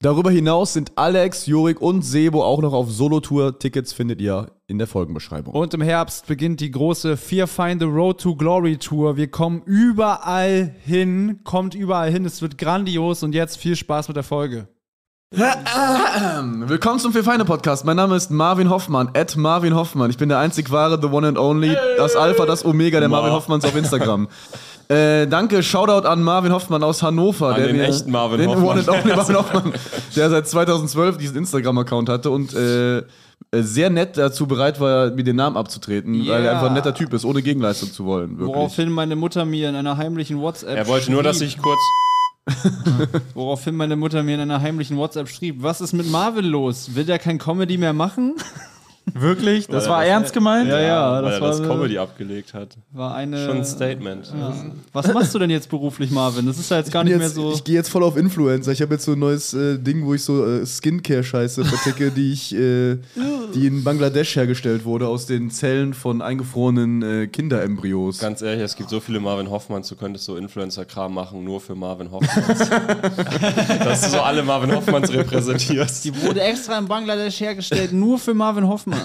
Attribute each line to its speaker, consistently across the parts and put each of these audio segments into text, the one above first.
Speaker 1: Darüber hinaus sind Alex, Jurik und Sebo auch noch auf Solo-Tour. Tickets findet ihr in der Folgenbeschreibung.
Speaker 2: Und im Herbst beginnt die große Fear Find the Road to Glory Tour. Wir kommen überall hin, kommt überall hin. Es wird grandios und jetzt viel Spaß mit der Folge.
Speaker 1: Willkommen zum Vier Feinde Podcast. Mein Name ist Marvin Hoffmann, at Marvin Hoffmann. Ich bin der einzig wahre, the one and only, das Alpha, das Omega der Marvin Hoffmanns auf Instagram. Äh, danke, Shoutout an Marvin Hoffmann aus Hannover.
Speaker 3: An
Speaker 1: der
Speaker 3: den
Speaker 1: mir-
Speaker 3: echten Marvin
Speaker 1: den
Speaker 3: Hoffmann.
Speaker 1: One and only Marvin Hoffmann, der seit 2012 diesen Instagram-Account hatte und äh, äh, sehr nett dazu bereit war, mir den Namen abzutreten, weil er
Speaker 2: Yeah.
Speaker 1: einfach ein netter Typ ist, ohne Gegenleistung zu wollen. Wirklich.
Speaker 2: Woraufhin meine Mutter mir in einer heimlichen WhatsApp
Speaker 3: Er wollte nur, dass ich kurz.
Speaker 2: Woraufhin meine Mutter mir in einer heimlichen WhatsApp schrieb, was ist mit Marvin los? Will der kein Comedy mehr machen?
Speaker 4: Wirklich? Das
Speaker 3: Oder
Speaker 4: war
Speaker 3: das-
Speaker 4: ernst gemeint?
Speaker 2: Ja, ja,
Speaker 3: weil er das
Speaker 2: war-
Speaker 3: Comedy abgelegt hat.
Speaker 2: War eine
Speaker 3: Schon ein Statement.
Speaker 2: Was machst du denn jetzt beruflich, Marvin? Das ist ja jetzt gar nicht
Speaker 5: jetzt,
Speaker 2: mehr so.
Speaker 5: Ich gehe jetzt voll auf Influencer. Ich habe jetzt so ein neues äh, Ding, wo ich so äh, Skincare-Scheiße verticke, die ich, äh, die in Bangladesch hergestellt wurde aus den Zellen von eingefrorenen äh, Kinderembryos.
Speaker 3: Ganz ehrlich, es gibt so viele Marvin Hoffmanns, du könntest so Influencer-Kram machen, nur für Marvin Hoffmanns. dass du so alle Marvin Hoffmanns repräsentierst.
Speaker 2: Die wurde extra in Bangladesch hergestellt, nur für Marvin Hoffmanns.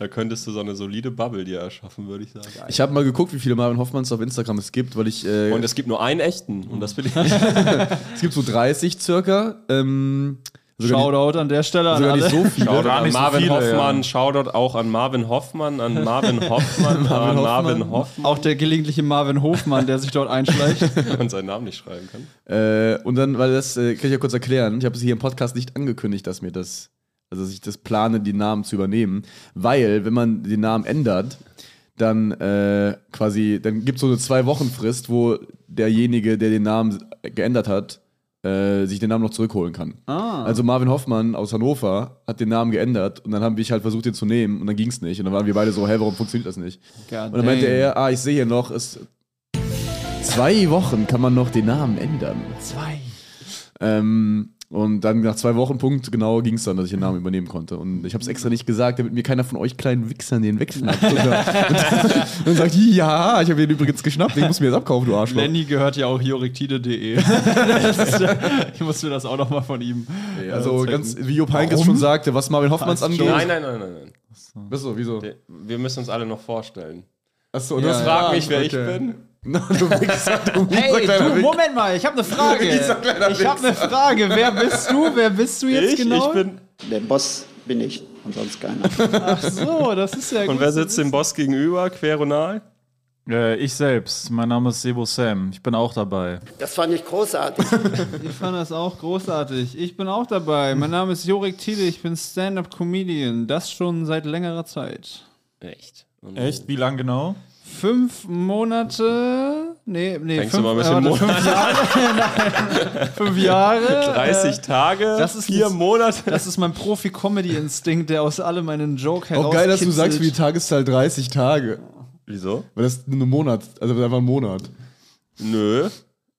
Speaker 3: Da könntest du so eine solide Bubble dir erschaffen, würde ich sagen.
Speaker 1: Ich habe mal geguckt, wie viele Marvin Hoffmanns auf Instagram es gibt, weil ich äh,
Speaker 3: Und es gibt nur einen echten. Und das bin ich.
Speaker 1: es gibt so 30 circa. Ähm, sogar nicht-
Speaker 2: Shoutout an der Stelle an
Speaker 1: sogar
Speaker 2: alle.
Speaker 1: nicht so viele.
Speaker 3: Shoutout an
Speaker 4: nicht so
Speaker 3: Marvin
Speaker 4: viele,
Speaker 3: Hoffmann, Shoutout auch an Marvin Hoffmann, an Marvin Hoffmann, an Marvin Hoffmann.
Speaker 2: Auch der gelegentliche Marvin Hofmann, der sich dort einschleicht.
Speaker 3: Und seinen Namen nicht schreiben kann.
Speaker 1: Äh, und dann, weil das äh, kann ich ja kurz erklären, ich habe es hier im Podcast nicht angekündigt, dass mir das, also dass ich das plane, die Namen zu übernehmen, weil wenn man den Namen ändert, dann äh, quasi, dann gibt es so eine zwei Wochen Frist, wo derjenige, der den Namen geändert hat, äh, sich den Namen noch zurückholen kann. Also Marvin Hoffmann aus Hannover hat den Namen geändert und dann haben wir halt versucht, den zu nehmen und dann ging es nicht und dann waren wir beide so, hä, warum funktioniert das nicht?
Speaker 2: God
Speaker 1: Und dann meinte
Speaker 2: damn.
Speaker 1: er, ah, ich sehe hier noch, es zwei Wochen kann man noch den Namen ändern.
Speaker 2: Zwei.
Speaker 1: Ähm, und dann nach zwei Wochen Punkt genau ging es dann, dass ich den Namen übernehmen konnte. Und ich habe es extra nicht gesagt, damit mir keiner von euch kleinen Wichsern den wegschnappt. Und dann, und dann sagt, ja, ich habe den übrigens geschnappt, den musst du mir jetzt abkaufen, du Arschloch.
Speaker 2: Lenny gehört ja auch hiorektide.de. Das ist ja- ich muss mir das auch nochmal von ihm. äh,
Speaker 1: Also
Speaker 2: zeigen.
Speaker 1: ganz, wie Jupp Heynckes schon sagte, was Marvin Hoffmanns
Speaker 2: Als
Speaker 1: angeht.
Speaker 2: Joke.
Speaker 3: Nein, nein, nein, nein, nein.
Speaker 1: Achso, wieso?
Speaker 3: Der- Wir müssen uns alle noch vorstellen.
Speaker 1: Achso, und
Speaker 2: Ja,
Speaker 1: das
Speaker 2: ja.
Speaker 1: war...
Speaker 3: Frag mich, wer
Speaker 1: okay.
Speaker 3: ich bin.
Speaker 1: Na, du Wichser, du Wichser,
Speaker 2: Hey,
Speaker 1: kleiner
Speaker 2: du,
Speaker 1: Wichser.
Speaker 2: Moment mal, ich habe eine Frage.
Speaker 1: Dieser kleiner
Speaker 2: Ich habe eine Frage. Wer bist du? Wer bist du jetzt
Speaker 3: Ich,
Speaker 2: genau?
Speaker 3: ich bin.
Speaker 6: Der Boss bin ich und sonst keiner.
Speaker 2: Ach so, das ist ja
Speaker 3: Und
Speaker 2: gut.
Speaker 3: wer sitzt dem Boss gegenüber? Queronal?
Speaker 4: Äh, ich selbst. Mein Name ist Sebo Sam. Ich bin auch dabei.
Speaker 6: Das fand ich großartig.
Speaker 2: Ich fand das auch großartig. Ich bin auch dabei. Mein Name ist Jorek Thiele. Ich bin Stand-Up-Comedian. Das schon seit längerer Zeit.
Speaker 3: Echt? Und
Speaker 4: Echt? Wie lang genau?
Speaker 2: Fünf Monate. Nee, nee,
Speaker 3: Fängst du
Speaker 2: fünf,
Speaker 3: mal ein bisschen
Speaker 2: äh, warte, fünf Jahre. Nein, fünf Jahre.
Speaker 3: 30 Tage,
Speaker 2: das ist
Speaker 3: vier
Speaker 2: das-
Speaker 3: Monate.
Speaker 2: Das ist mein Profi-Comedy-Instinkt, der aus allem einen Joke heraus.
Speaker 1: Auch geil, dass du sagst, wie die Tageszahl 30 Tage.
Speaker 3: Wieso?
Speaker 1: Weil das ist ein Monat, also das ist einfach ein Monat.
Speaker 3: Nö,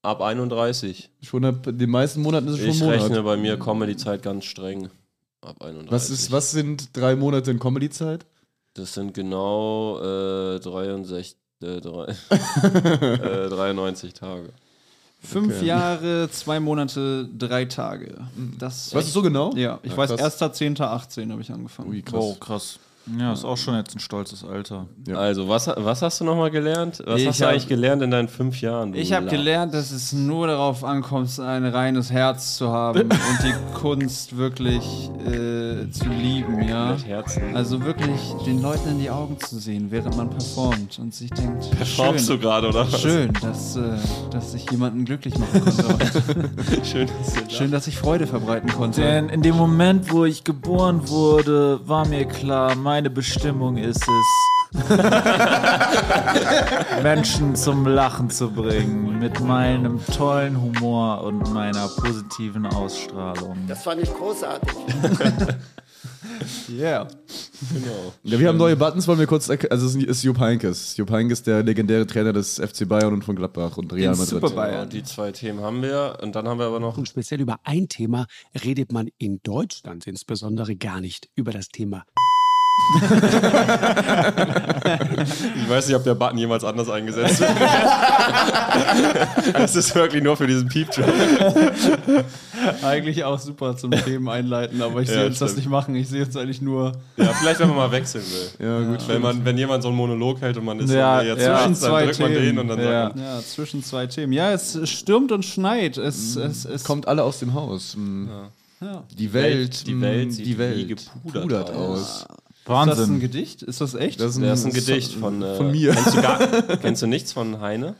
Speaker 3: ab 31.
Speaker 1: Schon ab halt den meisten Monaten ist es schon
Speaker 3: ich
Speaker 1: ein Monat.
Speaker 3: rechne bei mir Comedy-Zeit ganz streng. Ab 31.
Speaker 1: Was, ist, was sind drei Monate in Comedy-Zeit?
Speaker 3: Das sind genau äh, 63, äh, drei, äh, 93 Tage.
Speaker 2: Fünf Jahre, zwei Monate, drei Tage. Das
Speaker 1: Weißt du so genau?
Speaker 2: Ja, ich
Speaker 1: Ja,
Speaker 2: weiß,
Speaker 1: krass.
Speaker 2: 1.10.18 habe ich angefangen.
Speaker 1: Ui, krass.
Speaker 4: Wow, Oh, krass. Ja, ist auch schon jetzt ein stolzes Alter.
Speaker 1: Ja.
Speaker 3: Also, was, was hast du nochmal gelernt? Was
Speaker 2: Ich
Speaker 3: hast du
Speaker 2: hab-
Speaker 3: eigentlich gelernt in deinen fünf Jahren? du
Speaker 2: Ich habe
Speaker 3: La-
Speaker 2: gelernt, dass es nur darauf ankommt, ein reines Herz zu haben und die Kunst wirklich äh, zu lieben, ja.
Speaker 3: Mit Herzen.
Speaker 2: Also wirklich den Leuten in die Augen zu sehen, während man performt und sich denkt,
Speaker 3: Schraubst du
Speaker 2: schön,
Speaker 3: gerade, oder was?
Speaker 2: schön dass, äh, dass ich jemanden glücklich machen konnte.
Speaker 3: Schön, dass du
Speaker 2: schön, dass ich Freude verbreiten konnte.
Speaker 4: Denn in dem Moment, wo ich geboren wurde, war mir klar, meine Bestimmung ist es, Menschen zum Lachen zu bringen. Mit meinem tollen Humor und meiner positiven Ausstrahlung.
Speaker 6: Das fand ich großartig.
Speaker 2: Yeah.
Speaker 3: Genau.
Speaker 1: Ja, wir haben neue Buttons, wollen wir kurz erklären. Also es ist- ist Jupp Heynckes. Jupp Heynckes, der legendäre Trainer des FC Bayern und von Gladbach und Real
Speaker 2: Den
Speaker 1: Madrid.
Speaker 2: Super Bayern.
Speaker 3: Ja, die zwei Themen haben wir. Und dann haben wir aber noch.
Speaker 7: Und speziell über ein Thema redet man in Deutschland insbesondere gar nicht über das Thema.
Speaker 3: Ich weiß nicht, ob der Button jemals anders eingesetzt wird. das ist wirklich nur für diesen Piepton.
Speaker 2: Eigentlich auch super zum Themen einleiten, aber ich
Speaker 3: Ja,
Speaker 2: sehe uns das
Speaker 3: stimmt.
Speaker 2: nicht machen. Ich sehe uns eigentlich nur
Speaker 3: Ja, vielleicht, wenn man mal wechseln will.
Speaker 1: Ja, gut.
Speaker 3: Wenn, man, wenn jemand so einen Monolog hält und man ist
Speaker 4: Ja,
Speaker 3: so, nee, jetzt
Speaker 4: ja.
Speaker 3: reicht's,
Speaker 2: Zwischen zwei
Speaker 3: dann drückt man
Speaker 2: Themen.
Speaker 3: den und dann
Speaker 4: Ja.
Speaker 3: sagt man,
Speaker 2: ja, zwischen zwei Themen. Ja, es stürmt und schneit. Es, es, es
Speaker 1: Kommt alle aus dem Haus. Mhm. Die Welt,
Speaker 3: Die
Speaker 1: mh,
Speaker 3: Welt sieht
Speaker 1: die Welt
Speaker 3: wie gepudert
Speaker 1: aus.
Speaker 2: Ist das ein
Speaker 4: Wahnsinn.
Speaker 2: Gedicht? Ist das echt?
Speaker 1: Das
Speaker 3: das ist ein Gedicht von, äh,
Speaker 1: von mir.
Speaker 3: Kennst du, gar, kennst du nichts von Heine?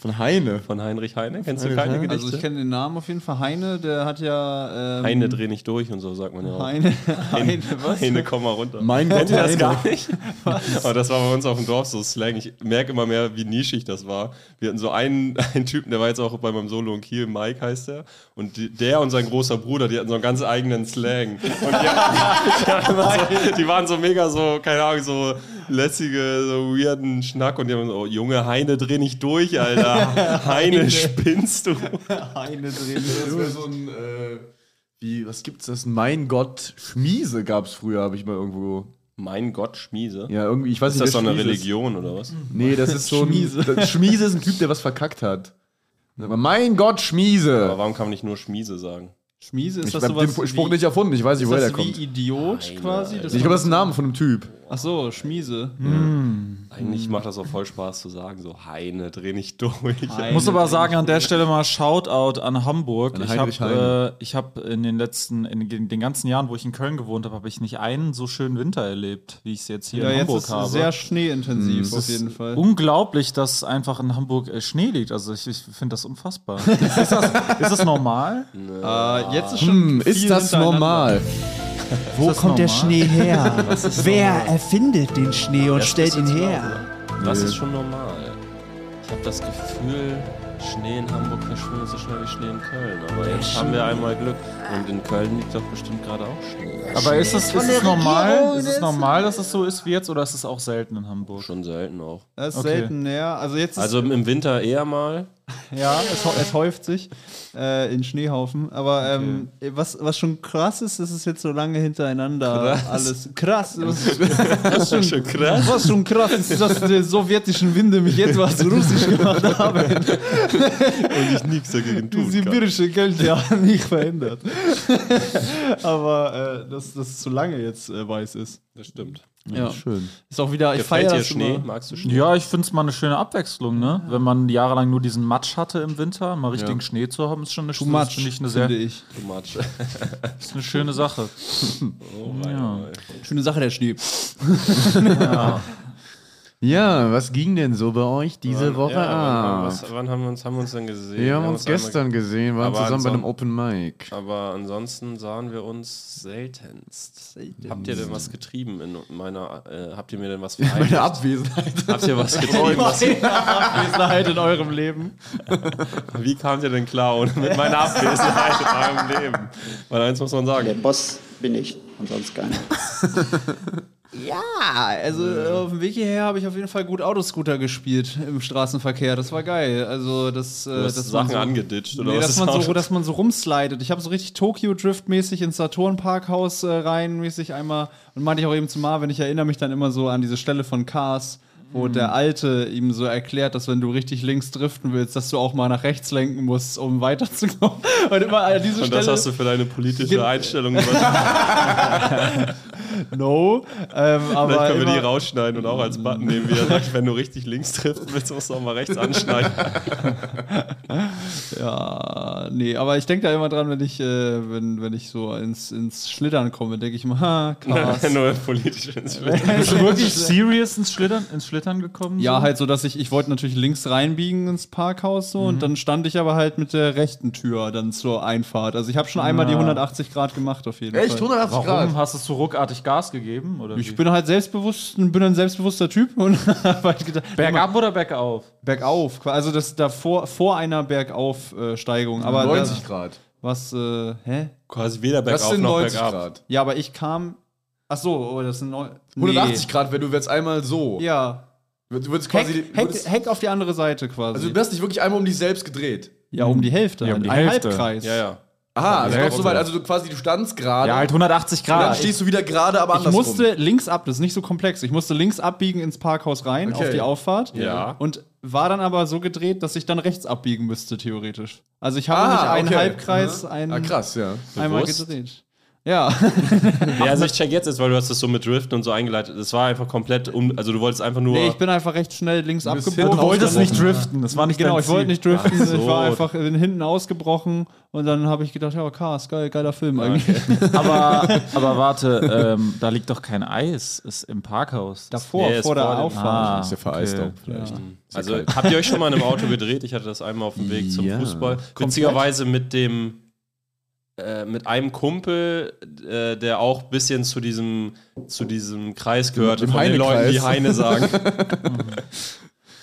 Speaker 1: Von Heine.
Speaker 3: Von Heinrich Heine? Kennst du
Speaker 1: Heinrich
Speaker 3: keine
Speaker 1: Heine?
Speaker 3: Gedichte?
Speaker 2: also ich kenne den Namen auf jeden Fall. Heine, der hat ja. Ähm,
Speaker 3: Heine dreh nicht durch und so sagt man ja auch.
Speaker 2: Heine, Heine, was?
Speaker 3: Heine, komm mal runter.
Speaker 1: Mein Gott,
Speaker 3: Kennt ihr das
Speaker 1: Heine.
Speaker 3: gar nicht? Aber das war bei uns auf dem Dorf so Slang. Ich merke immer mehr, wie nischig das war. Wir hatten so einen, einen Typen, der war jetzt auch bei meinem Solo in Kiel, Mike heißt der. Und die, der und sein großer Bruder, die hatten so einen ganz eigenen Slang. Und die, die, hatten immer so, die waren so mega so, keine Ahnung, so lässige, so weirden Schnack. Und die haben so, oh, Junge, Heine, dreh nicht durch, Alter. Heine, spinnst du?
Speaker 2: Heine drehen.
Speaker 1: Das wäre so ein, äh, wie, was gibt's das? Mein Gott, Schmiese gab's früher, habe ich mal irgendwo.
Speaker 3: Mein Gott, Schmiese.
Speaker 1: Ja, irgendwie, ich weiß
Speaker 3: Ist
Speaker 1: nicht,
Speaker 3: das so
Speaker 1: wer
Speaker 3: eine
Speaker 1: Schmiese ist. Hm.
Speaker 3: Religion oder was?
Speaker 1: Nee, das ist so ein. Schmiese. Schmiese ist ein Typ, der was verkackt hat. Sag mal, Mein Gott, Schmiese!
Speaker 3: Aber warum kann man nicht nur Schmiese sagen?
Speaker 2: Schmiese, ist
Speaker 1: Ich
Speaker 2: das
Speaker 1: hab
Speaker 2: sowas?
Speaker 1: den Spruch nicht erfunden, ich weiß nicht,
Speaker 2: ist
Speaker 1: woher
Speaker 2: das
Speaker 1: der
Speaker 2: wie
Speaker 1: kommt. Ich
Speaker 2: Idiot quasi? Das
Speaker 1: glaube, das ist ein Name von einem Typ.
Speaker 2: Ach so, Schmiese.
Speaker 3: Eigentlich macht das auch voll Spaß zu sagen, so Heine, dreh nicht durch.
Speaker 2: Heine.
Speaker 4: Ich muss aber sagen, an der Stelle mal Shoutout an Hamburg.
Speaker 1: An
Speaker 4: ich
Speaker 1: Heinrich
Speaker 4: habe
Speaker 1: Heine.
Speaker 4: äh, ich hab in den letzten, in den, den ganzen Jahren, wo ich in Köln gewohnt habe, habe ich nicht einen so schönen Winter erlebt, wie ich es jetzt hier
Speaker 2: Ja,
Speaker 4: in
Speaker 2: jetzt
Speaker 4: Hamburg
Speaker 2: ist
Speaker 4: habe.
Speaker 2: es sehr schneeintensiv auf jeden Fall.
Speaker 4: Uh. Unglaublich, dass einfach in Hamburg äh, Schnee liegt. Also ich, ich finde das unfassbar. ist, das, ist das normal?
Speaker 2: Äh, jetzt ist
Speaker 1: Hm,
Speaker 2: schon
Speaker 1: ist
Speaker 2: viel
Speaker 1: das
Speaker 2: hintereinander.
Speaker 1: normal?
Speaker 4: Wo kommt der Schnee?
Speaker 8: her? Wer erfindet den Schnee und stellt ihn her?
Speaker 3: genau Das ist schon normal. Ich habe das Gefühl, Schnee in Hamburg verschwindet so schnell wie Schnee in Köln. Aber jetzt haben wir einmal Glück. Und in Köln liegt doch bestimmt gerade auch Schnee.
Speaker 4: Aber ist es, ist es normal? Ist es normal, dass es so ist wie jetzt oder ist es auch selten in Hamburg?
Speaker 3: Schon selten auch.
Speaker 2: Das Äh, ist
Speaker 4: Okay.
Speaker 2: selten, ja. Also jetzt ist
Speaker 3: Also im Winter eher mal.
Speaker 2: Ja, es, hau- es häuft sich äh, in Schneehaufen. Aber ähm, was, was schon krass ist, ist es jetzt so lange hintereinander alles. Krass. Was, was, schon, krass. was schon krass ist, dass die sowjetischen Winde mich etwas russisch gemacht haben.
Speaker 3: Und ich nichts dagegen
Speaker 2: Die sibirische Kälte ja nicht verändert. Aber äh, dass das zu lange jetzt äh, weiß ist.
Speaker 3: Das stimmt.
Speaker 2: Ja.
Speaker 1: Schön.
Speaker 2: Ist auch wieder, ich
Speaker 3: Gefällt
Speaker 2: feiere
Speaker 3: dir
Speaker 2: das
Speaker 3: Schnee?
Speaker 2: immer.
Speaker 3: Magst du Schnee?
Speaker 4: Ja, ich finde es mal eine schöne Abwechslung, ne? Wenn man jahrelang nur diesen Matsch hatte im Winter, mal richtigen Schnee zu haben, ist schon eine,
Speaker 2: Too
Speaker 4: schöne-
Speaker 2: much,
Speaker 4: finde ich eine sehr
Speaker 2: finde ich.
Speaker 3: Too much.
Speaker 4: ist eine schöne Sache.
Speaker 3: Oh, ja.
Speaker 2: Schöne Sache, der Schnee.
Speaker 1: Ja, was ging denn so bei euch diese Woche
Speaker 3: wann,
Speaker 1: ab?
Speaker 3: was, wann haben wir uns, haben wir uns denn gesehen?
Speaker 1: Wir haben uns
Speaker 3: einmal-
Speaker 1: gestern gesehen, waren
Speaker 3: Aber
Speaker 1: zusammen bei einem
Speaker 3: ansonsten-
Speaker 1: Open Mic.
Speaker 3: Aber ansonsten sahen wir uns seltenst. Habt ihr denn was getrieben in meiner, äh, habt ihr mir denn was verheimlicht?
Speaker 1: Meine Abwesenheit.
Speaker 3: habt ihr was getrieben? was,
Speaker 2: Abwesenheit in eurem Leben.
Speaker 3: wie kamt ihr denn klar ohne mit meiner Abwesenheit in meinem Leben? Weil eins muss man
Speaker 6: Der
Speaker 3: sagen,
Speaker 6: Boss bin ich und sonst keiner.
Speaker 2: Ja, also äh, auf dem Weg hierher habe ich auf jeden Fall gut Autoscooter gespielt im Straßenverkehr. Das war geil. Also das, äh,
Speaker 3: du hast
Speaker 2: dass
Speaker 3: Sachen
Speaker 2: man so,
Speaker 3: angeditscht oder
Speaker 2: Nee,
Speaker 3: was
Speaker 2: dass
Speaker 3: ist
Speaker 2: man, so,
Speaker 3: das?
Speaker 2: dass man so rumslidet. Ich habe so richtig Tokyo Drift mäßig ins Saturn Parkhaus äh, rein mäßig einmal und meinte ich auch eben zu Marvin, ich erinnere mich dann immer so an diese Stelle von Cars,
Speaker 3: Mhm.
Speaker 2: wo der Alte ihm so erklärt, dass wenn du richtig links driften willst, dass du auch mal nach rechts lenken musst, um weiterzukommen. Und immer an diese
Speaker 3: Und
Speaker 2: Stelle Genau.
Speaker 3: das hast du für deine politische
Speaker 2: Ge-
Speaker 3: Einstellung gemacht.
Speaker 2: no, ähm, aber
Speaker 3: Vielleicht können wir die
Speaker 2: immer-
Speaker 3: rausschneiden und auch als Button nehmen, wie er sagt, wenn du richtig links triffst, willst du es auch mal rechts anschneiden.
Speaker 2: Ja, nee, aber ich denke da immer dran, wenn ich, äh, wenn, wenn ich so ins, ins Schlittern komme, denke ich immer, ha, krass.
Speaker 3: Nur politisch ins
Speaker 4: Bist du wirklich serious ins Schlittern, ins Schlittern gekommen?
Speaker 2: ja,
Speaker 4: so?
Speaker 2: halt so, dass ich, ich wollte natürlich links reinbiegen ins Parkhaus so
Speaker 1: Mhm.
Speaker 2: und dann stand ich aber halt mit der rechten Tür dann zur Einfahrt. Also ich habe schon einmal die 180 Grad gemacht auf jeden
Speaker 1: Echt?
Speaker 2: Fall.
Speaker 1: 180
Speaker 4: Warum
Speaker 1: Grad?
Speaker 4: hast du so ruckartig Gas gegeben? Oder wie?
Speaker 2: Ich bin halt selbstbewusst, bin ein selbstbewusster Typ und hab halt gedacht,
Speaker 4: bergab oder bergauf?
Speaker 2: bergauf, also das davor vor einer Bergaufsteigung, aber
Speaker 1: 90 Grad.
Speaker 2: was, äh, hä?
Speaker 3: Quasi weder
Speaker 1: Das
Speaker 3: bergauf
Speaker 1: sind
Speaker 3: noch
Speaker 1: 90
Speaker 3: bergab.
Speaker 1: Grad.
Speaker 2: Ja, aber ich kam. Ach so, oh, das sind neu.
Speaker 1: 180 Grad, wenn du jetzt einmal so.
Speaker 2: Nee. Ja.
Speaker 1: Du würdest
Speaker 2: Heck,
Speaker 1: quasi.
Speaker 2: Heck,
Speaker 1: würdest,
Speaker 2: Heck auf die andere Seite quasi.
Speaker 1: also du hast dich wirklich einmal um dich selbst gedreht.
Speaker 2: ja, um die Hälfte.
Speaker 4: Ja, um die
Speaker 2: ein
Speaker 4: Hälfte.
Speaker 2: Halbkreis.
Speaker 3: Ja, ja.
Speaker 1: Aha, also
Speaker 4: Ja,
Speaker 1: doch so weit. Also du quasi, du standst gerade.
Speaker 4: Ja, halt 180
Speaker 1: und dann
Speaker 4: Grad.
Speaker 1: stehst du wieder gerade, aber
Speaker 2: Ich
Speaker 1: andersrum.
Speaker 2: musste links ab, das ist nicht so komplex. Ich musste links abbiegen ins Parkhaus rein,
Speaker 1: Okay.
Speaker 2: auf die Auffahrt.
Speaker 3: Ja.
Speaker 2: Und war dann aber so gedreht, dass ich dann rechts abbiegen müsste, theoretisch. Also ich habe
Speaker 1: Ah,
Speaker 2: nicht einen
Speaker 1: okay.
Speaker 2: Halbkreis, einen,
Speaker 1: ah, krass, ja.
Speaker 2: einmal
Speaker 3: Bewusst?
Speaker 2: gedreht. Ja.
Speaker 3: Ja, also ich check jetzt erst, weil du hast das so mit Driften und so eingeleitet. Es war einfach komplett um, also du wolltest einfach nur.
Speaker 2: nee, ich bin einfach recht schnell links abgebogen.
Speaker 4: du wolltest nicht driften. Das war nicht
Speaker 2: Genau,
Speaker 4: dein
Speaker 2: ich wollte
Speaker 4: Ziel.
Speaker 2: nicht driften,
Speaker 3: Ach so.
Speaker 2: ich war einfach bin hinten ausgebrochen und dann habe ich gedacht, ja, Cars, geil, geiler Film eigentlich.
Speaker 4: Aber, aber warte, ähm, da liegt doch kein Eis. Ist im Parkhaus. Ah,
Speaker 2: Davor,
Speaker 3: Nee, ist
Speaker 2: vor der
Speaker 3: vor dem-
Speaker 9: Ah.
Speaker 2: Auffahrt.
Speaker 1: Ist ja vereist
Speaker 4: okay.
Speaker 1: auch vielleicht.
Speaker 3: also habt ihr euch schon mal in einem Auto gedreht? Ich hatte das einmal auf dem Weg zum
Speaker 1: Ja.
Speaker 3: Fußball. Witzigerweise mit dem äh, mit einem Kumpel, äh, der auch ein bisschen zu diesem, zu diesem Kreis gehörte,
Speaker 1: Dem
Speaker 3: von den
Speaker 1: Heine-Kreis.
Speaker 3: Leuten, die Heine sagen.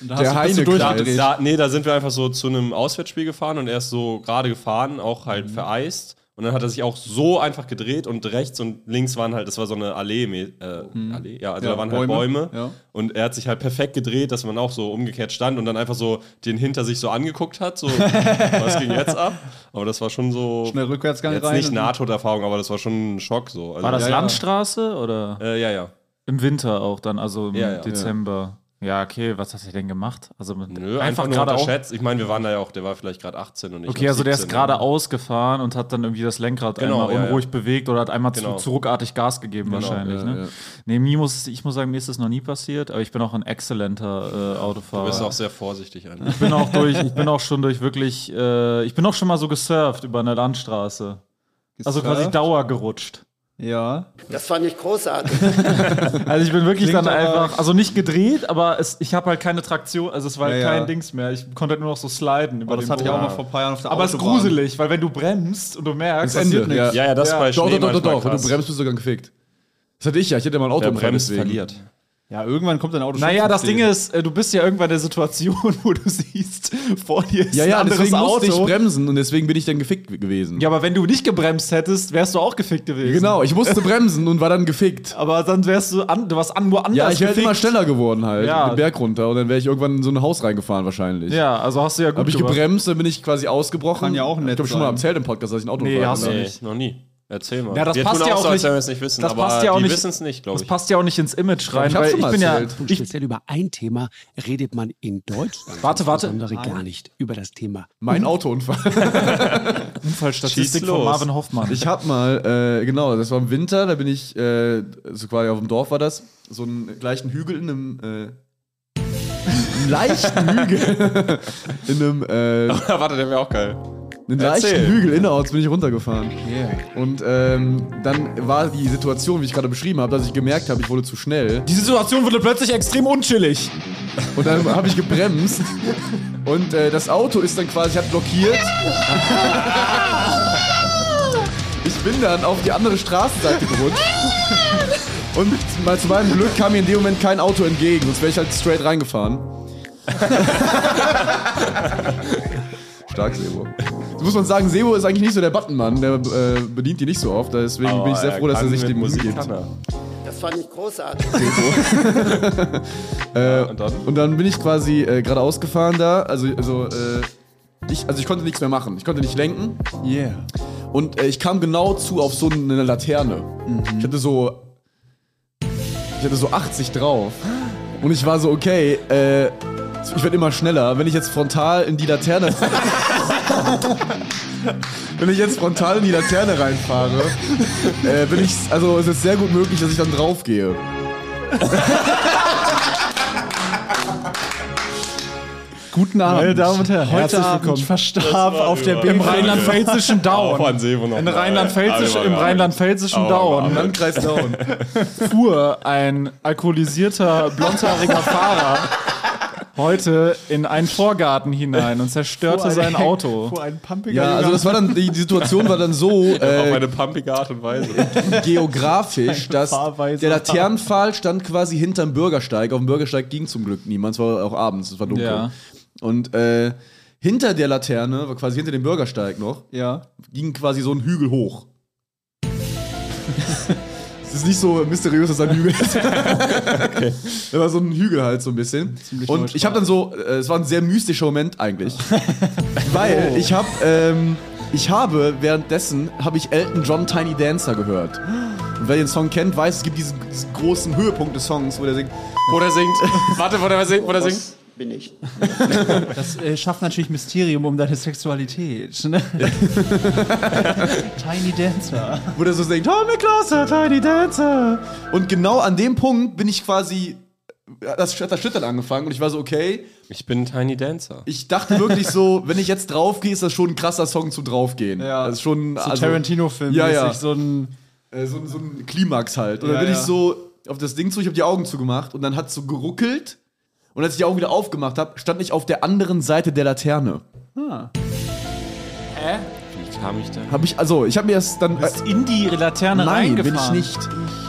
Speaker 1: Der Heine
Speaker 3: da,
Speaker 1: durchgedreht.
Speaker 3: da, nee, da sind wir einfach so zu einem Auswärtsspiel gefahren und er ist so gerade gefahren, auch
Speaker 2: Mhm.
Speaker 3: halt vereist. Und dann hat er sich auch so einfach gedreht und rechts und links waren halt, das war so eine Allee, mä- äh, Allee ja, also
Speaker 2: Mhm. Ja,
Speaker 3: da waren
Speaker 2: Bäume,
Speaker 3: halt Bäume.
Speaker 2: ja.
Speaker 3: Und er hat sich halt perfekt gedreht, dass man auch so umgekehrt stand und dann einfach so den hinter sich so angeguckt hat, so, was ging jetzt ab? Aber das war schon so,
Speaker 2: Schnell Rückwärtsgang
Speaker 3: jetzt
Speaker 2: rein
Speaker 3: nicht
Speaker 2: und-
Speaker 3: Nahtoderfahrung, aber das war schon ein Schock so. Also,
Speaker 4: War das
Speaker 3: ja,
Speaker 4: Landstraße oder
Speaker 3: Äh, ja, ja.
Speaker 4: im Winter auch dann, also im
Speaker 3: Ja, ja.
Speaker 4: Dezember? Ja. okay, was hat er denn gemacht? Also mit-
Speaker 3: Nö, einfach, nur
Speaker 4: geradeaus-
Speaker 3: unterschätzt. Ich meine, wir waren da ja auch, der war vielleicht gerade 18 und ich
Speaker 4: Okay,
Speaker 3: glaub,
Speaker 4: also der ist
Speaker 3: 17,
Speaker 4: gerade
Speaker 3: ne?
Speaker 4: ausgefahren und hat dann irgendwie das Lenkrad
Speaker 3: Genau,
Speaker 4: einmal
Speaker 3: ja, ja.
Speaker 4: unruhig bewegt oder hat einmal
Speaker 3: Genau.
Speaker 4: zu, zurückartig Gas gegeben wahrscheinlich. ne? Nee, mir muss, ich muss sagen, mir ist das noch nie passiert, aber ich bin auch ein exzellenter äh, Autofahrer.
Speaker 3: Du bist auch sehr vorsichtig eigentlich.
Speaker 4: ich bin auch durch, ich bin auch schon durch wirklich, äh, ich bin auch schon mal so gesurft über eine Landstraße. Also quasi Dauer gerutscht.
Speaker 2: Ja.
Speaker 6: Das fand ich großartig.
Speaker 4: Also ich bin wirklich
Speaker 2: Klingt
Speaker 4: dann
Speaker 2: aber-
Speaker 4: einfach, also nicht gedreht, aber es, ich habe halt keine Traktion, also es war halt
Speaker 2: Ja, ja.
Speaker 4: kein Dings mehr. Ich konnte halt nur noch so sliden über
Speaker 2: Aber das
Speaker 4: den
Speaker 2: hatte ich auch
Speaker 4: Boden.
Speaker 2: mal vor ein paar Jahren auf der
Speaker 4: Aber es ist
Speaker 2: Autobahn.
Speaker 4: gruselig, weil wenn du bremst und du merkst,
Speaker 1: Ende,
Speaker 4: passiert nichts.
Speaker 1: ja.
Speaker 3: Ja, ja, das
Speaker 4: Ja.
Speaker 3: war
Speaker 1: Doch,
Speaker 3: Schnee
Speaker 1: doch, doch, doch,
Speaker 3: manchmal
Speaker 1: doch. Wenn du
Speaker 3: krass.
Speaker 1: bremst, bist du sogar gefickt. Das hatte ich ja. Ich hatte ja mal ein Auto
Speaker 3: Wer
Speaker 1: im Rennen
Speaker 3: bremst,
Speaker 1: deswegen.
Speaker 3: verliert.
Speaker 2: Ja, irgendwann kommt dein Auto schon
Speaker 4: Naja,
Speaker 2: zum
Speaker 4: das Ding
Speaker 2: Stehen.
Speaker 4: ist, äh, du bist ja irgendwann in der Situation, wo du siehst, vor dir ist
Speaker 1: Ja, ja,
Speaker 4: ein anderes
Speaker 1: deswegen musste ich
Speaker 4: Auto.
Speaker 1: bremsen und deswegen bin ich dann gefickt gewesen.
Speaker 4: ja, aber wenn du nicht gebremst hättest, wärst du auch gefickt gewesen.
Speaker 1: Genau, ich musste bremsen und war dann gefickt.
Speaker 4: Aber dann wärst du, an, du warst an, nur anders
Speaker 1: Ja, ich wäre
Speaker 4: gefickt.
Speaker 1: immer schneller geworden halt.
Speaker 4: Ja.
Speaker 1: Den Berg runter und dann wäre ich irgendwann in so ein Haus reingefahren wahrscheinlich.
Speaker 4: Ja, also hast du ja gut
Speaker 1: Habe ich
Speaker 4: gemacht.
Speaker 1: gebremst, dann bin ich quasi ausgebrochen.
Speaker 2: Kann ja auch nett
Speaker 1: Ich habe schon mal
Speaker 2: sein.
Speaker 1: erzählt im Podcast, dass ich ein Auto
Speaker 4: Nee,
Speaker 1: fahren
Speaker 4: hast du
Speaker 1: kann.
Speaker 3: Nee, noch nie. Erzähl mal.
Speaker 4: Ja, das
Speaker 3: wir
Speaker 4: passt
Speaker 3: tun
Speaker 4: ja
Speaker 3: auch so,
Speaker 4: auch
Speaker 3: als
Speaker 4: nicht-
Speaker 3: wenn wir es nicht wissen,
Speaker 4: das
Speaker 3: aber
Speaker 4: passt ja auch
Speaker 3: die
Speaker 4: nicht-
Speaker 3: wissen es nicht, glaube
Speaker 4: Das
Speaker 3: ich.
Speaker 4: passt ja auch nicht ins Image rein,
Speaker 1: hab's
Speaker 4: Ähm, weil
Speaker 1: schon
Speaker 4: ich
Speaker 1: mal
Speaker 4: bin ja,
Speaker 1: erzählt.
Speaker 7: Und
Speaker 4: ich,
Speaker 7: speziell über ein Thema redet man in Deutschland
Speaker 4: Warte, warte.
Speaker 7: insbesondere gar nicht über das Thema
Speaker 1: Mein Autounfall.
Speaker 4: Unfallstatistik
Speaker 3: Schieß
Speaker 4: von
Speaker 3: los.
Speaker 4: Marvin Hoffmann.
Speaker 1: Ich hab mal, äh, genau, das war im Winter, da bin ich, äh, so quasi auf dem Dorf war das, so einen gleichen Hügel in einem, äh, einen leichten Hügel. in einem, äh,
Speaker 3: Ja, warte, der wäre auch geil.
Speaker 1: einen leichten
Speaker 3: Erzähl.
Speaker 1: Hügel innerorts bin ich runtergefahren. Und ähm, dann war die Situation, wie ich gerade beschrieben habe, dass ich gemerkt habe, ich wurde zu schnell.
Speaker 4: Die Situation wurde plötzlich extrem unchillig.
Speaker 1: Und dann habe ich gebremst. Und äh, das Auto ist dann quasi, hat blockiert. Ich bin dann auf die andere Straßenseite gerutscht. Und mal zu meinem Glück kam mir in dem Moment kein Auto entgegen, sonst wäre ich halt straight reingefahren. Stark, Sebo. Das muss man sagen, Sebo ist eigentlich nicht so der Buttonmann, der äh, bedient die nicht so oft, deswegen bin ich sehr froh, dass er sich dem Musik gibt.
Speaker 6: Das fand ich großartig.
Speaker 4: Äh,
Speaker 3: Und dann?
Speaker 1: Und dann bin ich quasi äh, geradeaus gefahren da. Also, also, äh, ich, also ich konnte nichts mehr machen. Ich konnte nicht lenken.
Speaker 2: Yeah.
Speaker 1: Und äh, ich kam genau zu auf so eine Laterne. Ich hatte so. Ich hatte so 80 drauf. Und ich war so, okay, äh, ich werde immer schneller. Wenn ich jetzt frontal in die Laterne. Wenn ich jetzt frontal in die Laterne reinfahre, äh, bin ich. Also es ist sehr gut möglich, dass ich dann draufgehe.
Speaker 2: Guten Abend. Meine Damen und Herren, heute Abend verstarb auf der
Speaker 4: Im
Speaker 2: Bühne.
Speaker 4: rheinland-pfälzischen
Speaker 3: Auch an
Speaker 4: Down.
Speaker 3: Seewo noch
Speaker 4: In
Speaker 3: mal.
Speaker 4: Rheinland-Pfälzisch,
Speaker 3: Aber
Speaker 4: Im
Speaker 3: wir
Speaker 4: rheinland-pfälzischen
Speaker 3: Aber wir
Speaker 4: Down
Speaker 1: Landkreis Down.
Speaker 4: fuhr ein alkoholisierter, blondhaariger Fahrer heute in einen Vorgarten hinein und zerstörte sein Auto.
Speaker 2: Vor einem pumpiger
Speaker 1: Ja, also das war dann, die Situation war dann so
Speaker 3: Auf
Speaker 1: äh,
Speaker 3: eine pumpige Art und Weise.
Speaker 1: geografisch, dass
Speaker 2: Fahrweise.
Speaker 1: der Laternenpfahl stand quasi hinterm Bürgersteig. Auf dem Bürgersteig ging zum Glück niemand, es war auch abends, es war dunkel.
Speaker 4: Ja.
Speaker 1: Und äh, hinter der Laterne, war quasi hinter dem Bürgersteig noch,
Speaker 2: Ja.
Speaker 1: ging quasi so ein Hügel hoch. Es ist nicht so mysteriös, dass da ein Hügel ist. Da war so ein Hügel halt so ein bisschen. Und ich habe dann so, äh, es war ein sehr mystischer Moment eigentlich, weil ich habe, ähm, ich habe währenddessen habe ich Elton John Tiny Dancer gehört. Und wer den Song kennt, weiß, es gibt diesen, diesen großen Höhepunkt des Songs, wo der singt.
Speaker 3: Wo der singt. Warte, wo der singt, wo der singt.
Speaker 6: Bin ich.
Speaker 2: Das äh, schafft natürlich Mysterium um deine Sexualität. Ne? Tiny Dancer.
Speaker 1: wo der so singt, Hold me closer, tiny dancer. Und genau an dem Punkt bin ich quasi, äh, das hat das Schüttern angefangen und ich war so, okay,
Speaker 3: Ich bin ein Tiny Dancer.
Speaker 1: ich dachte wirklich so, wenn ich jetzt draufgehe, ist das schon ein krasser Song zum draufgehen.
Speaker 2: Ja.
Speaker 1: Das ist schon
Speaker 2: So
Speaker 1: also,
Speaker 2: Tarantino-Film.
Speaker 1: Ja, ja.
Speaker 2: So ein
Speaker 1: äh, so, ein- so ein Klimax halt. Und
Speaker 2: Ja,
Speaker 1: dann bin
Speaker 2: ja.
Speaker 1: ich so auf das Ding zu, ich habe die Augen zugemacht und dann hat so geruckelt. Und als ich die Augen wieder aufgemacht habe, stand ich auf der anderen Seite der Laterne.
Speaker 3: Wie kam ich da?
Speaker 1: Habe ich also, ich habe mir das dann
Speaker 4: Bist in die Laterne
Speaker 1: Nein, bin ich
Speaker 4: reingefahren.
Speaker 1: nicht.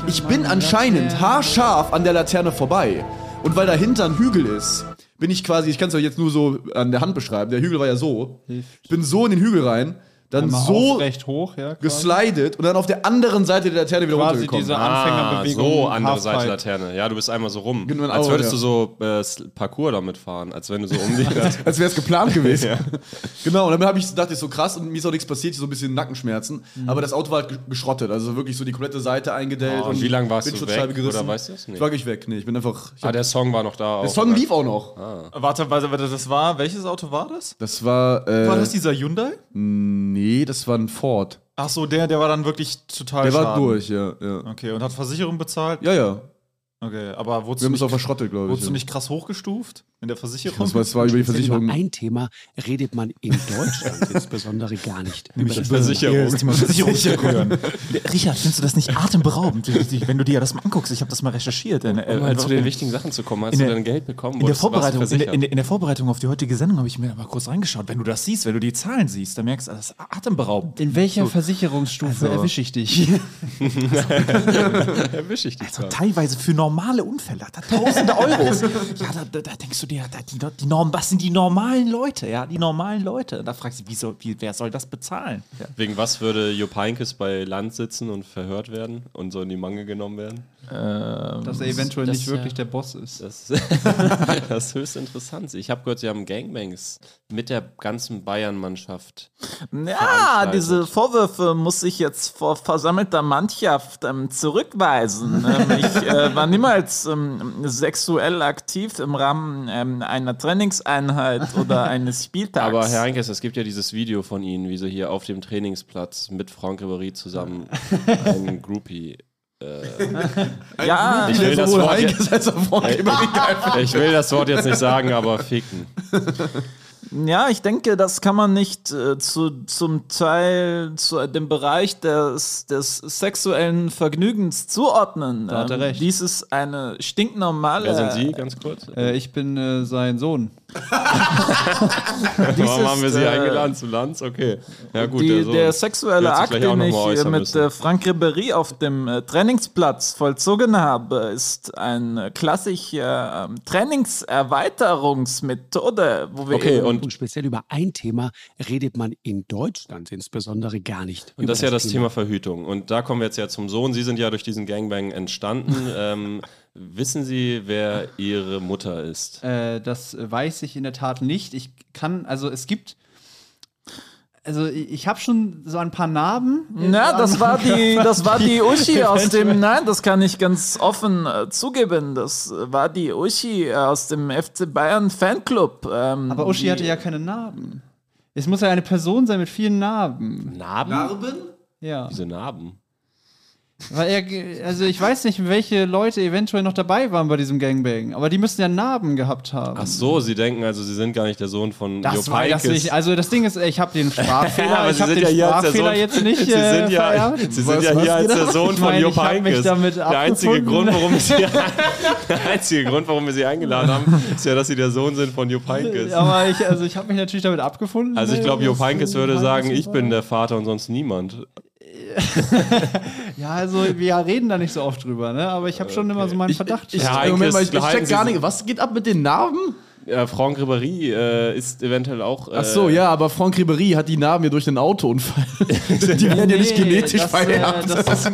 Speaker 1: Ich bin anscheinend haarscharf an der Laterne vorbei. Und weil dahinter ein Hügel ist, bin ich quasi, ich kann es euch jetzt nur so an der Hand beschreiben, der Hügel war ja so. Ich bin so in den Hügel rein, dann so
Speaker 2: recht hoch, ja. Quasi,
Speaker 1: geslidet und dann auf der anderen Seite der Laterne wieder
Speaker 2: quasi
Speaker 1: runtergekommen.
Speaker 2: diese
Speaker 3: Ah,
Speaker 2: Anfängerbewegung.
Speaker 3: so, andere
Speaker 2: Halfpipe.
Speaker 3: Seite Laterne. Ja, du bist einmal so rum.
Speaker 1: Genau,
Speaker 3: als
Speaker 1: auch,
Speaker 3: würdest du
Speaker 1: ja.
Speaker 3: so äh, S- Parkour damit fahren. Als wenn du so um die Laterne...
Speaker 1: Als wäre es geplant gewesen. Genau, und dann habe ich dachte ich so krass und mir ist auch nichts passiert, ich so ein bisschen Nackenschmerzen.
Speaker 3: Mhm.
Speaker 1: Aber das Auto war halt ge- geschrottet, also wirklich so die komplette Seite eingedellt.
Speaker 3: Oh, und wie lang warst du
Speaker 1: Windschutzscheibe
Speaker 3: weg?
Speaker 1: Gerissen.
Speaker 3: Oder weißt du das? Nee.
Speaker 1: Ich war nicht weg, nee, ich bin einfach. Ich
Speaker 3: Ah,
Speaker 1: hab,
Speaker 3: der Song war noch da.
Speaker 1: der
Speaker 3: auch,
Speaker 1: Song
Speaker 3: oder? Ah.
Speaker 1: lief auch noch.
Speaker 4: Warte, warte, warte, das war, welches Auto war das?
Speaker 1: Das war. Äh,
Speaker 4: War das dieser Hyundai?
Speaker 1: Nee, das war ein Ford.
Speaker 4: Ach so, der, der war dann wirklich total
Speaker 1: Der war
Speaker 4: Schaden.
Speaker 1: durch, ja. Ja,
Speaker 4: Okay, und hat Versicherung bezahlt?
Speaker 1: ja. ja.
Speaker 4: Okay, aber wurdest,
Speaker 1: Wir haben
Speaker 4: du
Speaker 1: es
Speaker 4: nicht,
Speaker 1: auch verschrottet, glaube ich.
Speaker 4: wurdest du
Speaker 1: ja.
Speaker 4: nicht krass hochgestuft in der Versicherung?
Speaker 1: Das war, das war über die
Speaker 7: Speziell
Speaker 1: Versicherung.
Speaker 7: Über ein Thema redet man in Deutschland insbesondere gar nicht. Über das
Speaker 3: Versicherung.
Speaker 4: Versicherungsgebühren. Richard, findest du das nicht atemberaubend, wenn du dir das mal anguckst? Ich habe das mal recherchiert. In, äh,
Speaker 3: Um halt zu den
Speaker 4: in-
Speaker 3: wichtigen Sachen zu kommen, hast
Speaker 4: in
Speaker 3: du
Speaker 4: der-
Speaker 3: dein Geld bekommen?
Speaker 4: in der
Speaker 3: Wurdest du was
Speaker 4: Vorbereitung, in, der-
Speaker 3: versichert?
Speaker 4: in, der- in der Vorbereitung auf die heutige Sendung habe ich mir mal kurz reingeschaut. Wenn du das siehst, wenn du die Zahlen siehst, dann merkst du, das ist atemberaubend.
Speaker 2: In welcher Versicherungsstufe erwische ich dich?
Speaker 3: Erwische ich dich
Speaker 4: Also
Speaker 3: gerade.
Speaker 4: teilweise für normale Unfälle hat er tausende Euros. ja, da, da, da denkst du dir, da, die, die Norm, was sind die normalen Leute? Ja, die normalen Leute. Und da fragst du, dich, wie soll, wie, wer soll das bezahlen? Ja.
Speaker 3: Wegen was würde Jo Heinkes bei Land sitzen und verhört werden und so in die Mangel genommen werden?
Speaker 2: Dass er eventuell nicht wirklich der Boss ist.
Speaker 3: Das, das ist höchst interessant. Ich habe gehört, sie haben Gangbangs mit der ganzen Bayern-Mannschaft.
Speaker 9: Ja, diese Vorwürfe muss ich jetzt vor versammelter Mannschaft ähm, zurückweisen. Ähm, ich äh, war niemals ähm, sexuell aktiv im Rahmen ähm, einer Trainingseinheit oder eines Spieltags.
Speaker 3: Aber Herr Heinkes, es gibt ja dieses Video von Ihnen, wie Sie hier auf dem Trainingsplatz mit Franck Ribéry zusammen einen Groupie.
Speaker 9: ja,
Speaker 3: Ich will, das Wort jetzt,
Speaker 1: Versicherung.
Speaker 3: ich will das Wort jetzt nicht sagen, aber ficken.
Speaker 9: ja, ich denke, das kann man nicht äh, zu, zum Teil zu dem Bereich des, des sexuellen Vergnügens zuordnen. Ähm,
Speaker 2: Da hat er recht.
Speaker 9: Dies ist eine stinknormale
Speaker 3: Wer sind Sie, ganz kurz?
Speaker 2: Äh, ich bin äh, sein Sohn.
Speaker 3: Warum
Speaker 9: ist,
Speaker 3: haben wir Sie
Speaker 9: äh,
Speaker 3: eingeladen zu Lanz? Okay. Ja gut,
Speaker 9: die,
Speaker 3: Sohn.
Speaker 9: der sexuelle
Speaker 3: Der hat
Speaker 9: Akt,
Speaker 3: sich gleich auch
Speaker 9: den
Speaker 3: noch
Speaker 9: ich
Speaker 3: mal äußern
Speaker 9: äh, mit
Speaker 3: müssen.
Speaker 9: äh, Frank Ribéry auf dem äh, Trainingsplatz vollzogen habe, ist eine klassische äh, Trainingserweiterungsmethode, wo wir
Speaker 3: Okay,
Speaker 9: eben-
Speaker 3: und,
Speaker 7: Und speziell über ein Thema redet man in Deutschland insbesondere gar nicht.
Speaker 3: und das ist ja das Thema Verhütung. Und da kommen wir jetzt ja zum Sohn. Sie sind ja durch diesen Gangbang entstanden. ähm, wissen Sie, wer Ihre Mutter ist?
Speaker 2: Äh, das weiß ich in der Tat nicht. Ich kann, also es gibt. Also ich, ich habe schon so ein paar Narben.
Speaker 9: Na, das war die, das war die Uschi aus dem, nein, das kann ich ganz offen äh, zugeben, das äh, war die Uschi aus dem FC Bayern Fanclub. Ähm,
Speaker 2: Aber Uschi
Speaker 9: die-
Speaker 2: hatte ja keine Narben. Es muss ja eine Person sein mit vielen Narben.
Speaker 3: Narben?
Speaker 2: Ja.
Speaker 3: Diese Narben.
Speaker 2: Weil er, ge- also ich weiß nicht, welche Leute eventuell noch dabei waren bei diesem Gangbang, aber die müssen ja Narben gehabt haben.
Speaker 3: Ach so, Sie denken also, Sie sind gar nicht der Sohn von
Speaker 2: Das
Speaker 3: Jupp
Speaker 2: war das
Speaker 3: Heynckes.
Speaker 2: nicht. Also das Ding ist, ich habe den Sprachfehler,
Speaker 3: aber
Speaker 2: ich
Speaker 3: Sie
Speaker 2: habe
Speaker 3: sind
Speaker 2: den
Speaker 3: ja hier als der
Speaker 2: Sprachfehler
Speaker 3: Sohn.
Speaker 2: jetzt nicht.
Speaker 3: Sie
Speaker 2: äh,
Speaker 3: sind ja,
Speaker 2: vererbt.
Speaker 3: Sie sind ja hier als der Sohn
Speaker 2: genau? Ich
Speaker 3: von
Speaker 2: meine,
Speaker 3: Jupp
Speaker 2: ich hab mich
Speaker 3: Heynckes.
Speaker 2: damit
Speaker 3: Der einzige
Speaker 2: abgefunden.
Speaker 3: Grund, warum wir Sie, der einzige Grund, warum wir Sie eingeladen haben, ist ja, dass Sie der Sohn sind von Jupp Heynckes.
Speaker 2: Aber ich, also ich habe mich natürlich damit abgefunden.
Speaker 3: Also ich glaube,
Speaker 2: ne,
Speaker 3: Jupp
Speaker 2: dass,
Speaker 3: Heynckes
Speaker 2: äh,
Speaker 3: würde
Speaker 2: Heynckes
Speaker 3: sagen,
Speaker 2: und
Speaker 3: ich
Speaker 2: so.
Speaker 3: bin der Vater und sonst niemand.
Speaker 2: Ja, also wir reden da nicht so oft drüber, ne? Aber ich habe schon immer so meinen Verdacht.
Speaker 1: Ich,
Speaker 3: Herr
Speaker 1: Moment mal,
Speaker 3: Heinkes,
Speaker 1: ich, ich check
Speaker 3: behalten
Speaker 1: gar
Speaker 3: Sie-
Speaker 1: nicht. Was geht ab mit den Narben?
Speaker 3: Ja, Franck Ribéry äh, ist eventuell auch. Äh,
Speaker 1: Ach so, ja, aber Franck Ribéry hat die Narben ja durch einen Autounfall. die werden ja nicht genetisch
Speaker 2: das, äh,
Speaker 1: vererbt.
Speaker 2: das ist ein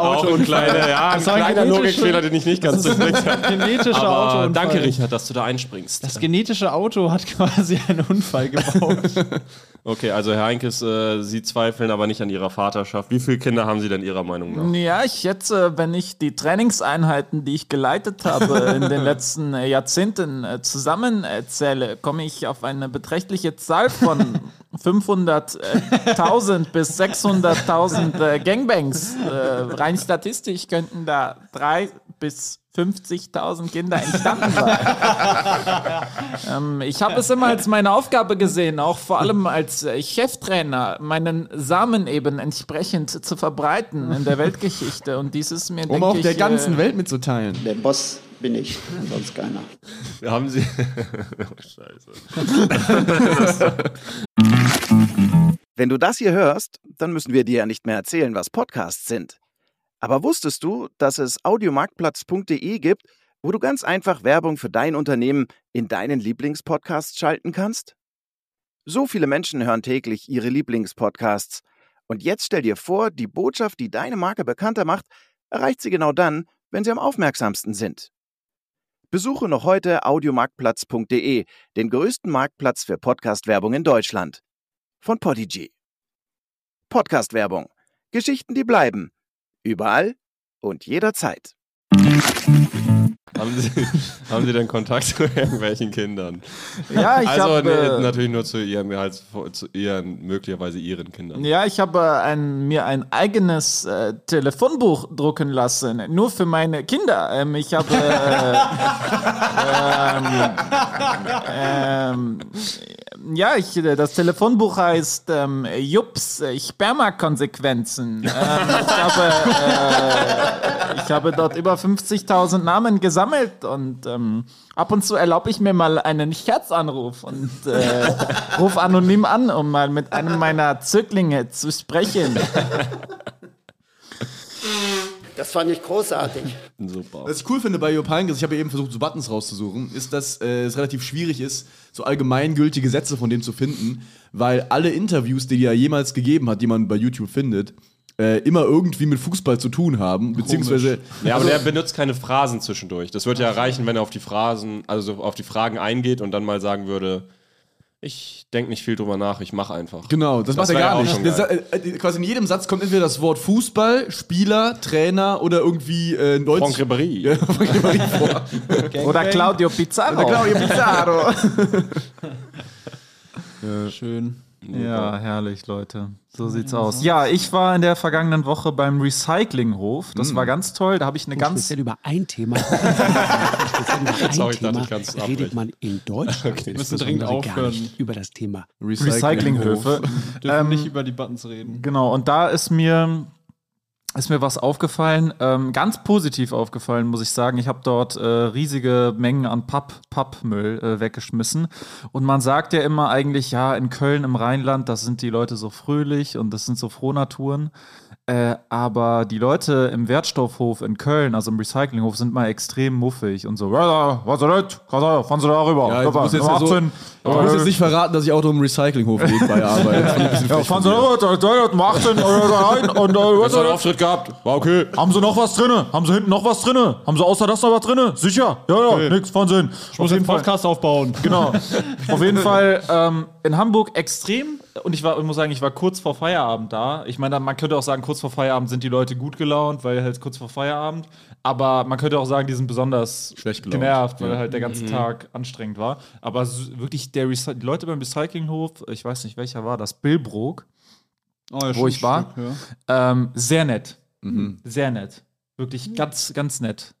Speaker 3: Auch
Speaker 2: Auto.
Speaker 3: ein kleiner, ja, ein
Speaker 2: Das war ein
Speaker 3: kleiner
Speaker 2: genetischer-
Speaker 3: Logikfehler, den ich nicht ganz durchblickt habe.
Speaker 2: Genetischer
Speaker 3: Aber
Speaker 2: Autounfall.
Speaker 3: danke, Richard, dass du da einspringst.
Speaker 2: Das genetische Auto hat quasi einen Unfall gebaut.
Speaker 3: okay, also Herr Heinkes, äh, Sie zweifeln aber nicht an Ihrer Vaterschaft. Wie viele Kinder haben Sie denn Ihrer Meinung nach?
Speaker 9: Ja, ich schätze, wenn ich die Trainingseinheiten, die ich geleitet habe in den letzten äh, Jahrzehnten äh, zusammenzähle, komme ich auf eine beträchtliche Zahl von 500.000 bis 600.000 äh, Gangbangs. Äh, rein statistisch könnten da drei bis 50.000 Kinder entstanden sein. Ähm, ich habe es immer als meine Aufgabe gesehen, auch vor allem als äh, Cheftrainer, meinen Samen eben entsprechend zu verbreiten in der Weltgeschichte. Und dies ist mir,
Speaker 1: Um
Speaker 9: denke
Speaker 1: auch
Speaker 9: ich,
Speaker 1: der ganzen
Speaker 9: äh,
Speaker 1: Welt mitzuteilen.
Speaker 6: Der Boss bin ich, sonst keiner.
Speaker 3: Haben Sie. oh, scheiße.
Speaker 10: Wenn du das hier hörst, dann müssen wir dir ja nicht mehr erzählen, was Podcasts sind. Aber wusstest du, dass es audiomarktplatz.de gibt, wo du ganz einfach Werbung für dein Unternehmen in deinen Lieblingspodcasts schalten kannst? So viele Menschen hören täglich ihre Lieblingspodcasts. Und jetzt stell dir vor, die Botschaft, die deine Marke bekannter macht, erreicht sie genau dann, wenn sie am aufmerksamsten sind. Besuche noch heute audiomarktplatz.de, den größten Marktplatz für Podcast-Werbung in Deutschland von Podigy. Podcast-Werbung. Geschichten, die bleiben. Überall und jederzeit.
Speaker 3: Haben Sie, haben Sie denn Kontakt zu irgendwelchen Kindern?
Speaker 9: Ja, ich
Speaker 3: also
Speaker 9: hab,
Speaker 3: nee,
Speaker 9: äh,
Speaker 3: natürlich nur zu ihrem Gehalts, zu ihren, möglicherweise ihren Kindern.
Speaker 9: Ja, ich habe ein, mir ein eigenes äh, Telefonbuch drucken lassen, nur für meine Kinder. Ähm, ich habe. Äh, ähm, ähm, ja, ich, das Telefonbuch heißt ähm, Jups äh, Spermakonsequenzen. Ähm, ich, habe, äh, ich habe dort über 50.000 Namen gesammelt und ähm, ab und zu erlaube ich mir mal einen Scherzanruf und äh, ruf anonym an, um mal mit einem meiner Zöglinge zu sprechen.
Speaker 6: Das fand ich großartig.
Speaker 3: Super.
Speaker 1: Was ich cool finde bei Jopankis, ich habe ja eben versucht, so Buttons rauszusuchen, ist, dass äh, es relativ schwierig ist, so allgemeingültige Sätze von dem zu finden, weil alle Interviews, die er jemals gegeben hat, die man bei YouTube findet, äh, immer irgendwie mit Fußball zu tun haben, beziehungsweise
Speaker 3: Ja, aber der benutzt keine Phrasen zwischendurch. Das würde ja reichen, wenn er auf die Phrasen, also auf die Fragen eingeht und dann mal sagen würde, ich denke nicht viel drüber nach, ich mache einfach.
Speaker 1: Genau, das, macht er
Speaker 3: wär ja
Speaker 1: gar
Speaker 3: auch
Speaker 1: nicht.
Speaker 3: schon
Speaker 1: Der Sa
Speaker 3: geil.
Speaker 1: äh, äh, quasi in jedem Satz kommt entweder das Wort Fußball, Spieler, Trainer oder irgendwie äh,
Speaker 3: Franck
Speaker 1: 90
Speaker 3: Ribéry.
Speaker 1: Franck Ribéry vor.
Speaker 9: Oder Claudio Pizarro.
Speaker 1: Claudio Pizarro.
Speaker 2: Schön.
Speaker 4: Ja, Ah, herrlich, Leute. So sieht's aus. Ja, ich war in der vergangenen Woche beim Recyclinghof. Das war ganz toll. Da habe ich eine
Speaker 7: Ganz
Speaker 4: ganz.
Speaker 7: speziell über ein Thema. speziell über ein
Speaker 3: Sorry, ich dachte,
Speaker 7: Thema
Speaker 3: ich kann's
Speaker 7: redet
Speaker 3: abbrechen.
Speaker 7: man in Deutschland
Speaker 2: müssen dringend
Speaker 7: insbesondere gar
Speaker 2: aufhören.
Speaker 7: nicht über das Thema.
Speaker 4: Recyclinghöfe.
Speaker 2: Dürfen
Speaker 3: Ähm,
Speaker 2: nicht über die Buttons reden.
Speaker 4: Genau, und da ist mir, ist mir was aufgefallen, ähm, ganz positiv aufgefallen, muss ich sagen. Ich habe dort äh, riesige Mengen an Papp, Pappmüll äh, weggeschmissen. Und man sagt ja immer eigentlich, ja, in Köln im Rheinland, das sind die Leute so fröhlich und das sind so Frohnaturen. Äh, aber die Leute im Wertstoffhof in Köln, also im Recyclinghof, sind mal extrem muffig und so, "Ja, was soll das? Fahren Sie da rüber?
Speaker 1: Ja, du musst jetzt, ja so, du
Speaker 4: äh,
Speaker 1: musst jetzt nicht verraten, dass ich auch noch im Recyclinghof nebenbei arbeite.
Speaker 4: ja, fahren Sie da rüber, da- da- da- 18 Euro da um rein und
Speaker 3: Hast du
Speaker 4: äh, was soll
Speaker 3: einen
Speaker 4: das?
Speaker 3: Auftritt gehabt? War okay.
Speaker 4: Haben sie noch was drinne? Haben sie hinten noch was drinne? Haben sie außer das noch was drinne? Sicher? Ja, ja, nix von Sinn. Ich muss jeden Fall.
Speaker 2: aufbauen.
Speaker 4: Genau. Auf jeden Fall ähm, in Hamburg extrem. Und ich war, ich muss sagen, ich war kurz vor Feierabend da. Ich meine, man könnte auch sagen, kurz vor Feierabend sind die Leute gut gelaunt, weil halt kurz vor Feierabend. Aber man könnte auch sagen, die sind besonders
Speaker 1: Schlecht gelaunt.
Speaker 4: genervt, weil halt der ganze Tag anstrengend war. Aber s- wirklich, der Recy die Leute beim Recyclinghof, ich weiß nicht welcher war das, Billbrook,
Speaker 2: Oh,
Speaker 4: wo ich war. Ähm, sehr nett.
Speaker 3: Mhm.
Speaker 4: Sehr nett. Wirklich ganz, ganz nett.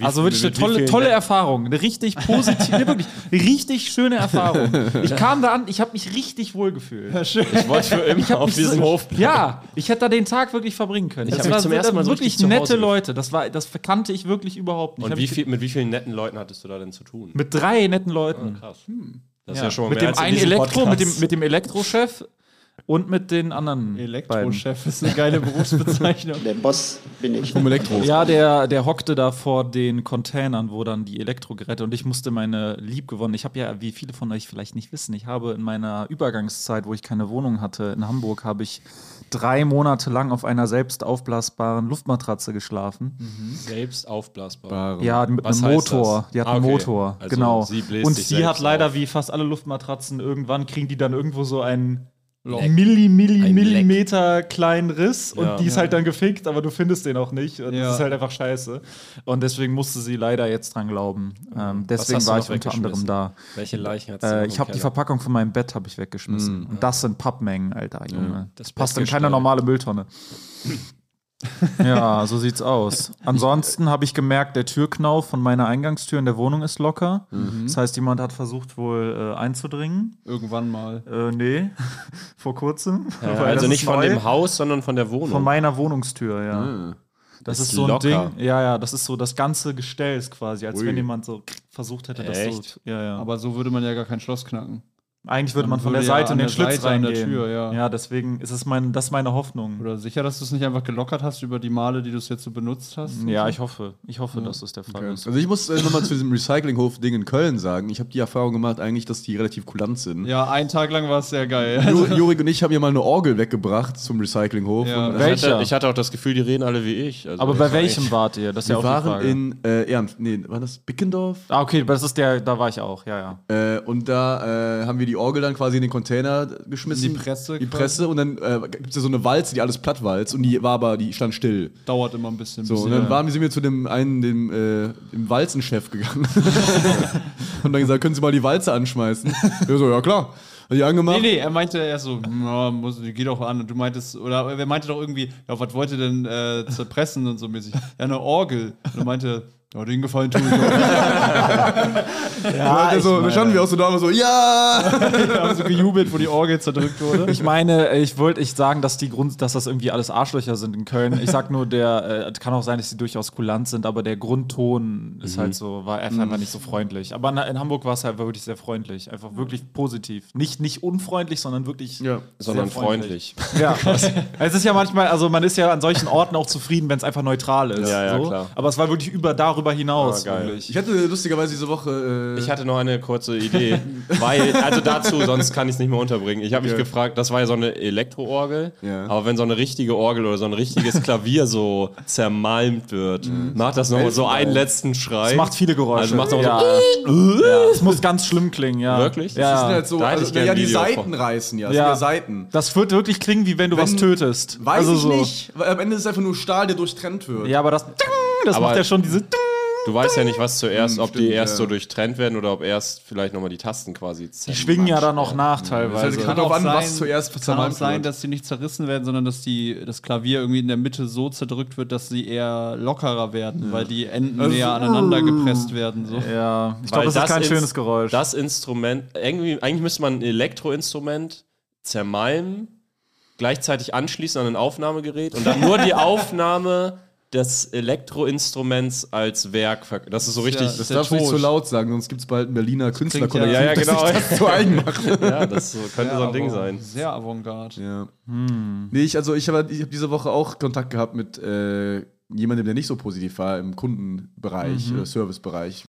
Speaker 4: also wirklich eine
Speaker 3: mit wie
Speaker 4: tolle,
Speaker 3: vielen
Speaker 4: tolle
Speaker 3: netten-
Speaker 4: Erfahrung. Eine richtig positive, nee, wirklich richtig schöne Erfahrung. Ich kam da an, ich habe mich richtig wohl gefühlt.
Speaker 3: Ich wollte für immer auf diesem Hof bleiben.
Speaker 4: Ja, ich hätte da den Tag wirklich verbringen können.
Speaker 3: hab mich zum ersten Mal so
Speaker 4: wirklich
Speaker 3: richtig zu
Speaker 4: nette
Speaker 3: Hause
Speaker 4: Leute. Das, war, das kannte ich wirklich überhaupt nicht.
Speaker 3: Und
Speaker 4: Hab
Speaker 3: wie
Speaker 4: ich-
Speaker 3: viel, mit wie vielen netten Leuten hattest du da denn zu tun?
Speaker 4: mit drei netten Leuten.
Speaker 3: Krass. Das ist ja, schon mal
Speaker 4: mit
Speaker 3: mehr als
Speaker 4: dem
Speaker 3: in
Speaker 4: einen
Speaker 3: diesem
Speaker 4: Elektro, mit
Speaker 3: Podcast.
Speaker 4: dem, mit dem Elektrochef, und mit den anderen.
Speaker 2: Elektrochef ist eine geile Berufsbezeichnung.
Speaker 6: Der Boss bin ich.
Speaker 1: Um Elektro.
Speaker 4: Ja, der, der hockte da vor den Containern, wo dann die Elektrogeräte und ich musste meine liebgewonnene. Ich habe ja, wie viele von euch vielleicht nicht wissen, ich habe in meiner Übergangszeit, wo ich keine Wohnung hatte, in Hamburg, habe ich drei Monate lang auf einer selbst aufblasbaren Luftmatratze geschlafen.
Speaker 3: Selbst aufblasbar.
Speaker 4: Ja, mit
Speaker 3: Was
Speaker 4: einem
Speaker 3: heißt
Speaker 4: Motor.
Speaker 3: das?
Speaker 4: Die hat
Speaker 3: Ah,
Speaker 4: einen
Speaker 3: okay.
Speaker 4: Motor,
Speaker 3: Also
Speaker 4: genau.
Speaker 3: sie bläst sich
Speaker 4: und die
Speaker 3: selbst
Speaker 4: hat leider
Speaker 3: auf.
Speaker 4: wie fast alle Luftmatratzen irgendwann kriegen die dann irgendwo so einen Milli, Milli,
Speaker 3: Ein Leck.
Speaker 4: Millimeter kleinen Riss
Speaker 3: Ja.
Speaker 4: und die ist halt dann gefickt, aber du findest den auch nicht. Und
Speaker 2: Ja.
Speaker 4: das ist halt einfach scheiße. Und deswegen musste sie leider jetzt dran glauben. Ähm, deswegen
Speaker 3: hast du
Speaker 4: war
Speaker 3: noch
Speaker 4: ich unter anderem
Speaker 3: weggeschmissen?
Speaker 4: da.
Speaker 3: Welche Leichen hat
Speaker 4: Äh, ich habe die Verpackung von meinem Bett habe ich weggeschmissen.
Speaker 3: Mhm.
Speaker 4: Und das sind Pappmengen, Alter, Junge.
Speaker 3: Das
Speaker 4: Das passt in
Speaker 3: Bettgestell.
Speaker 4: keine normale Mülltonne. ja, so sieht's aus. Ansonsten habe ich gemerkt, der Türknauf von meiner Eingangstür in der Wohnung ist locker. Das heißt, jemand hat versucht wohl äh, einzudringen.
Speaker 2: Irgendwann mal.
Speaker 4: Äh, nee, vor kurzem. Weil das
Speaker 3: Also
Speaker 4: ist
Speaker 3: nicht von
Speaker 4: neu.
Speaker 3: dem Haus, sondern von der Wohnung.
Speaker 4: Von meiner Wohnungstür, ja. Das ist, so ein
Speaker 3: locker.
Speaker 4: Ding. Ja, ja, das ist so das ganze Gestell ist quasi, als wenn jemand so versucht hätte, das
Speaker 3: Echt?
Speaker 4: so. Ja, ja.
Speaker 2: Aber so würde man ja gar kein Schloss knacken.
Speaker 4: Eigentlich würde
Speaker 2: Dann
Speaker 4: man von
Speaker 2: würde
Speaker 4: der
Speaker 2: ja
Speaker 4: Seite
Speaker 2: an
Speaker 4: in den
Speaker 2: der
Speaker 4: Schlitz
Speaker 2: Seite an der
Speaker 4: reingehen.
Speaker 2: Tür, ja.
Speaker 4: deswegen ist es mein, das ist meine Hoffnung.
Speaker 2: Oder sicher, dass du es nicht einfach gelockert hast über die Male, die du es jetzt so benutzt hast?
Speaker 4: Ja, ich hoffe. Ich hoffe, dass das der Fall ist.
Speaker 1: Also ich muss äh, nochmal zu diesem Recyclinghof-Ding in Köln sagen. Ich habe die Erfahrung gemacht, eigentlich, dass die relativ kulant sind.
Speaker 2: Ja, einen Tag lang war es sehr geil. Also,
Speaker 1: Ju- Jurik und ich haben ja mal eine Orgel weggebracht zum Recyclinghof. Und
Speaker 2: Ja.
Speaker 3: Ich hatte,
Speaker 4: Welcher?
Speaker 3: ich hatte auch das Gefühl, die reden alle wie ich. Also
Speaker 4: Aber
Speaker 3: das
Speaker 4: bei
Speaker 3: war
Speaker 4: welchem
Speaker 3: echt-
Speaker 4: wart ihr? Das ist ja
Speaker 1: wir
Speaker 4: auch die
Speaker 1: waren
Speaker 4: Frage.
Speaker 1: in äh, Ernst, nee, war das Bickendorf?
Speaker 4: ah, okay, das ist der, da war ich auch, ja, ja.
Speaker 1: Äh, und da äh, haben wir die Orgel dann quasi in den Container geschmissen.
Speaker 2: In die Presse
Speaker 1: Die
Speaker 2: quasi.
Speaker 1: Presse. Und dann äh, gibt es ja so eine Walze, die alles platt walzt. Und die war aber, die stand still.
Speaker 2: Dauert immer ein bisschen.
Speaker 1: So,
Speaker 2: bis
Speaker 1: und
Speaker 2: sie-
Speaker 1: dann waren, wir- sind wir zu dem einen, dem, äh, dem Walzenchef gegangen. und dann gesagt, können Sie mal die Walze anschmeißen? Der so, ja klar. Hat die angemacht.
Speaker 2: Nee, nee, er meinte erst so, ja, muss, die geht doch an. Und du meintest, oder er meinte doch irgendwie, ja, was wollt ihr denn äh, zerpressen und so mäßig? Ja, eine Orgel. Und er meinte, ja, den Gefallen tue ich auch.
Speaker 1: Ja, der
Speaker 9: Also,
Speaker 1: so, da standen Also, wir auch so da und wir so, ja!
Speaker 2: Wir haben so gejubelt, wo die Orgel zerdrückt wurde.
Speaker 4: Ich meine, ich wollte nicht sagen, dass die Grund, dass das irgendwie alles Arschlöcher sind in Köln. Ich sag nur, der äh, kann auch sein, dass sie durchaus kulant sind, aber der Grundton ist
Speaker 1: Mhm.
Speaker 4: halt so, war einfach nicht so freundlich. Aber in, in Hamburg war es halt wirklich sehr freundlich. Einfach wirklich positiv. Nicht, nicht unfreundlich, sondern wirklich
Speaker 1: Ja.
Speaker 3: Sondern
Speaker 4: sehr
Speaker 3: freundlich.
Speaker 4: Ja, es ist ja manchmal, also man ist ja an solchen Orten auch zufrieden, wenn es einfach neutral ist.
Speaker 3: Ja, ja,
Speaker 4: so.
Speaker 3: klar.
Speaker 4: Aber es war wirklich über darüber hinaus.
Speaker 3: Ah, geil.
Speaker 4: wirklich.
Speaker 1: Ich hatte lustigerweise diese Woche. Äh,
Speaker 3: Ich hatte noch eine kurze Idee, weil, also dazu, sonst kann ich es nicht mehr unterbringen. Ich habe mich gefragt, das war ja so eine Elektroorgel,
Speaker 1: Ja.
Speaker 3: aber wenn so eine richtige Orgel oder so ein richtiges Klavier so zermalmt wird, macht das nochmal so einen letzten Schrei.
Speaker 4: Es macht viele Geräusche.
Speaker 3: Also macht auch
Speaker 4: ja.
Speaker 3: so,
Speaker 4: ja. Es muss ganz schlimm klingen, ja.
Speaker 3: Wirklich?
Speaker 1: das sind
Speaker 4: Ja.
Speaker 1: halt so,
Speaker 3: Da hätte
Speaker 1: also,
Speaker 3: ich
Speaker 1: na,
Speaker 3: gern
Speaker 1: ja,
Speaker 3: ein
Speaker 1: die
Speaker 3: Video
Speaker 1: Seiten
Speaker 3: von.
Speaker 1: reißen, ja. Das
Speaker 4: Ja.
Speaker 1: sind ja Seiten.
Speaker 4: Das wird wirklich klingen, wie wenn du was tötest.
Speaker 1: Weiß
Speaker 4: also
Speaker 1: ich
Speaker 4: so.
Speaker 1: nicht. Weil am Ende ist es einfach nur Stahl, der durchtrennt wird.
Speaker 4: Ja, aber das, das
Speaker 3: Aber-
Speaker 4: macht ja schon diese.
Speaker 3: du weißt ja nicht, was zuerst, ob die
Speaker 1: Hm, stimmt,
Speaker 3: erst
Speaker 1: ja.
Speaker 3: so durchtrennt werden oder ob erst vielleicht nochmal die Tasten quasi
Speaker 4: Die schwingen ja dann auch nach teilweise.
Speaker 1: also kommt drauf an, was zuerst
Speaker 2: kann auch
Speaker 1: zermalmt
Speaker 2: sein,
Speaker 1: wird.
Speaker 2: dass sie nicht zerrissen werden, sondern dass die, das Klavier irgendwie in der Mitte so zerdrückt wird, dass sie eher lockerer werden, weil die Enden
Speaker 1: Also-
Speaker 2: näher aneinander gepresst werden. So.
Speaker 4: ja, ich glaube, das, ist kein
Speaker 3: Ins-
Speaker 4: schönes Geräusch.
Speaker 3: Das Instrument, irgendwie, eigentlich müsste man ein Elektroinstrument zermalmen, gleichzeitig anschließen an ein Aufnahmegerät und dann nur die Aufnahme des Elektroinstruments als Werk. verk- Das ist so richtig.
Speaker 2: Ja,
Speaker 1: Das
Speaker 2: der
Speaker 1: darfst du nicht zu
Speaker 2: Tod.
Speaker 1: laut sagen, sonst gibt es bald einen Berliner Künstlerkollektiv,
Speaker 3: ja- ja,
Speaker 1: das
Speaker 3: genau.
Speaker 1: sich das zu eigen macht.
Speaker 3: ja, das so, könnte so ein Ding
Speaker 2: aber
Speaker 3: sein.
Speaker 2: Sehr avantgarde.
Speaker 1: Ja. Nee, ich, also ich habe ich hab diese Woche auch Kontakt gehabt mit äh, jemandem, der nicht so positiv war im Kundenbereich, äh, Servicebereich.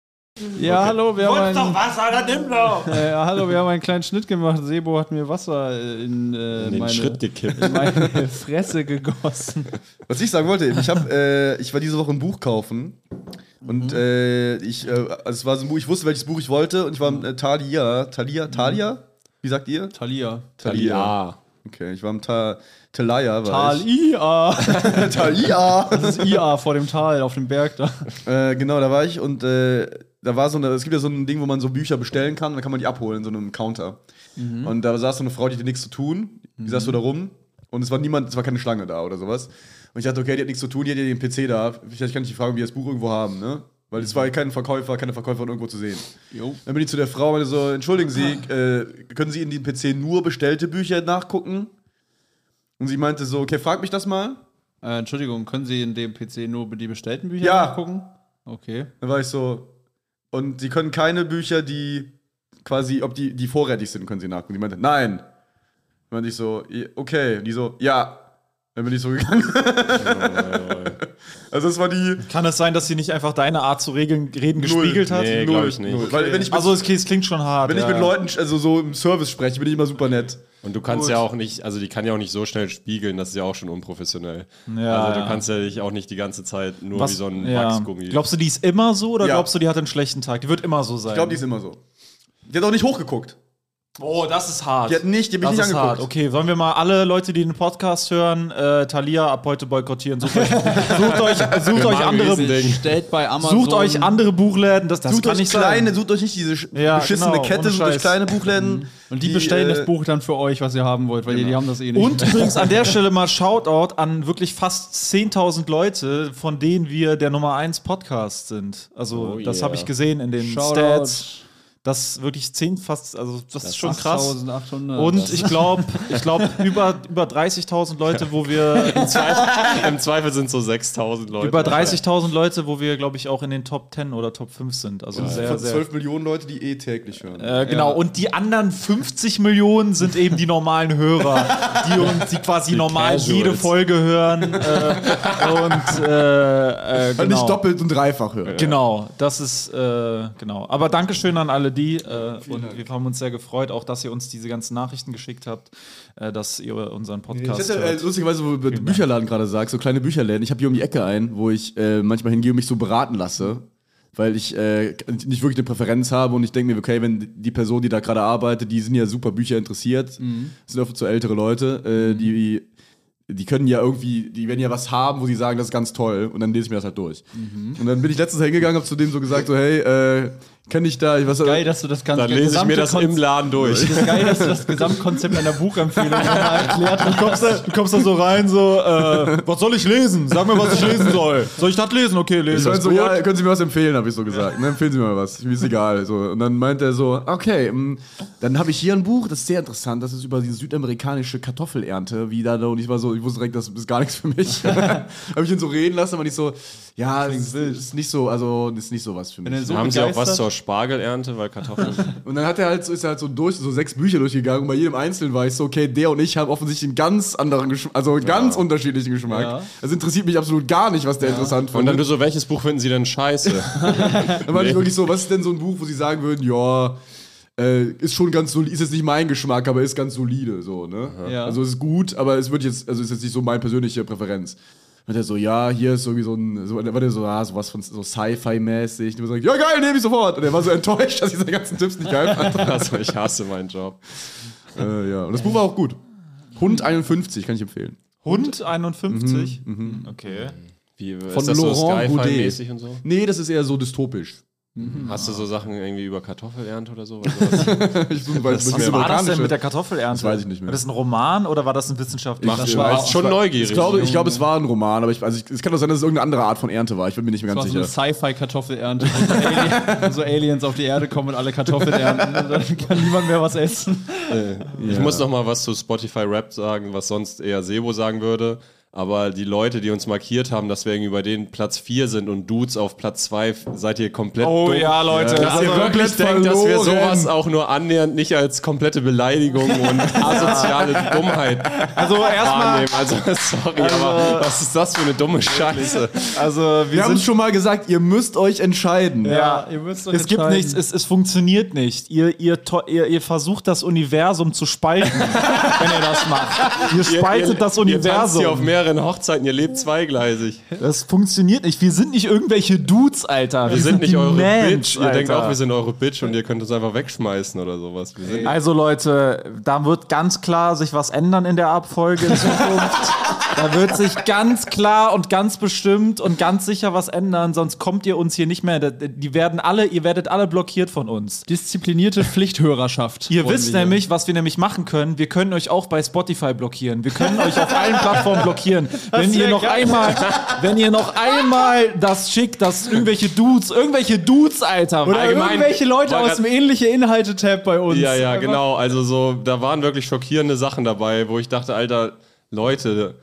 Speaker 2: Ja, hallo, wir haben einen,
Speaker 9: was, Alter, nimm doch!
Speaker 2: äh, hallo, wir haben einen kleinen Schnitt gemacht. Sebo hat mir Wasser äh, in, äh,
Speaker 3: Den
Speaker 2: meine,
Speaker 3: Schritt gekippt.
Speaker 2: in meine Fresse gegossen.
Speaker 1: Was ich sagen wollte, eben, ich, hab, äh, ich war diese Woche ein Buch kaufen und äh, ich, äh, also es war so ein Buch, ich wusste, welches Buch ich wollte und ich war im äh, Thalia. Thalia? Thalia? Wie sagt ihr?
Speaker 2: Talia.
Speaker 3: Ja.
Speaker 1: Okay, ich war im Ta Thalia. war ich.
Speaker 2: Tal-IA.
Speaker 1: Thalia!
Speaker 2: Das ist IA vor dem Tal, auf dem Berg da.
Speaker 1: Äh, genau, da war ich und äh, da war so eine, es gibt ja so ein Ding, wo man so Bücher bestellen kann, und dann kann man die abholen, so einem Counter. Und da saß so eine Frau, die hatte nichts zu tun, die saß so da rum und es war niemand, es war keine Schlange da oder sowas. Und ich dachte, okay, die hat nichts zu tun, die hat ja den PC da, vielleicht kann ich die fragen, ob die das Buch irgendwo haben, ne? Weil es war kein Verkäufer, keine Verkäuferin irgendwo zu sehen. Dann bin ich zu der Frau und meinte so, entschuldigen Sie, äh, können Sie in den PC nur bestellte Bücher nachgucken? Und sie meinte so, okay, frag mich das mal.
Speaker 2: Äh, Entschuldigung, können Sie in dem PC nur die bestellten Bücher
Speaker 1: Ja.
Speaker 2: nachgucken? Okay.
Speaker 1: Dann war ich so, und sie können keine Bücher, die quasi, ob die, die vorrätig sind, können sie nachgucken. Die meinte, nein. Dann meinte ich so, "I- okay. Und die so, ja. Dann bin ich so gegangen. also das war die.
Speaker 4: Kann es sein, dass sie nicht einfach deine Art zu regeln, reden gespiegelt hat?
Speaker 3: Nee, glaube ich nicht.
Speaker 1: Null. Weil wenn ich mit,
Speaker 4: Also es es klingt schon hart.
Speaker 1: wenn ich
Speaker 4: ja.
Speaker 1: mit Leuten, also so im Service spreche, bin ich immer super nett.
Speaker 3: Und du kannst ja auch nicht, also die kann ja auch nicht so schnell spiegeln, das ist ja auch schon unprofessionell.
Speaker 4: Ja,
Speaker 3: also du
Speaker 4: ja.
Speaker 3: kannst ja dich auch nicht die ganze Zeit nur
Speaker 4: Was-
Speaker 3: wie so ein
Speaker 4: ja.
Speaker 3: Wachsgummi.
Speaker 4: Glaubst du, die ist immer so oder
Speaker 1: Ja.
Speaker 4: glaubst du, die hat einen schlechten Tag? Die wird immer so sein.
Speaker 1: Ich glaube, die ist immer so. Die hat auch nicht hochgeguckt.
Speaker 4: oh, das ist hart.
Speaker 1: Die hat nicht, die hat mich nicht
Speaker 4: das ist
Speaker 1: angeguckt.
Speaker 4: hart. Okay, wollen wir mal alle Leute, die den Podcast hören, äh, Thalia ab heute boykottieren. Sucht euch, sucht euch, sucht euch andere,
Speaker 2: Stellt bei Amazon.
Speaker 4: sucht euch andere Buchläden. Das, das
Speaker 1: sucht
Speaker 4: kann
Speaker 1: euch
Speaker 4: nicht
Speaker 1: kleine,
Speaker 4: sein.
Speaker 1: sucht euch nicht diese sch-
Speaker 4: Ja,
Speaker 1: beschissene
Speaker 4: genau, ohne
Speaker 1: Kette, sucht euch
Speaker 4: Scheiß.
Speaker 1: kleine Buchläden.
Speaker 2: Und die bestellen
Speaker 1: äh, Genau.
Speaker 2: das Buch dann für euch, was ihr haben wollt, weil die, die haben das eh nicht.
Speaker 4: Und übrigens an der Stelle mal Shoutout an wirklich fast 10.000 Leute, von denen wir der Nummer 1 Podcast sind. Also,
Speaker 3: Oh
Speaker 4: das
Speaker 3: yeah.
Speaker 4: habe ich gesehen in den
Speaker 2: Shoutout.
Speaker 4: Stats. Das wirklich 10 fast, also das, ist schon krass.
Speaker 2: 8800.
Speaker 4: Und ich glaube, ich glaube über, über 30.000 Leute, wo wir
Speaker 3: Im Zweifel sind so 6000 Leute.
Speaker 4: über 30.000 Leute, wo wir glaube ich auch in den Top 10 oder Top 5 sind. Also sehr
Speaker 1: Von
Speaker 4: sehr
Speaker 1: 12 Millionen Leute, die eh täglich hören.
Speaker 4: äh, genau, und die anderen 50 Millionen sind eben die normalen Hörer, die uns die quasi normal
Speaker 3: Casuals.
Speaker 4: jede Folge hören. Äh, und äh, äh,
Speaker 1: Halt
Speaker 4: genau.
Speaker 1: Nicht doppelt und dreifach hören.
Speaker 4: Genau, das ist äh, genau. Aber Dankeschön an alle die äh, und wir haben uns sehr gefreut, auch dass ihr uns diese ganzen Nachrichten geschickt habt, äh, dass ihr unseren
Speaker 1: Ich
Speaker 4: Podcast.
Speaker 1: hätte äh,
Speaker 4: hört.
Speaker 1: lustigerweise, wo du Bücherladen gerade sagst, so kleine Bücherläden. Ich habe hier um die Ecke einen, wo ich äh, manchmal hingehe und mich so beraten lasse, weil ich äh, nicht wirklich eine Präferenz habe und ich denke mir, okay, wenn die Person, die da gerade arbeitet, die sind ja super Bücher interessiert, sind oft so ältere Leute, äh, die die können ja irgendwie, die werden ja was haben, wo sie sagen, das ist ganz toll und dann lese ich mir das halt durch. Und dann bin ich letztens hingegangen, habe zu dem so gesagt, so hey, äh, kenn ich da, ich was
Speaker 2: Geil, dass du das ganze
Speaker 3: Dann lese ich mir das im Laden durch.
Speaker 2: Das ist geil, dass du das Gesamtkonzept einer Buchempfehlung nochmal erklärt hast.
Speaker 4: Du kommst, da, du kommst da so rein, so, äh, was soll ich lesen? Sag mir, was ich lesen soll. Soll ich das lesen? Okay,
Speaker 1: Ich
Speaker 4: lesen.
Speaker 1: meinte so, ja, können Sie mir was empfehlen, habe ich so gesagt. Ne, empfehlen Sie mir mal was. Mir ist egal. So. Und dann meint er so, okay, mm, dann habe ich hier ein Buch, das ist sehr interessant, das ist über diese südamerikanische Kartoffelernte, wie da, da und ich war so, ich wusste direkt, das ist gar nichts für mich. habe ich ihn so reden lassen, aber nicht so, ja, das ist, ist nicht so, also das ist nicht so was für mich.
Speaker 2: so
Speaker 3: Haben sie auch was
Speaker 2: begeistert-
Speaker 3: zur Spargelernte, weil Kartoffeln.
Speaker 1: Und dann hat er halt so, ist er halt so durch, so sechs Bücher durchgegangen und bei jedem Einzelnen war ich so, okay, der und ich haben offensichtlich einen ganz anderen Geschmack, also einen ganz unterschiedlichen Geschmack.
Speaker 2: Ja.
Speaker 1: Das interessiert mich absolut gar nicht, was der interessant
Speaker 3: Und
Speaker 1: fand.
Speaker 3: dann du so, welches Buch finden sie denn scheiße?
Speaker 1: Dann war ich wirklich so, was ist denn so ein Buch, wo sie sagen würden, ja, äh, ist schon ganz solide, ist jetzt nicht mein Geschmack, aber ist ganz solide, so, ne?
Speaker 2: Ja.
Speaker 1: Also ist gut, aber es wird jetzt, also ist jetzt nicht so meine persönliche Präferenz. Und er so, ja, hier ist irgendwie so ein, so, war der so, ah, sowas von so Sci-Fi-mäßig. Und ich so, ja geil, nehme ich sofort. Und er war so enttäuscht, dass ich seine ganzen Tipps nicht geil fand.
Speaker 3: also ich hasse meinen Job.
Speaker 1: äh, ja. Und das Buch war auch gut. Hund 51, kann ich empfehlen.
Speaker 4: Hund 51. Okay.
Speaker 3: Wie, Von
Speaker 1: Von
Speaker 3: ist das so
Speaker 1: Laurent Boudet.
Speaker 3: Skyfall-mäßig und so?
Speaker 1: Nee, das ist eher so dystopisch.
Speaker 3: Hast du so Sachen irgendwie über Kartoffelernte oder so? Sowas?
Speaker 1: Ich
Speaker 3: Was
Speaker 1: weiß,
Speaker 4: Was war das
Speaker 1: amerikanische-
Speaker 4: denn mit der Kartoffelernte?
Speaker 1: Das weiß ich nicht mehr.
Speaker 4: War das ein Roman oder war das ein wissenschaftlicher?
Speaker 3: Macht
Speaker 1: Ich weiß-
Speaker 3: Spaß. Schon
Speaker 1: ich-
Speaker 3: neugierig.
Speaker 1: Ich glaube, ich glaube, es war ein Roman, aber ich, also ich, es kann doch sein, dass es irgendeine andere Art von Ernte war. Ich bin mir nicht mehr
Speaker 2: Das
Speaker 1: ganz
Speaker 2: war so
Speaker 1: sicher.
Speaker 2: eine Sci-Fi-Kartoffelernte, wo so Alien- so Aliens auf die Erde kommen und alle Kartoffeln ernten und dann kann niemand mehr was essen.
Speaker 3: Ich muss noch mal was zu Spotify Rap sagen, was sonst eher Sebo sagen würde. Aber die Leute, die uns markiert haben, dass wir irgendwie bei denen Platz 4 sind und Dudes auf Platz 2, seid ihr komplett
Speaker 4: Oh
Speaker 3: dumm.
Speaker 4: ja, Leute.
Speaker 3: Dass ihr wirklich
Speaker 1: komplett
Speaker 3: denkt, dass wir
Speaker 1: Also verloren.
Speaker 3: sowas auch nur annähernd nicht als komplette Beleidigung und asoziale Dummheit
Speaker 4: Also erstmal,
Speaker 3: wahrnehmen. Also sorry, aber was ist das für eine dumme Scheiße?
Speaker 4: also wir,
Speaker 1: Wir haben
Speaker 4: sind
Speaker 1: es schon mal gesagt, ihr müsst euch entscheiden.
Speaker 4: Ja,
Speaker 2: ihr müsst euch
Speaker 4: es gibt
Speaker 2: entscheiden.
Speaker 4: nichts, es, es funktioniert nicht. Ihr, ihr, to- ihr, ihr versucht das Universum zu spalten, wenn ihr das macht. Ihr spaltet
Speaker 3: Ihr
Speaker 4: das
Speaker 3: tanzt
Speaker 4: Universum.
Speaker 3: hier auf mehreren Hochzeiten, ihr lebt zweigleisig.
Speaker 4: das funktioniert nicht. Wir sind nicht irgendwelche Dudes, Alter.
Speaker 3: Wir sind nicht
Speaker 4: die
Speaker 3: eure
Speaker 4: Mans,
Speaker 3: Bitch. Ihr denkt
Speaker 4: Alter.
Speaker 3: auch, wir sind eure Bitch und ihr könnt uns einfach wegschmeißen oder sowas. Wir sind
Speaker 4: Also Leute, da wird ganz klar sich was ändern in der Abfolge in Zukunft. da wird sich ganz klar und ganz bestimmt und ganz sicher was ändern, sonst kommt ihr uns hier nicht mehr. Die werden alle, ihr werdet alle blockiert von uns.
Speaker 2: Disziplinierte Pflichthörerschaft.
Speaker 4: Ihr
Speaker 2: wollen
Speaker 4: wisst
Speaker 2: wir hier.
Speaker 4: nämlich, was wir nämlich machen können. Wir können euch auch bei Spotify blockieren. Wir können euch auf allen Plattformen blockieren. Wenn ihr noch einmal, wenn ihr noch einmal das schickt, dass irgendwelche Dudes, irgendwelche Dudes, Alter.
Speaker 2: Oder
Speaker 3: allgemein-
Speaker 2: irgendwelche Leute
Speaker 3: war
Speaker 2: aus
Speaker 3: grad-
Speaker 2: dem ähnliche Inhalte-Tab bei uns.
Speaker 3: Ja, ja,
Speaker 2: Einfach-
Speaker 3: genau. Also so, da waren wirklich schockierende Sachen dabei, wo ich dachte, Alter, Leute,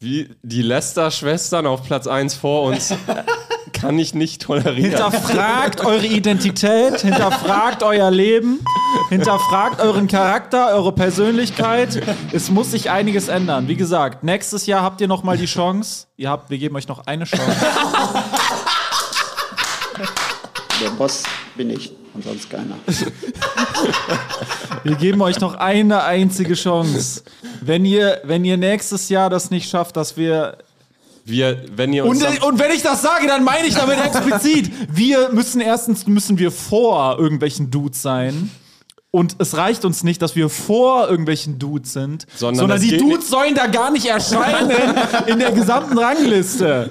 Speaker 3: wie die Lester-Schwestern auf Platz 1 vor uns kann ich nicht tolerieren.
Speaker 4: Hinterfragt eure Identität, hinterfragt euer Leben, hinterfragt euren Charakter, eure Persönlichkeit. Es muss sich einiges ändern. Wie gesagt, nächstes Jahr habt ihr noch mal die Chance. Ihr habt, wir geben euch noch eine Chance.
Speaker 6: Der Boss bin ich und sonst keiner.
Speaker 4: Wir geben euch noch eine einzige Chance. Wenn ihr, wenn ihr nächstes Jahr das nicht schafft, dass wir
Speaker 3: Wir, wenn ihr uns
Speaker 4: Und, äh, und wenn ich das sage, dann meine ich damit explizit. Wir müssen erstens müssen wir vor irgendwelchen Dudes sein. Und es reicht uns nicht, dass wir vor irgendwelchen Dudes sind,
Speaker 3: Sondern
Speaker 4: sondern,
Speaker 3: das
Speaker 4: die
Speaker 3: geht
Speaker 4: Dudes
Speaker 3: nicht.
Speaker 4: sollen da gar nicht erscheinen in der gesamten Rangliste.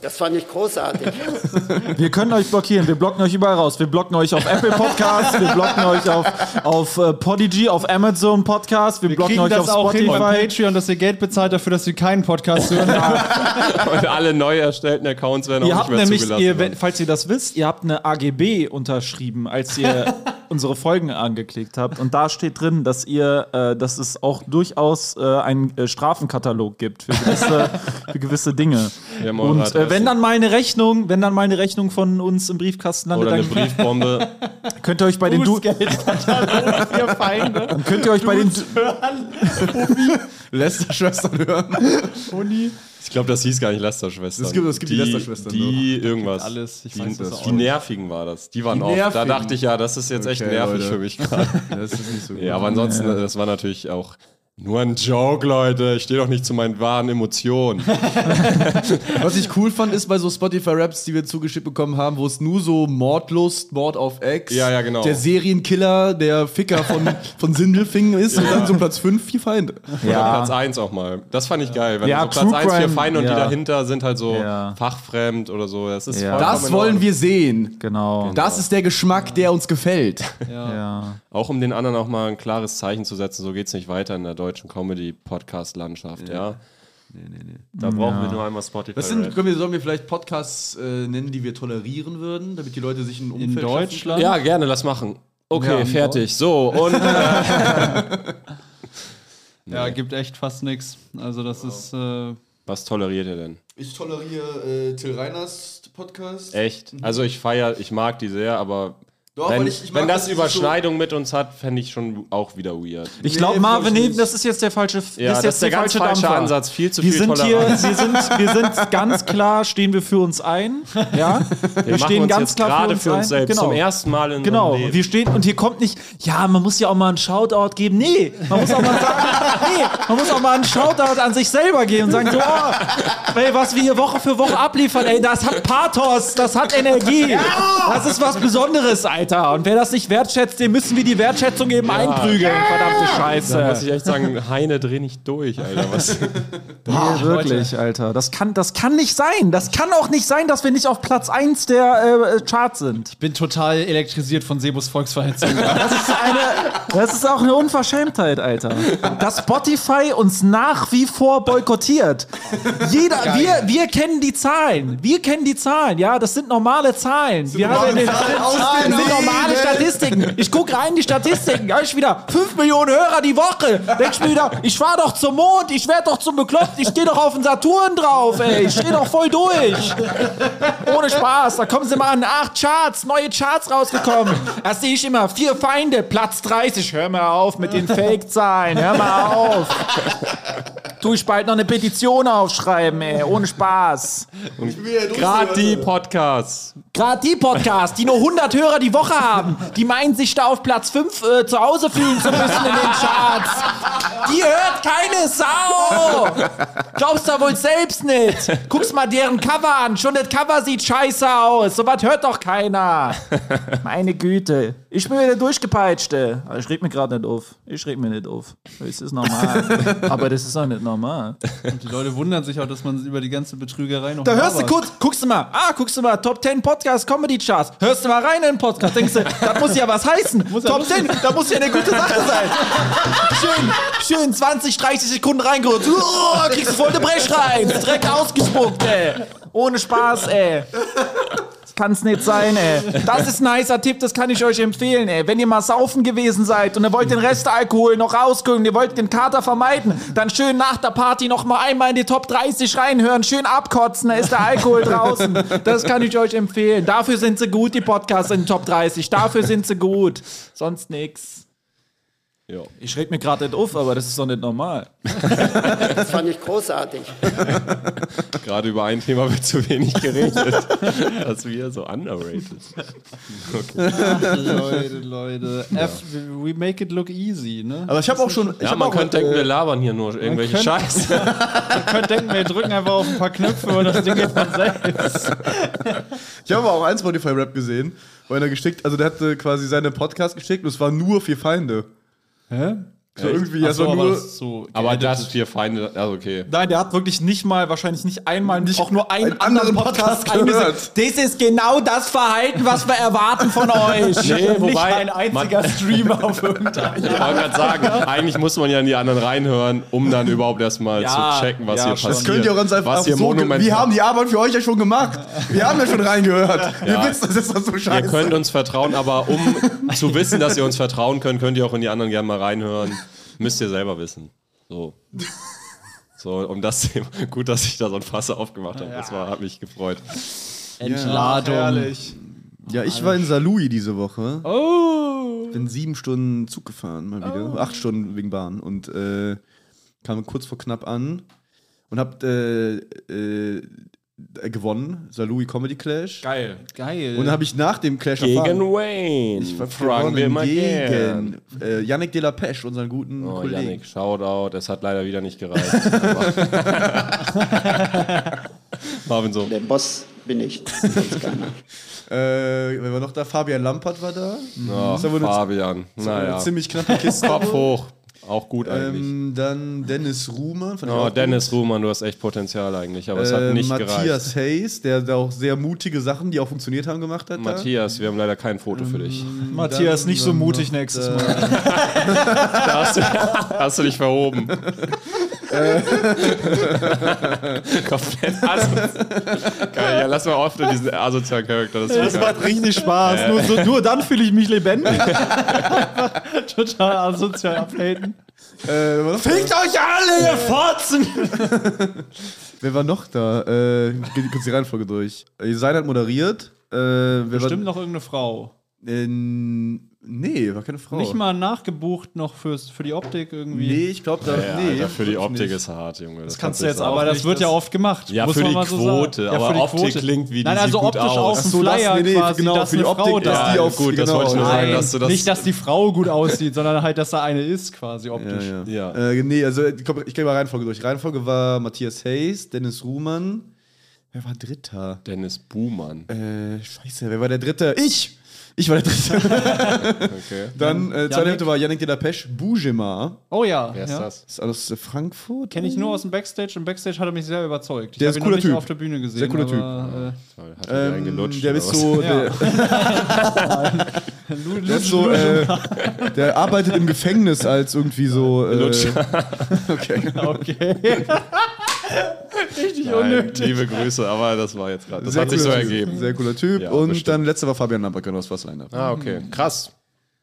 Speaker 6: Das fand ich großartig.
Speaker 4: Wir können euch blockieren, wir blocken euch überall raus. Wir blocken euch auf Apple Podcasts, wir blocken euch auf, auf äh, Podigy, auf Amazon Podcasts, wir, blocken
Speaker 2: kriegen
Speaker 4: euch
Speaker 2: das
Speaker 4: auf
Speaker 2: auch hin bei
Speaker 4: Spotify.
Speaker 2: Patreon, dass ihr Geld bezahlt dafür, dass wir keinen Podcast hören.
Speaker 3: und alle neu erstellten Accounts werden
Speaker 4: Ihr
Speaker 3: auch
Speaker 4: habt
Speaker 3: nicht mehr
Speaker 4: nämlich,
Speaker 3: zugelassen. ne?
Speaker 4: ihr,
Speaker 3: dann.
Speaker 4: wenn, falls ihr das wisst, ihr habt eine AGB unterschrieben, als ihr unsere Folgen angeklickt habt. Und da steht drin, dass ihr, äh, dass es auch durchaus äh, einen äh, Strafenkatalog gibt für gewisse, für gewisse Dinge.
Speaker 3: Wir haben eure
Speaker 4: Und äh,
Speaker 3: Adresse.
Speaker 4: wenn dann mal eine Rechnung, wenn dann mal eine Rechnung von uns im Briefkasten landet,
Speaker 3: oder eine
Speaker 4: dann
Speaker 3: Briefbombe.
Speaker 4: könnt ihr euch bei den du
Speaker 2: Ihr Feinde.
Speaker 4: dann könnt ihr euch bei den Du-
Speaker 1: Lästerschwestern hören.
Speaker 3: Ich glaube, das hieß gar nicht Lästerschwestern.
Speaker 1: Es gibt- es gibt die Lästerschwestern,
Speaker 3: Die irgendwas.
Speaker 2: alles, ich
Speaker 3: die,
Speaker 2: weiß das auch
Speaker 3: die
Speaker 2: nicht.
Speaker 3: nervigen war das. Die waren auch. Da
Speaker 1: Nervigen.
Speaker 3: dachte ich ja, das ist jetzt echt
Speaker 1: Okay,
Speaker 3: nervig
Speaker 1: Leute.
Speaker 3: für mich gerade.
Speaker 1: Das ist nicht so gut.
Speaker 3: ja, aber ansonsten, das war natürlich auch nur ein Joke, Leute. Ich stehe doch nicht zu meinen wahren Emotionen.
Speaker 1: Was ich cool fand, ist bei so Spotify-Raps, die wir zugeschickt bekommen haben, wo es nur so Mordlust, Mord auf Ex,
Speaker 3: Ja, ja, genau.
Speaker 1: der Serienkiller, der Ficker von, von Sindelfingen ist und dann so Platz 5, vier Feinde.
Speaker 3: Oder Platz 1 auch mal. Das fand ich geil. Wenn
Speaker 4: Ja,
Speaker 3: so Platz
Speaker 4: True
Speaker 3: 1 vier
Speaker 4: Crime,
Speaker 3: Feinde und
Speaker 4: ja.
Speaker 3: die dahinter sind halt so
Speaker 4: Ja.
Speaker 3: fachfremd oder so. Das ist
Speaker 4: Ja.
Speaker 3: vollkommen
Speaker 1: Das
Speaker 3: in
Speaker 1: wollen
Speaker 3: Ordnung.
Speaker 1: wir sehen.
Speaker 4: genau.
Speaker 1: Das ist der Geschmack, der uns gefällt.
Speaker 4: Ja.
Speaker 3: Auch um den anderen auch mal ein klares Zeichen zu setzen, so geht's nicht weiter in der deutschen Comedy-Podcast-Landschaft, ja. Da brauchen wir nur einmal Spotify.
Speaker 1: Das sind,
Speaker 3: Rap.
Speaker 1: können wir, sollen wir vielleicht Podcasts äh, nennen, die wir tolerieren würden, damit die Leute sich ein Umfeld
Speaker 2: In
Speaker 1: schaffen?
Speaker 2: Deutschland.
Speaker 3: Ja, gerne, lass machen. Okay,
Speaker 1: Ja.
Speaker 3: fertig. So, und äh,
Speaker 2: Ja, gibt echt fast nichts. Also das ist äh,
Speaker 3: was toleriert ihr denn?
Speaker 1: Ich toleriere äh, Till Reiners Podcast.
Speaker 3: Echt? Also ich feier, ich mag die sehr, aber
Speaker 1: Doch,
Speaker 3: wenn,
Speaker 1: weil ich- ich mag
Speaker 3: wenn das
Speaker 1: das, dass es so-
Speaker 3: Überschneidung mit uns hat, fände ich schon auch wieder weird.
Speaker 4: Ich glaube,
Speaker 1: glaub
Speaker 4: Marvin,
Speaker 1: ich
Speaker 4: nee,
Speaker 1: nicht.
Speaker 4: das ist jetzt der falsche,
Speaker 3: Ja, das
Speaker 4: jetzt
Speaker 3: ist der
Speaker 4: die
Speaker 3: ganz falsche
Speaker 4: Dampfer.
Speaker 3: Ansatz. Viel zu
Speaker 4: wir
Speaker 3: viel
Speaker 4: sind
Speaker 3: Toleranz.
Speaker 4: hier, wir sind, wir sind ganz klar, stehen wir für uns ein. Ja, wir,
Speaker 3: machen
Speaker 4: stehen
Speaker 3: uns
Speaker 4: ganz
Speaker 3: jetzt
Speaker 4: klar
Speaker 3: gerade für uns
Speaker 4: ein.
Speaker 3: selbst. Zum ersten Mal in
Speaker 4: Genau,
Speaker 3: unserem
Speaker 4: und
Speaker 3: Leben.
Speaker 4: wir stehen und hier kommt nicht, ja, man muss ja auch mal einen Shoutout geben. Nee, man muss auch mal sagen, nee, man muss auch mal einen Shoutout an sich selber geben und sagen, so, oh, ey, was wir hier Woche für Woche abliefern, ey, das hat Pathos, das hat Energie. Das ist was Besonderes, Alter. Und wer das nicht wertschätzt, dem müssen wir die Wertschätzung eben einprügeln. Verdammte Scheiße.
Speaker 3: Da muss ich echt sagen, Heine, dreh nicht durch, Alter. Was?
Speaker 4: Nee, wirklich, Alter. Das kann, das kann nicht sein. Das kann auch nicht sein, dass wir nicht auf Platz 1 der äh, Charts sind.
Speaker 2: bin total elektrisiert von Sebus Volksverhetzung.
Speaker 4: Das ist, eine, das ist auch eine Unverschämtheit, Alter. Dass Spotify uns nach wie vor boykottiert. Jeder, wir, wir kennen die Zahlen. Wir kennen die Zahlen. Ja, das sind normale Zahlen. Wir haben in den, das sind normale Statistiken. Ich gucke rein in die Statistiken. Da hab ich wieder 5 Millionen Hörer die Woche. Denk ich mir wieder, ich fahr doch zum Mond, ich werd doch zum Bekloppt, ich stehe doch auf den Saturn drauf, ey. Ich stehe doch voll durch. Ohne Spaß, da kommen sie mal an. Acht Charts, neue Charts rausgekommen. Da sehe ich immer vier Feinde, Platz 30. Hör mal auf mit den Fake-Zahlen, hör mal auf. Tu ich bald noch eine Petition aufschreiben, ey. Ohne Spaß.
Speaker 3: Gerade die Podcasts.
Speaker 4: Gerade die Podcasts, die nur 100 Hörer die Woche haben, die meinen sich da auf Platz 5 äh, zu Hause fühlen zu müssen in den Charts. Die hört keine Sau. Glaubst du wohl selbst nicht. Guckst mal deren Cover an. Schon das Cover sieht scheiße aus. So was hört doch keiner. Meine Güte. Ich bin wieder durchgepeitscht. ey. Aber ich reg mir gerade nicht auf. Ich reg mir nicht auf. Das ist normal. Aber das ist doch nicht normal.
Speaker 2: Die Leute wundern sich auch, dass man über die ganze Betrügerei noch
Speaker 4: Da hörst du
Speaker 2: labert.
Speaker 4: kurz, guckst du mal, ah, guckst du mal, Top 10 Podcast, Comedy Charts, hörst du mal rein in den Podcast, denkst du, das muss ja was heißen. Top 10, da muss ja eine gute Sache sein. Schön, schön, 20, 30 Sekunden reingerutscht, oh, kriegst du voll eine Brech rein, Dreck ausgespuckt, ey. Ohne Spaß, ey. Kann's nicht sein, ey. Das ist ein nicer Tipp, das kann ich euch empfehlen, ey. Wenn ihr mal saufen gewesen seid und ihr wollt den Restalkohol noch rauskühlen, ihr wollt den Kater vermeiden, dann schön nach der Party noch mal einmal in die Top 30 reinhören, schön abkotzen, da ist der Alkohol draußen. Das kann ich euch empfehlen. Dafür sind sie gut, die Podcasts in den Top 30. Dafür sind sie gut. Sonst nix.
Speaker 3: Ja.
Speaker 4: Ich reg mir gerade nicht auf, aber das ist doch nicht normal.
Speaker 6: Das fand ich großartig.
Speaker 3: Gerade über ein Thema wird zu wenig geredet, dass wir so underrated. sind.
Speaker 2: Leute, Leute. F, we make it look easy, ne?
Speaker 11: Aber ich habe auch schon. Ich
Speaker 3: Ja,
Speaker 11: hab
Speaker 3: man
Speaker 11: auch,
Speaker 3: könnte denken, wir labern hier nur irgendwelche
Speaker 2: könnte-
Speaker 3: Scheiße.
Speaker 2: könnt denken, wir drücken einfach auf ein paar Knöpfe und das Ding geht von selbst.
Speaker 11: Ich habe aber auch einen Spotify-Rap gesehen, wo einer geschickt, also der hat äh, quasi seinen Podcast geschickt und es waren nur vier Feinde.
Speaker 2: Hä?
Speaker 11: So irgendwie,
Speaker 2: Ach
Speaker 11: es war
Speaker 2: so, aber
Speaker 11: nur.
Speaker 2: das ist so
Speaker 3: Aber das vier Feinde, also okay.
Speaker 4: Nein, der hat wirklich nicht mal, wahrscheinlich nicht einmal, nicht auch nur einen
Speaker 11: einen anderen Podcast gehört.
Speaker 4: eingesendet. Das ist genau das Verhalten, was wir erwarten von euch.
Speaker 3: Nee, wobei- man-
Speaker 4: Streamer auf irgendeinem.
Speaker 3: Ich wollte gerade sagen, eigentlich muss man ja in die anderen reinhören, um dann überhaupt erstmal
Speaker 4: Ja,
Speaker 3: zu checken, was
Speaker 4: ja,
Speaker 3: hier
Speaker 4: schon.
Speaker 3: passiert.
Speaker 11: Das könnt ihr auch ganz einfach
Speaker 3: was
Speaker 11: auch
Speaker 3: hier
Speaker 11: so. ge-
Speaker 3: Monument
Speaker 11: Wir haben die Arbeit für euch ja schon gemacht. Wir haben ja schon reingehört.
Speaker 3: Ja.
Speaker 11: Ihr wisst, das ist doch so
Speaker 3: Ihr
Speaker 11: scheiße.
Speaker 3: könnt uns vertrauen, aber um zu wissen, dass ihr uns vertrauen könnt, könnt ihr auch in die anderen gerne mal reinhören. Müsst ihr selber wissen. So. So, um das Thema. Gut, dass ich da so ein Fass aufgemacht habe. Das war, hat mich gefreut.
Speaker 2: Entladung.
Speaker 1: Ja, ich war in Salui diese Woche.
Speaker 3: Oh.
Speaker 1: Bin sieben Stunden Zug gefahren, mal wieder. Acht Stunden wegen Bahn. Und äh, kam kurz vor knapp an und hab äh, äh, gewonnen. Salui Comedy Clash.
Speaker 3: Geil.
Speaker 2: Geil.
Speaker 1: Und dann habe ich nach dem Clash
Speaker 3: Gegen
Speaker 1: erfahren.
Speaker 3: Wayne.
Speaker 1: Ich war
Speaker 3: Fragen wir mal gern.
Speaker 1: gegen äh, Yannick de la Pesch, unseren guten
Speaker 3: Oh,
Speaker 1: Kollegen.
Speaker 3: Yannick, Shoutout. Es hat leider wieder nicht gereicht. aber- Marvin so.
Speaker 12: Der Boss bin ich und sonst keiner.
Speaker 1: Äh, wer war noch da? Fabian Lampert war da.
Speaker 3: Oh,
Speaker 1: ist aber eine-
Speaker 3: Fabian.
Speaker 1: Eine
Speaker 3: Naja.
Speaker 1: Ziemlich knappe Kiste.
Speaker 3: Kopf hoch. Auch gut eigentlich.
Speaker 1: ähm, dann Dennis Ruhmann. fand ich auch
Speaker 3: Oh,
Speaker 1: gut.
Speaker 3: Dennis Ruhmann, du hast echt Potenzial eigentlich, aber es
Speaker 1: Äh,
Speaker 3: hat nicht gereicht.
Speaker 1: Matthias Hayes, der da auch sehr mutige Sachen, die auch funktioniert haben, gemacht hat. da.
Speaker 3: Matthias, wir haben leider kein Foto für dich.
Speaker 1: Ähm.
Speaker 4: Matthias, nicht so mutig nächstes Mal.
Speaker 3: Da hast du, hast du dich verhoben.
Speaker 1: Äh.
Speaker 3: Komplett asozial. Geil, ja, lass mal oft diesen asozialen Charakter. Das ist
Speaker 2: macht richtig Spaß. Nur, so, nur dann fühle ich mich lebendig. Total asozial abhaten.
Speaker 1: Äh, wer, war noch,
Speaker 4: Fickt euch alle, ihr Fotzen!
Speaker 1: wer war noch da? Äh, ich geh kurz die Reihenfolge durch. Äh, Sein hat moderiert. Äh, wer
Speaker 2: Bestimmt noch irgendeine Frau.
Speaker 1: war. Äh, nee, war keine Frau.
Speaker 2: Nicht mal nachgebucht noch fürs, für die Optik irgendwie.
Speaker 1: Oh. Nee, ich glaube, da.
Speaker 3: ja,
Speaker 1: nee,
Speaker 3: Alter, für die
Speaker 1: glaub ich
Speaker 3: Optik
Speaker 1: nicht.
Speaker 3: ist hart, Junge. Das,
Speaker 4: kannst du
Speaker 3: kannst
Speaker 4: jetzt
Speaker 3: auch
Speaker 2: Aber das
Speaker 4: nicht
Speaker 2: wird ja
Speaker 4: das-
Speaker 2: oft gemacht.
Speaker 3: Ja,
Speaker 2: muss
Speaker 3: für
Speaker 2: man
Speaker 3: die
Speaker 2: mal so
Speaker 3: Quote,
Speaker 2: sagen.
Speaker 3: aber
Speaker 2: für die
Speaker 3: Optik
Speaker 2: Quote.
Speaker 3: klingt wie, die
Speaker 2: Nein, also
Speaker 3: sieht gut
Speaker 2: optisch auf
Speaker 3: aus.
Speaker 2: dem
Speaker 1: Ach so, das-
Speaker 2: Flyer
Speaker 1: nee, nee,
Speaker 2: quasi,
Speaker 1: genau,
Speaker 2: dass
Speaker 1: für die
Speaker 2: eine
Speaker 1: Optik
Speaker 2: Frau
Speaker 1: ist
Speaker 2: da
Speaker 1: die
Speaker 3: ja,
Speaker 1: auf-
Speaker 3: gut, das
Speaker 1: genau,
Speaker 3: wollte ich nur sagen,
Speaker 2: Nein,
Speaker 3: dass du das.
Speaker 2: nicht, dass die Frau gut aussieht, sondern halt, dass da eine ist quasi
Speaker 1: Ja,
Speaker 2: optisch.
Speaker 1: ja.
Speaker 3: Ja.
Speaker 1: Äh, nee, also ich, glaub, ich gehe mal Reihenfolge durch. Reihenfolge war Matthias Hayes, Dennis Ruhmann. Wer war Dritter?
Speaker 3: Dennis Buhmann.
Speaker 1: Äh, scheiße, wer war der Dritte? Ich! Ich war der Dritte.
Speaker 3: Okay.
Speaker 1: Dann, äh, zweite
Speaker 2: Yannick?
Speaker 1: Hälfte war Yannick de la Pesch, Bougema.
Speaker 2: Oh ja.
Speaker 3: Wer ist
Speaker 2: ja.
Speaker 3: das?
Speaker 1: Das ist aus Frankfurt?
Speaker 2: Kenne ich nur aus dem Backstage und Backstage hat er mich sehr überzeugt. Ich
Speaker 1: Der ist
Speaker 2: hab ihn
Speaker 1: cooler
Speaker 2: noch nicht
Speaker 1: Typ.
Speaker 2: auf der Bühne gesehen.
Speaker 1: Sehr cooler
Speaker 2: aber,
Speaker 3: Toll, Hat er einen
Speaker 1: Ähm,
Speaker 3: gelutscht?
Speaker 1: der
Speaker 3: oder
Speaker 1: ist
Speaker 3: was?
Speaker 1: so,
Speaker 2: Ja.
Speaker 1: der, der ist so, äh, der arbeitet im Gefängnis als irgendwie so. Äh, okay.
Speaker 2: Äh, okay. Richtig
Speaker 3: Nein,
Speaker 2: unnötig.
Speaker 3: liebe Grüße, aber das war jetzt gerade. Das
Speaker 1: Sehr
Speaker 3: hat sich so
Speaker 1: cooler Typ,
Speaker 3: ergeben.
Speaker 1: Sehr cooler Typ.
Speaker 3: Ja,
Speaker 1: Und
Speaker 3: bestimmt.
Speaker 1: dann letzter war Fabian Lampert, genau, das war's leider.
Speaker 3: Ah, okay. Krass.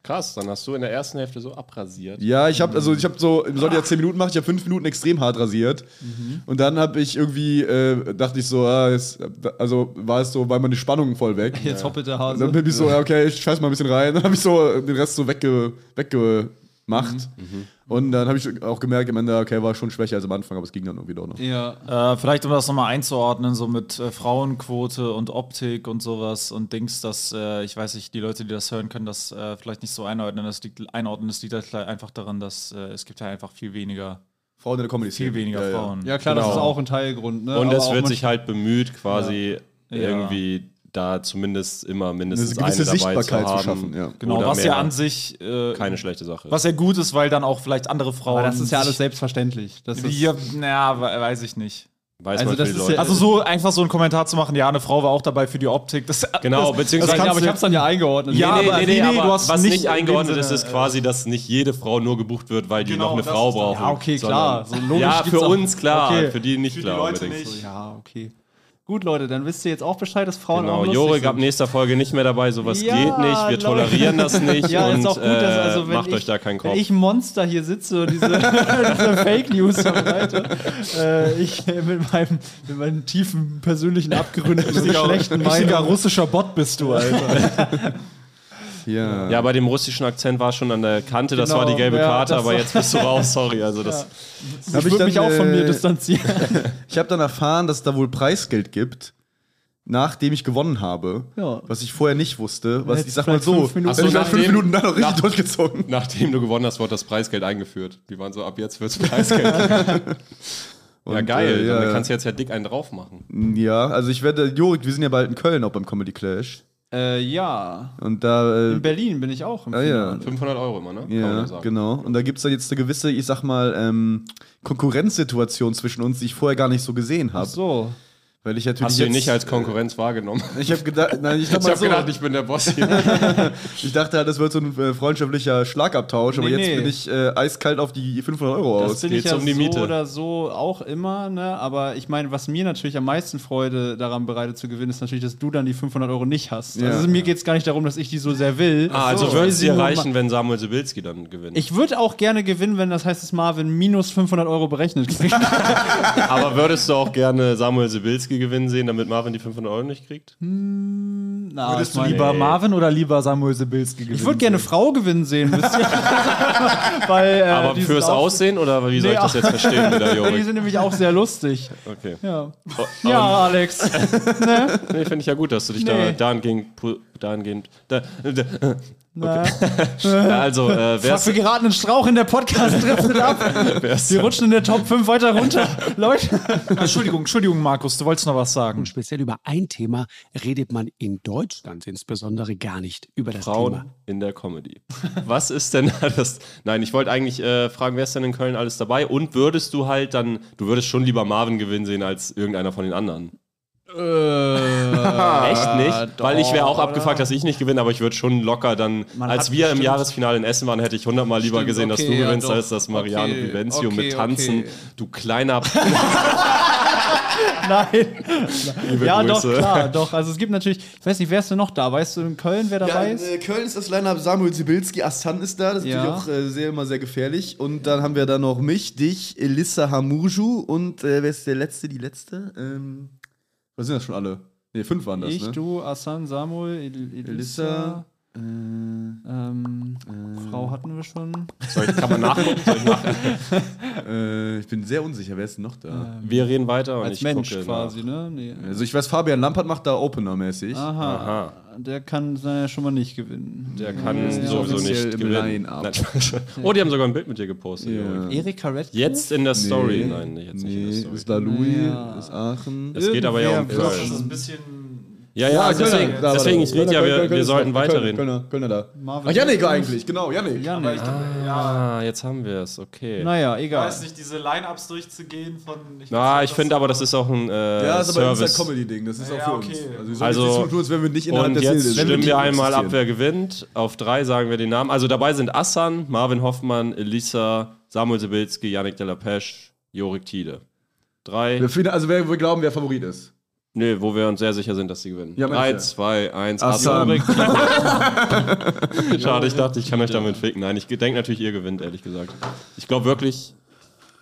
Speaker 3: Krass, dann hast du in der ersten Hälfte so abrasiert.
Speaker 1: Ja, ich habe also ich habe so, sollte ja 10 Minuten machen, ich habe 5 Minuten extrem hart rasiert.
Speaker 2: Mhm.
Speaker 1: Und dann habe ich irgendwie äh, dachte ich so, ah, jetzt, also war es so, war meine Spannung voll weg.
Speaker 2: Jetzt hoppelt der
Speaker 1: Und dann
Speaker 2: Hase.
Speaker 1: bin ich so, ja, okay, ich scheiß mal ein bisschen rein. Dann habe ich so den Rest so wegge, weggemacht.
Speaker 2: Mhm.
Speaker 1: Und dann habe ich auch gemerkt, am Ende, okay, war schon schwächer als am Anfang, aber es ging dann irgendwie doch noch.
Speaker 2: Ja.
Speaker 13: Äh, vielleicht, um das nochmal einzuordnen, so mit äh, Frauenquote und Optik und sowas und Dings, dass, äh, ich weiß nicht, die Leute, die das hören können, das äh, vielleicht nicht so einordnen. Das liegt, einordnen, das liegt halt einfach daran, dass äh, es gibt ja einfach viel weniger,
Speaker 1: Frauen in der Comedy
Speaker 13: viel weniger
Speaker 1: ja,
Speaker 13: Frauen.
Speaker 2: ja, klar, das
Speaker 3: Genau.
Speaker 2: ist auch ein Teilgrund. Ne?
Speaker 3: Und
Speaker 2: Aber
Speaker 3: es
Speaker 2: auch
Speaker 3: wird
Speaker 2: man-
Speaker 3: sich halt bemüht, quasi
Speaker 13: Ja.
Speaker 3: irgendwie da zumindest immer mindestens
Speaker 1: Eine
Speaker 3: eine,
Speaker 1: gewisse
Speaker 3: dabei zu,
Speaker 1: Sichtbarkeit
Speaker 3: haben.
Speaker 1: zu schaffen, ja.
Speaker 13: Genau,
Speaker 3: Oder
Speaker 13: was ja
Speaker 3: mehr.
Speaker 13: an sich äh,
Speaker 3: Keine schlechte Sache.
Speaker 13: was ja gut ist, weil dann auch vielleicht andere Frauen.
Speaker 2: Aber das ist ja alles
Speaker 13: sich-
Speaker 2: selbstverständlich. Das ist,
Speaker 13: Ja, naja, we- weiß ich nicht.
Speaker 3: Weiß
Speaker 2: also
Speaker 3: man
Speaker 2: das
Speaker 3: für die
Speaker 2: ist
Speaker 3: Leute.
Speaker 2: ja-
Speaker 13: Also so einfach so einen Kommentar zu machen, ja, eine Frau war auch dabei für die Optik. Das,
Speaker 3: genau,
Speaker 13: das,
Speaker 3: beziehungsweise.
Speaker 2: ja, aber ich hab's dann ja eingeordnet.
Speaker 13: Ja,
Speaker 3: nee, nee,
Speaker 13: aber-
Speaker 3: nee, nee,
Speaker 13: nee, nee,
Speaker 3: aber
Speaker 13: du hast
Speaker 3: was
Speaker 13: nicht
Speaker 3: nicht,
Speaker 13: in dem
Speaker 3: eingeordnet
Speaker 13: Sinne,
Speaker 3: ist, ist
Speaker 13: äh,
Speaker 3: quasi, dass nicht jede Frau nur gebucht wird, weil die
Speaker 13: Genau,
Speaker 3: noch eine
Speaker 13: das
Speaker 3: Frau
Speaker 13: ist dann-
Speaker 3: brauchen.
Speaker 2: ja, okay, klar.
Speaker 3: sondern-
Speaker 2: So logisch
Speaker 3: ja,
Speaker 2: gibt's
Speaker 3: für
Speaker 2: auch-
Speaker 3: uns klar,
Speaker 2: Okay.
Speaker 3: für die nicht klar. unbedingt.
Speaker 2: Ja, okay. Gut, Leute, dann wisst ihr jetzt auch Bescheid, dass Frauen
Speaker 3: Genau,
Speaker 2: auch lustig
Speaker 3: Jorik ab
Speaker 2: sind.
Speaker 3: nächster Folge nicht mehr dabei, sowas
Speaker 2: Ja,
Speaker 3: geht nicht, wir
Speaker 2: Leute.
Speaker 3: tolerieren das nicht
Speaker 2: ja,
Speaker 3: und
Speaker 2: ist auch gut, dass, also,
Speaker 3: äh,
Speaker 2: wenn
Speaker 3: macht
Speaker 2: ich,
Speaker 3: euch da keinen Kopf.
Speaker 2: Wenn ich Monster hier sitze und diese, diese Fake News verbreite, äh, ich äh, mit, meinem, mit meinem tiefen persönlichen abgeründeten
Speaker 3: Richtiger-
Speaker 2: schlechten
Speaker 3: richtiger
Speaker 2: russischer Bot bist du, Alter.
Speaker 14: Ja.
Speaker 3: ja, bei dem russischen Akzent war schon an der Kante, das
Speaker 2: Genau,
Speaker 3: war die gelbe
Speaker 2: ja,
Speaker 3: Karte,
Speaker 2: das
Speaker 3: aber
Speaker 2: war-
Speaker 3: jetzt bist du raus, sorry. Also das
Speaker 2: Ich würd mich auch
Speaker 4: äh,
Speaker 1: äh,
Speaker 2: von mir distanzieren.
Speaker 1: ich habe dann erfahren, dass es da wohl Preisgeld gibt, nachdem ich gewonnen habe.
Speaker 2: Ja.
Speaker 1: Was ich vorher nicht wusste. Was,
Speaker 3: Hättest
Speaker 1: ich sag mal
Speaker 3: vielleicht
Speaker 1: so,
Speaker 3: fünf Minuten-
Speaker 1: hätte ich
Speaker 3: Ach so,
Speaker 1: nach fünf
Speaker 3: nachdem-
Speaker 1: Minuten da noch richtig
Speaker 3: nach-
Speaker 1: durchgezogen.
Speaker 3: Nachdem du gewonnen hast, wurde das Preisgeld eingeführt. Die waren so, ab jetzt wird's Preisgeld. ja,
Speaker 1: Und,
Speaker 3: geil.
Speaker 1: äh, ja,
Speaker 3: Dann
Speaker 1: ja.
Speaker 3: kannst du jetzt ja dick einen drauf machen.
Speaker 1: Ja, also ich werde, Jorik, wir sind ja bald in Köln auch beim Comedy Clash.
Speaker 2: äh, ja.
Speaker 1: Und da. Äh,
Speaker 2: In Berlin bin ich auch im
Speaker 1: Ah, ja.
Speaker 2: Finale.
Speaker 3: 500 Euro immer, ne? Kann man
Speaker 1: Ja,
Speaker 3: sagen.
Speaker 1: genau. Und da gibt es da jetzt eine gewisse, ich sag mal, ähm, Konkurrenzsituation zwischen uns, die ich vorher gar nicht so gesehen habe. Ach
Speaker 2: so.
Speaker 1: Weil ich natürlich
Speaker 3: Hast du ihn
Speaker 1: jetzt-
Speaker 3: nicht als Konkurrenz wahrgenommen?
Speaker 1: Ich habe gedacht, nein, ich,
Speaker 3: äh, ich
Speaker 1: sag mal
Speaker 3: hab
Speaker 1: so,
Speaker 3: gedacht, ich bin der Boss hier.
Speaker 1: ich dachte halt, das wird so ein äh, freundschaftlicher Schlagabtausch, aber
Speaker 2: Nee,
Speaker 1: jetzt
Speaker 2: nee.
Speaker 1: bin ich äh, eiskalt auf die 500 Euro aus.
Speaker 2: Das bin ich
Speaker 3: um
Speaker 2: ja so oder so auch immer, ne? Aber ich meine, was mir natürlich am meisten Freude daran bereitet zu gewinnen, ist natürlich, dass du dann die 500 Euro nicht hast.
Speaker 3: Ja.
Speaker 2: Also mir geht es gar nicht darum, dass ich die so sehr will.
Speaker 3: ah, also
Speaker 2: Ich will
Speaker 3: würde es
Speaker 2: sie
Speaker 3: dir
Speaker 2: nur
Speaker 3: reichen,
Speaker 2: ma-
Speaker 3: wenn Samuel Sibilski dann gewinnt.
Speaker 2: Ich würde auch gerne gewinnen, wenn das heißt, dass Marvin minus 500 Euro berechnet kriegt.
Speaker 3: Aber würdest du auch gerne Samuel Sibilski gewinnen sehen, damit Marvin die 500 Euro nicht kriegt?
Speaker 2: Na,
Speaker 3: Würdest
Speaker 2: ich
Speaker 3: du
Speaker 2: meine-
Speaker 3: lieber
Speaker 2: Nee.
Speaker 4: Marvin oder lieber Samuel Sibilski
Speaker 2: Ich würde gerne Frau gewinnen sehen, wisst ihr? Weil, äh,
Speaker 3: Aber
Speaker 2: die
Speaker 3: fürs
Speaker 2: sind auch-
Speaker 3: Aussehen oder wie soll ich das
Speaker 2: Nee,
Speaker 3: jetzt verstehen, wieder
Speaker 2: Die
Speaker 3: Jorik?
Speaker 2: sind nämlich auch sehr lustig.
Speaker 3: Okay.
Speaker 2: Ja,
Speaker 3: ähm,
Speaker 2: ja Alex. ne?
Speaker 3: Nee, finde ich ja gut, dass du dich da
Speaker 2: Nee.
Speaker 3: dahingehend. pu- dahingehend da, da,
Speaker 2: Na.
Speaker 3: Ja, also, äh, wer
Speaker 2: Fuck, wir geraten einen Strauch in der Podcast driftet ab.
Speaker 3: Wer's-
Speaker 2: Wir rutschen in der Top 5 weiter runter. Leute.
Speaker 4: Entschuldigung, Entschuldigung, Markus, du wolltest noch was sagen.
Speaker 7: Und speziell über ein Thema redet man in Deutschland insbesondere gar nicht über das
Speaker 3: Frauen
Speaker 7: Thema.
Speaker 3: in der Comedy. Was ist denn alles? Nein, ich wollte eigentlich äh, fragen, wer ist denn in Köln alles dabei? Und würdest du halt dann, du würdest schon lieber Marvin gewinnen sehen als irgendeiner von den anderen?
Speaker 2: Äh,
Speaker 3: Echt nicht? Weil ich wäre auch abgefuckt, dass ich nicht gewinne, aber ich würde schon locker dann,
Speaker 2: Man
Speaker 3: als
Speaker 2: hat
Speaker 3: wir im
Speaker 2: bestimmt-
Speaker 3: Jahresfinale in Essen waren, hätte ich hundertmal lieber
Speaker 2: Stimmt,
Speaker 3: gesehen, dass
Speaker 2: okay,
Speaker 3: du
Speaker 2: ja,
Speaker 3: gewinnst,
Speaker 2: doch.
Speaker 3: als dass Mariano
Speaker 2: Okay,
Speaker 3: Vivencio
Speaker 2: okay,
Speaker 3: mit Tanzen,
Speaker 2: okay.
Speaker 3: du kleiner.
Speaker 2: Nein.
Speaker 3: Liebe
Speaker 2: ja,
Speaker 3: Grüße.
Speaker 2: doch, klar, doch. Also es gibt natürlich, ich weiß nicht, wer ist denn noch da? Weißt du in Köln, wer dabei
Speaker 1: Ja, in
Speaker 2: ist?
Speaker 1: äh, Köln ist das Line-Up Samuel Sibilski, Assan ist da, das ist
Speaker 2: Ja.
Speaker 1: natürlich auch äh, sehr immer sehr gefährlich. Und dann haben wir da noch mich, dich, Elissa Hamuju und äh, wer ist der Letzte, die Letzte? Ähm, was sind das schon alle? Ne, fünf waren das,
Speaker 2: ich,
Speaker 1: ne?
Speaker 2: du, Assan, Samuel, El Elissa.
Speaker 1: Elissa,
Speaker 3: äh,
Speaker 2: ähm, Frau hatten wir schon.
Speaker 3: Soll ich, kann man nachgucken? Soll ich nachgucken?
Speaker 1: äh, ich bin sehr unsicher, wer ist denn noch da?
Speaker 2: Ähm.
Speaker 3: Wir reden weiter und
Speaker 2: Als
Speaker 3: ich
Speaker 2: Mensch
Speaker 3: gucke
Speaker 2: quasi, ne? Nee.
Speaker 1: Also ich weiß, Fabian Lampert macht da Opener-mäßig.
Speaker 2: Aha. Der kann äh, schon mal nicht gewinnen.
Speaker 3: Der kann
Speaker 2: Ja, ja,
Speaker 3: sowieso
Speaker 1: offiziell
Speaker 3: nicht
Speaker 1: im
Speaker 3: gewinnen.
Speaker 1: Line-Up.
Speaker 3: Nein. oh, die haben sogar ein Bild mit dir gepostet. Jorik.
Speaker 2: Erika Redcliffe?
Speaker 3: Jetzt in der Story.
Speaker 1: Nee.
Speaker 3: Nein, jetzt nicht in der
Speaker 1: Nee,
Speaker 3: Story.
Speaker 1: Äh, ist da Louis,
Speaker 2: Ja. also
Speaker 1: ist Aachen.
Speaker 3: Es geht aber ja um
Speaker 1: Irgendwer-
Speaker 3: Köln. Das ist ein
Speaker 4: bisschen.
Speaker 3: Ja, ja, deswegen,
Speaker 1: da war
Speaker 3: deswegen
Speaker 1: der.
Speaker 3: ich rede
Speaker 1: Kölner,
Speaker 3: ja, wir,
Speaker 1: Kölner, Kölner
Speaker 3: wir
Speaker 1: ist
Speaker 3: sollten
Speaker 1: da. Kölner,
Speaker 3: weiterreden.
Speaker 1: Kölner, Kölner da.
Speaker 2: Marvin
Speaker 1: Ach, Yannick
Speaker 2: Johnson.
Speaker 1: eigentlich, genau, Yannick.
Speaker 2: Janik.
Speaker 3: Ah, jetzt haben wir es, okay.
Speaker 2: Naja,
Speaker 4: Ich
Speaker 2: egal.
Speaker 4: weiß nicht, diese Line-Ups durchzugehen von.
Speaker 3: Na, ich finde aber, das ist auch ein äh,
Speaker 1: Ja, ist aber
Speaker 3: Service.
Speaker 1: ein Comedy-Ding, das ist
Speaker 4: Ja,
Speaker 1: auch für
Speaker 4: okay.
Speaker 1: uns. Also, wir sollen
Speaker 3: Also,
Speaker 1: nichts tun, als wenn wir nicht innerhalb
Speaker 3: und
Speaker 1: der
Speaker 3: jetzt
Speaker 1: Szene sind. Wenn wir
Speaker 3: stimmen
Speaker 1: die
Speaker 3: wir einmal ab,
Speaker 1: existieren.
Speaker 3: wer gewinnt. Auf drei sagen wir den Namen. Also dabei sind Assan, Marvin Hoffmann, Elisa, Samuel Sibilski, Yannick Delapesch, Jorik Tiede. Drei.
Speaker 1: Wir finden, also wer wir glauben, wer Favorit ist.
Speaker 3: Nö, wo wir uns sehr sicher sind, dass sie gewinnen.
Speaker 1: Ja,
Speaker 3: Drei,
Speaker 1: meinst du?
Speaker 3: zwei, eins.
Speaker 1: Assan.
Speaker 3: Assan. Schade, ich dachte, ich kann euch damit ficken. Nein, ich denke natürlich, ihr gewinnt, ehrlich gesagt. Ich glaube wirklich,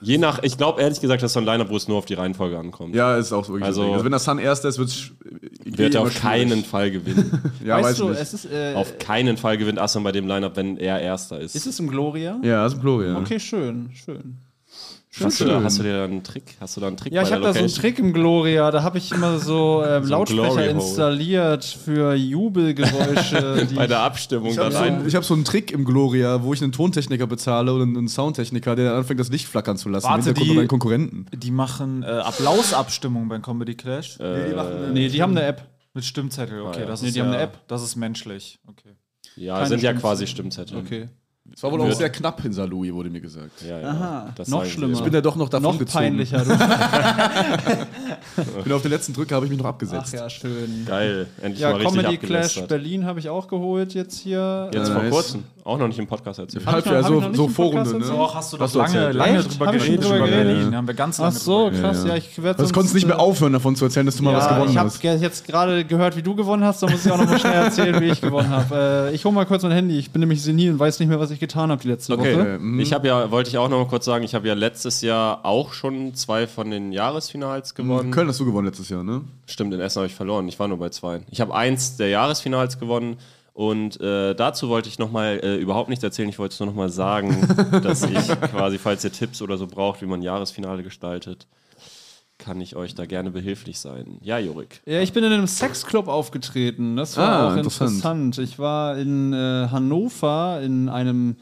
Speaker 3: je nach, ich glaube ehrlich gesagt, das ist so ein Line-Up, wo es nur auf die Reihenfolge ankommt.
Speaker 1: Ja, ist auch wirklich
Speaker 3: Also-
Speaker 1: das Ding. also wenn der Sun erster ist, wird's sch- eh
Speaker 3: Wird er
Speaker 1: immer
Speaker 3: auf
Speaker 1: schwierig.
Speaker 3: keinen Fall gewinnen.
Speaker 1: Ja,
Speaker 2: Weißt
Speaker 1: weiß
Speaker 2: du,
Speaker 1: nicht.
Speaker 2: es ist, äh,
Speaker 3: auf keinen Fall gewinnt Assan bei dem Line-Up, wenn er Erster ist.
Speaker 2: ist es im Gloria?
Speaker 1: ja, ist ein Gloria. ja.
Speaker 2: Okay, schön, schön.
Speaker 3: hast, du da, hast du dir da einen Trick? Hast du da einen Trick
Speaker 2: Ja,
Speaker 3: bei
Speaker 2: ich habe
Speaker 3: der
Speaker 2: da so einen
Speaker 3: Location?
Speaker 2: Trick im Gloria. Da habe ich immer so,
Speaker 3: So ein
Speaker 2: ähm,
Speaker 3: Glory
Speaker 2: Lautsprecher
Speaker 3: Hole.
Speaker 2: installiert für Jubelgeräusche. die
Speaker 3: bei der
Speaker 2: ich-
Speaker 3: Abstimmung
Speaker 1: Ich
Speaker 3: dann
Speaker 1: habe so,
Speaker 3: ein.
Speaker 1: einen- ich hab so einen Trick im Gloria, wo ich einen Tontechniker bezahle oder einen Soundtechniker, der dann anfängt, das Licht flackern zu lassen. im
Speaker 4: Warte,
Speaker 1: Hintergrund
Speaker 4: die-
Speaker 1: bei meinen Konkurrenten.
Speaker 4: Die machen äh, Applausabstimmung beim Comedy Clash.
Speaker 3: Äh,
Speaker 2: nee, die haben eine App.
Speaker 4: Mit Stimmzettel, okay.
Speaker 3: ja.
Speaker 4: Das
Speaker 2: Nee,
Speaker 4: ist
Speaker 2: die haben
Speaker 4: ja-
Speaker 2: eine App.
Speaker 4: Das ist menschlich. Okay.
Speaker 3: Ja,
Speaker 2: keine
Speaker 3: sind ja
Speaker 2: Stimmzettel.
Speaker 3: quasi Stimmzettel.
Speaker 2: Okay.
Speaker 1: Es war wohl auch sehr knapp in St. Louis, wurde mir gesagt.
Speaker 3: Ja,
Speaker 2: ja. Aha, Das noch sagen sie. schlimmer.
Speaker 1: Ich bin ja doch noch davon
Speaker 2: Noch
Speaker 1: gezogen.
Speaker 2: peinlicher,
Speaker 1: Ich bin auf den letzten Drücker, habe ich mich noch
Speaker 2: Ach
Speaker 1: abgesetzt.
Speaker 2: ja, schön.
Speaker 3: Geil, endlich
Speaker 2: ja,
Speaker 3: mal richtig
Speaker 2: Comedy Clash
Speaker 3: abgelästert.
Speaker 2: Berlin habe ich auch geholt jetzt hier.
Speaker 3: Jetzt vor
Speaker 1: Nice.
Speaker 3: kurzem. Auch noch nicht im Podcast erzählt.
Speaker 1: Halb- ja, so, so Vorrunde, ne?
Speaker 4: Doch, hast du
Speaker 1: Hast
Speaker 4: doch lange,
Speaker 1: erzählt.
Speaker 4: lange
Speaker 2: Echt?
Speaker 4: drüber
Speaker 2: Hab ich schon
Speaker 4: geredet.
Speaker 2: drüber
Speaker 4: über
Speaker 2: geredet?
Speaker 4: Berlin. Da haben wir ganz
Speaker 2: Ach
Speaker 4: lange
Speaker 2: so,
Speaker 4: drüber
Speaker 2: krass.
Speaker 4: geredet.
Speaker 2: Ja, ich äh, werde
Speaker 1: Das Also konntest nicht mehr aufhören, davon zu erzählen, dass du mal was gewonnen
Speaker 2: ich habe
Speaker 1: hast.
Speaker 2: jetzt gerade gehört, wie du gewonnen hast, da muss ich auch noch mal schnell erzählen, wie ich gewonnen habe. Äh, ich hole mal kurz mein Handy, ich bin nämlich senil und weiß nicht mehr, was ich getan habe die letzte Woche.
Speaker 1: Mhm.
Speaker 3: Ich habe ja, wollte ich auch noch mal kurz sagen, ich habe ja letztes Jahr auch schon zwei von den Jahresfinals
Speaker 1: Mhm.
Speaker 3: gewonnen.
Speaker 1: Köln hast du gewonnen letztes Jahr, ne?
Speaker 3: Stimmt, in Essen habe ich verloren. Ich war nur bei zwei. Ich habe eins der Jahresfinals gewonnen. Und äh, dazu wollte ich nochmal äh, überhaupt nichts erzählen. Ich wollte es nur nochmal sagen, dass ich quasi, falls ihr Tipps oder so braucht, wie man Jahresfinale gestaltet, kann ich euch da gerne behilflich sein. Ja, Jurik.
Speaker 2: Ja, ich bin in einem Sexclub aufgetreten. Das war
Speaker 1: Ah,
Speaker 2: auch
Speaker 1: interessant.
Speaker 2: interessant. Ich war in äh, Hannover in einem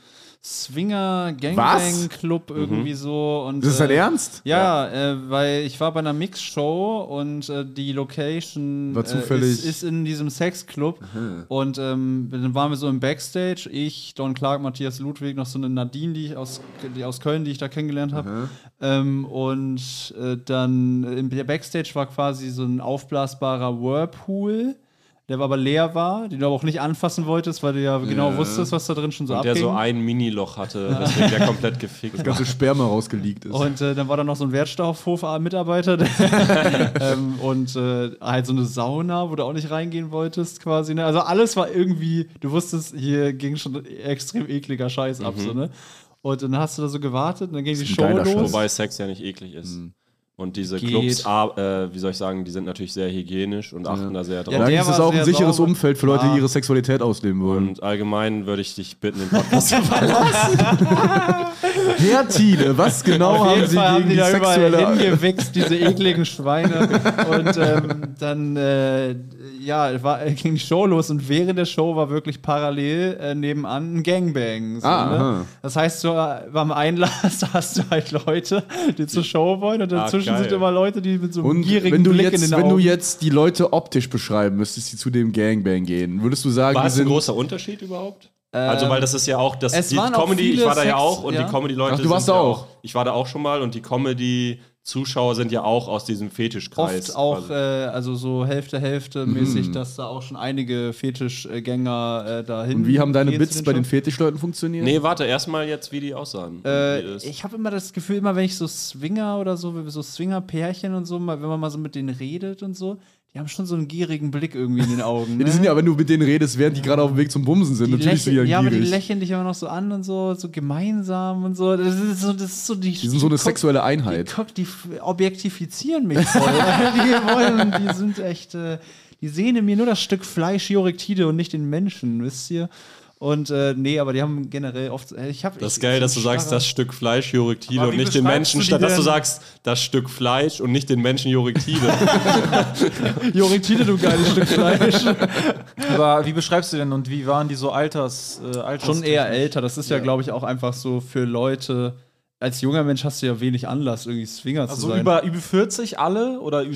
Speaker 2: Swinger Gangbang Club irgendwie so und
Speaker 1: Das Mhm. ist dein
Speaker 2: äh,
Speaker 1: Ernst?
Speaker 2: Ja, äh, weil ich war bei einer Mixshow und äh, die Location
Speaker 1: War zufällig-
Speaker 2: Äh, ist, ist in diesem Sexclub und ähm, dann waren wir so im Backstage, ich, Don Clark, Matthias Ludwig, noch so eine Nadine, die ich aus, die aus Köln, die ich da kennengelernt habe. Ähm, und äh, dann im Backstage war quasi so ein aufblasbarer Whirlpool. Der aber leer war, den du aber auch nicht anfassen wolltest, weil du ja genau wusstest, was da drin schon so
Speaker 3: Und
Speaker 2: abging.
Speaker 3: der so ein Mini-Loch hatte, weswegen der komplett gefickt war.
Speaker 1: Ganze Sperma rausgeleakt ist.
Speaker 2: Und äh, dann war da noch so ein Wertstoffhof-Mitarbeiter der- ähm, und äh, halt so eine Sauna, wo du auch nicht reingehen wolltest, quasi. Ne? Also alles war irgendwie, du wusstest, hier ging schon extrem ekliger Scheiß ab. So, ne? Und dann hast du da so gewartet und dann ging die Show
Speaker 1: Mhm. geiler
Speaker 2: los.
Speaker 3: Wobei Sex Hm. ja nicht eklig ist. Und diese
Speaker 2: Geht.
Speaker 3: Clubs, ah, äh, wie soll ich sagen, die sind natürlich sehr hygienisch und achten da sehr drauf.
Speaker 2: Ja,
Speaker 1: Dann
Speaker 2: der
Speaker 1: ist es
Speaker 2: war
Speaker 1: auch ein
Speaker 2: sehr
Speaker 1: sicheres
Speaker 2: sauber.
Speaker 1: Umfeld für Leute, die ihre Sexualität ausleben wollen.
Speaker 3: Und allgemein würde ich dich bitten, den Podcast zu verlassen.
Speaker 1: Herr Thiele, was genau
Speaker 2: Auf
Speaker 1: haben
Speaker 2: jeden
Speaker 1: Sie
Speaker 2: Fall haben
Speaker 1: gegen
Speaker 2: die
Speaker 1: die
Speaker 2: da überall ne?
Speaker 1: sexuelle...
Speaker 2: hingewichst, diese ekligen Schweine. Und ähm, dann, äh, ja, war, ging die Show los und während der Show war wirklich parallel äh, nebenan ein Gangbang. So,
Speaker 1: Ah, aha.
Speaker 2: ne? Das heißt, so, äh, beim Einlass hast du halt Leute, die zur Show wollen und dazwischen
Speaker 3: geil.
Speaker 2: sind immer Leute, die mit so einem
Speaker 1: Ah, Und
Speaker 2: gierigen
Speaker 1: wenn du,
Speaker 2: Blick in
Speaker 1: jetzt,
Speaker 2: den
Speaker 1: wenn
Speaker 2: Augen.
Speaker 1: du jetzt die Leute optisch beschreiben müsstest, die zu dem Gangbang gehen, würdest du sagen,
Speaker 3: War
Speaker 1: die
Speaker 3: es ein
Speaker 1: sind...
Speaker 3: großer Unterschied überhaupt? also, weil das ist ja auch, das,
Speaker 2: es
Speaker 3: die
Speaker 2: waren auch
Speaker 3: Comedy, ich
Speaker 2: viele
Speaker 3: war da ja
Speaker 2: Sex-
Speaker 3: auch und
Speaker 2: ja.
Speaker 3: die Comedy-Leute.
Speaker 1: Ach, du warst
Speaker 3: sind ja
Speaker 1: auch.
Speaker 3: Ich war da auch schon mal und die Comedy-Zuschauer sind ja auch aus diesem Fetischkreis.
Speaker 2: Oft auch, äh,
Speaker 3: quasi.
Speaker 2: also so Hälfte, Hälfte mäßig, dass da auch schon einige Fetischgänger äh, dahin.
Speaker 1: Mhm. Und wie haben deine
Speaker 2: gehen zu
Speaker 1: Bits bei den
Speaker 2: Shows.
Speaker 1: Fetischleuten funktioniert?
Speaker 3: Nee, warte, erstmal jetzt, wie die aussahen. Wie
Speaker 2: Äh,
Speaker 3: das-
Speaker 2: ich habe immer das Gefühl, immer wenn ich so Swinger oder so, so Swinger-Pärchen und so, mal, wenn man mal so mit denen redet und so, die haben schon so einen gierigen Blick irgendwie in den Augen.
Speaker 1: Ja,
Speaker 2: Ne?
Speaker 1: die sind ja, wenn du mit denen redest, während die gerade auf dem Weg zum Bumsen sind,
Speaker 2: Die
Speaker 1: natürlich sind die
Speaker 2: lächeln, ja,
Speaker 1: ja
Speaker 2: aber die
Speaker 1: gierig.
Speaker 2: lächeln dich immer noch so an und so, so gemeinsam und so. Das ist so, das ist so die.
Speaker 1: Die sind so eine
Speaker 2: guck-
Speaker 1: sexuelle
Speaker 2: Die,
Speaker 1: Einheit.
Speaker 2: guck, die f- objektifizieren mich voll. die wollen, die sind echt, äh, die sehen in mir nur das Stück Fleisch Juriktide und nicht den Menschen, wisst ihr? Und äh, nee, aber die haben generell oft. äh, Ich hab,
Speaker 3: Das
Speaker 2: ich,
Speaker 3: ist geil,
Speaker 2: ich-
Speaker 3: dass du sagst, das Stück Fleisch Jurektile
Speaker 4: Aber
Speaker 3: und
Speaker 4: wie
Speaker 3: nicht den
Speaker 4: beschreibst
Speaker 3: Menschen,
Speaker 4: du die
Speaker 3: statt dass du
Speaker 4: denn?
Speaker 3: sagst, das Stück Fleisch und nicht den Menschen Jurektile.
Speaker 2: Juriktide, du geiles Stück Fleisch.
Speaker 4: Aber wie beschreibst du denn und wie waren die so alters, äh, alters
Speaker 2: schon eher älter. Das ist ja, glaube ich, auch einfach so für Leute. Als junger Mensch hast du ja wenig Anlass, irgendwie Swinger zu
Speaker 4: Also
Speaker 2: sein.
Speaker 4: über, über 40 alle oder über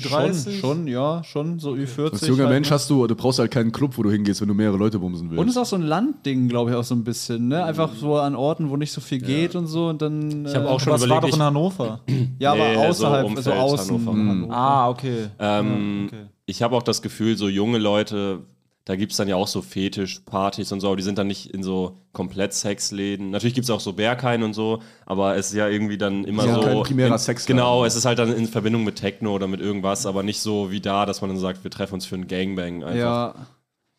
Speaker 2: Schon,
Speaker 4: 30?
Speaker 2: schon, ja, schon so Ü40.
Speaker 1: Als junger
Speaker 2: halt,
Speaker 1: Mensch
Speaker 2: ne?
Speaker 1: hast du, du brauchst halt keinen Club, wo du hingehst, wenn du mehrere Leute bumsen willst.
Speaker 2: Und es ist auch so ein Landding, glaube ich, auch so ein bisschen. Ne? Einfach so an Orten, wo nicht so viel geht und so. Und dann. Ich
Speaker 3: hab auch schon
Speaker 4: Aber es war
Speaker 3: überlegt,
Speaker 4: doch
Speaker 3: Mhm. ich-
Speaker 4: in Hannover.
Speaker 2: Ja, aber
Speaker 3: Nee, so
Speaker 2: außerhalb,
Speaker 3: Umfeld,
Speaker 2: so außen.
Speaker 3: Hannover. Mhm.
Speaker 2: Hannover.
Speaker 4: ah, okay.
Speaker 3: ähm, Ich habe auch das Gefühl, so junge Leute, da gibt es dann ja auch so Fetischpartys und so, aber die sind dann nicht in so komplett Sexläden. Natürlich gibt es auch so Berghain und so, aber es ist ja irgendwie dann immer
Speaker 1: Ja,
Speaker 3: so.
Speaker 1: kein primärer
Speaker 3: in,
Speaker 1: Sexladen.
Speaker 3: Genau, es ist halt dann in Verbindung mit Techno oder mit irgendwas, aber nicht so wie da, dass man dann sagt, wir treffen uns für einen Gangbang einfach.
Speaker 2: Ja.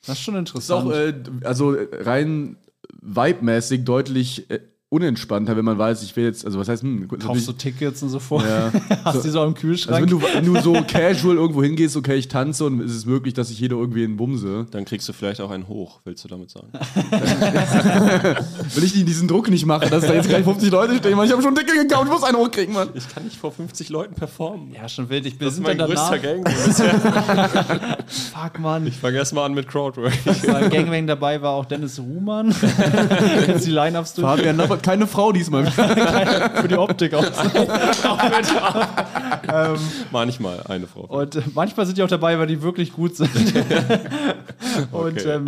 Speaker 2: Das ist schon
Speaker 1: ist auch
Speaker 2: interessant.
Speaker 1: äh, also äh, rein vibe-mäßig deutlich äh, unentspannter, wenn man weiß, ich will jetzt, also was heißt, hm, gut,
Speaker 2: Kaufst du
Speaker 1: natürlich-
Speaker 2: Tickets und so vor?
Speaker 1: Ja.
Speaker 2: Hast
Speaker 1: So-
Speaker 2: die so im
Speaker 1: also
Speaker 2: Kühlschrank?
Speaker 1: wenn du, wenn du so casual irgendwo hingehst, okay, ich tanze und es ist möglich, dass ich jeder irgendwie einen bumse.
Speaker 3: Dann kriegst du vielleicht auch einen hoch, willst du damit sagen?
Speaker 1: Will ich die- diesen Druck nicht machen, dass da jetzt gleich 50 Leute stehen, weil ich habe schon dicke gekauft, ich muss einen hochkriegen, Mann.
Speaker 3: Ich kann nicht vor 50 Leuten performen.
Speaker 2: ja, schon wild. Ich bin
Speaker 3: Das ist
Speaker 2: sind
Speaker 3: mein
Speaker 2: dann
Speaker 3: größter Gangbang bisher.
Speaker 2: Fuck, Mann.
Speaker 3: Ich fange erstmal an mit Crowdwork.
Speaker 2: Beim Gangbang dabei war auch Dennis Ruhmann. Jetzt die Line-Ups durch.
Speaker 1: Fabian Lappert, keine Frau diesmal.
Speaker 2: für die Optik aus.
Speaker 3: Manchmal eine Frau.
Speaker 2: Oh, Und äh, manchmal sind die auch dabei, weil die wirklich gut sind. Und
Speaker 3: Okay.
Speaker 2: ähm,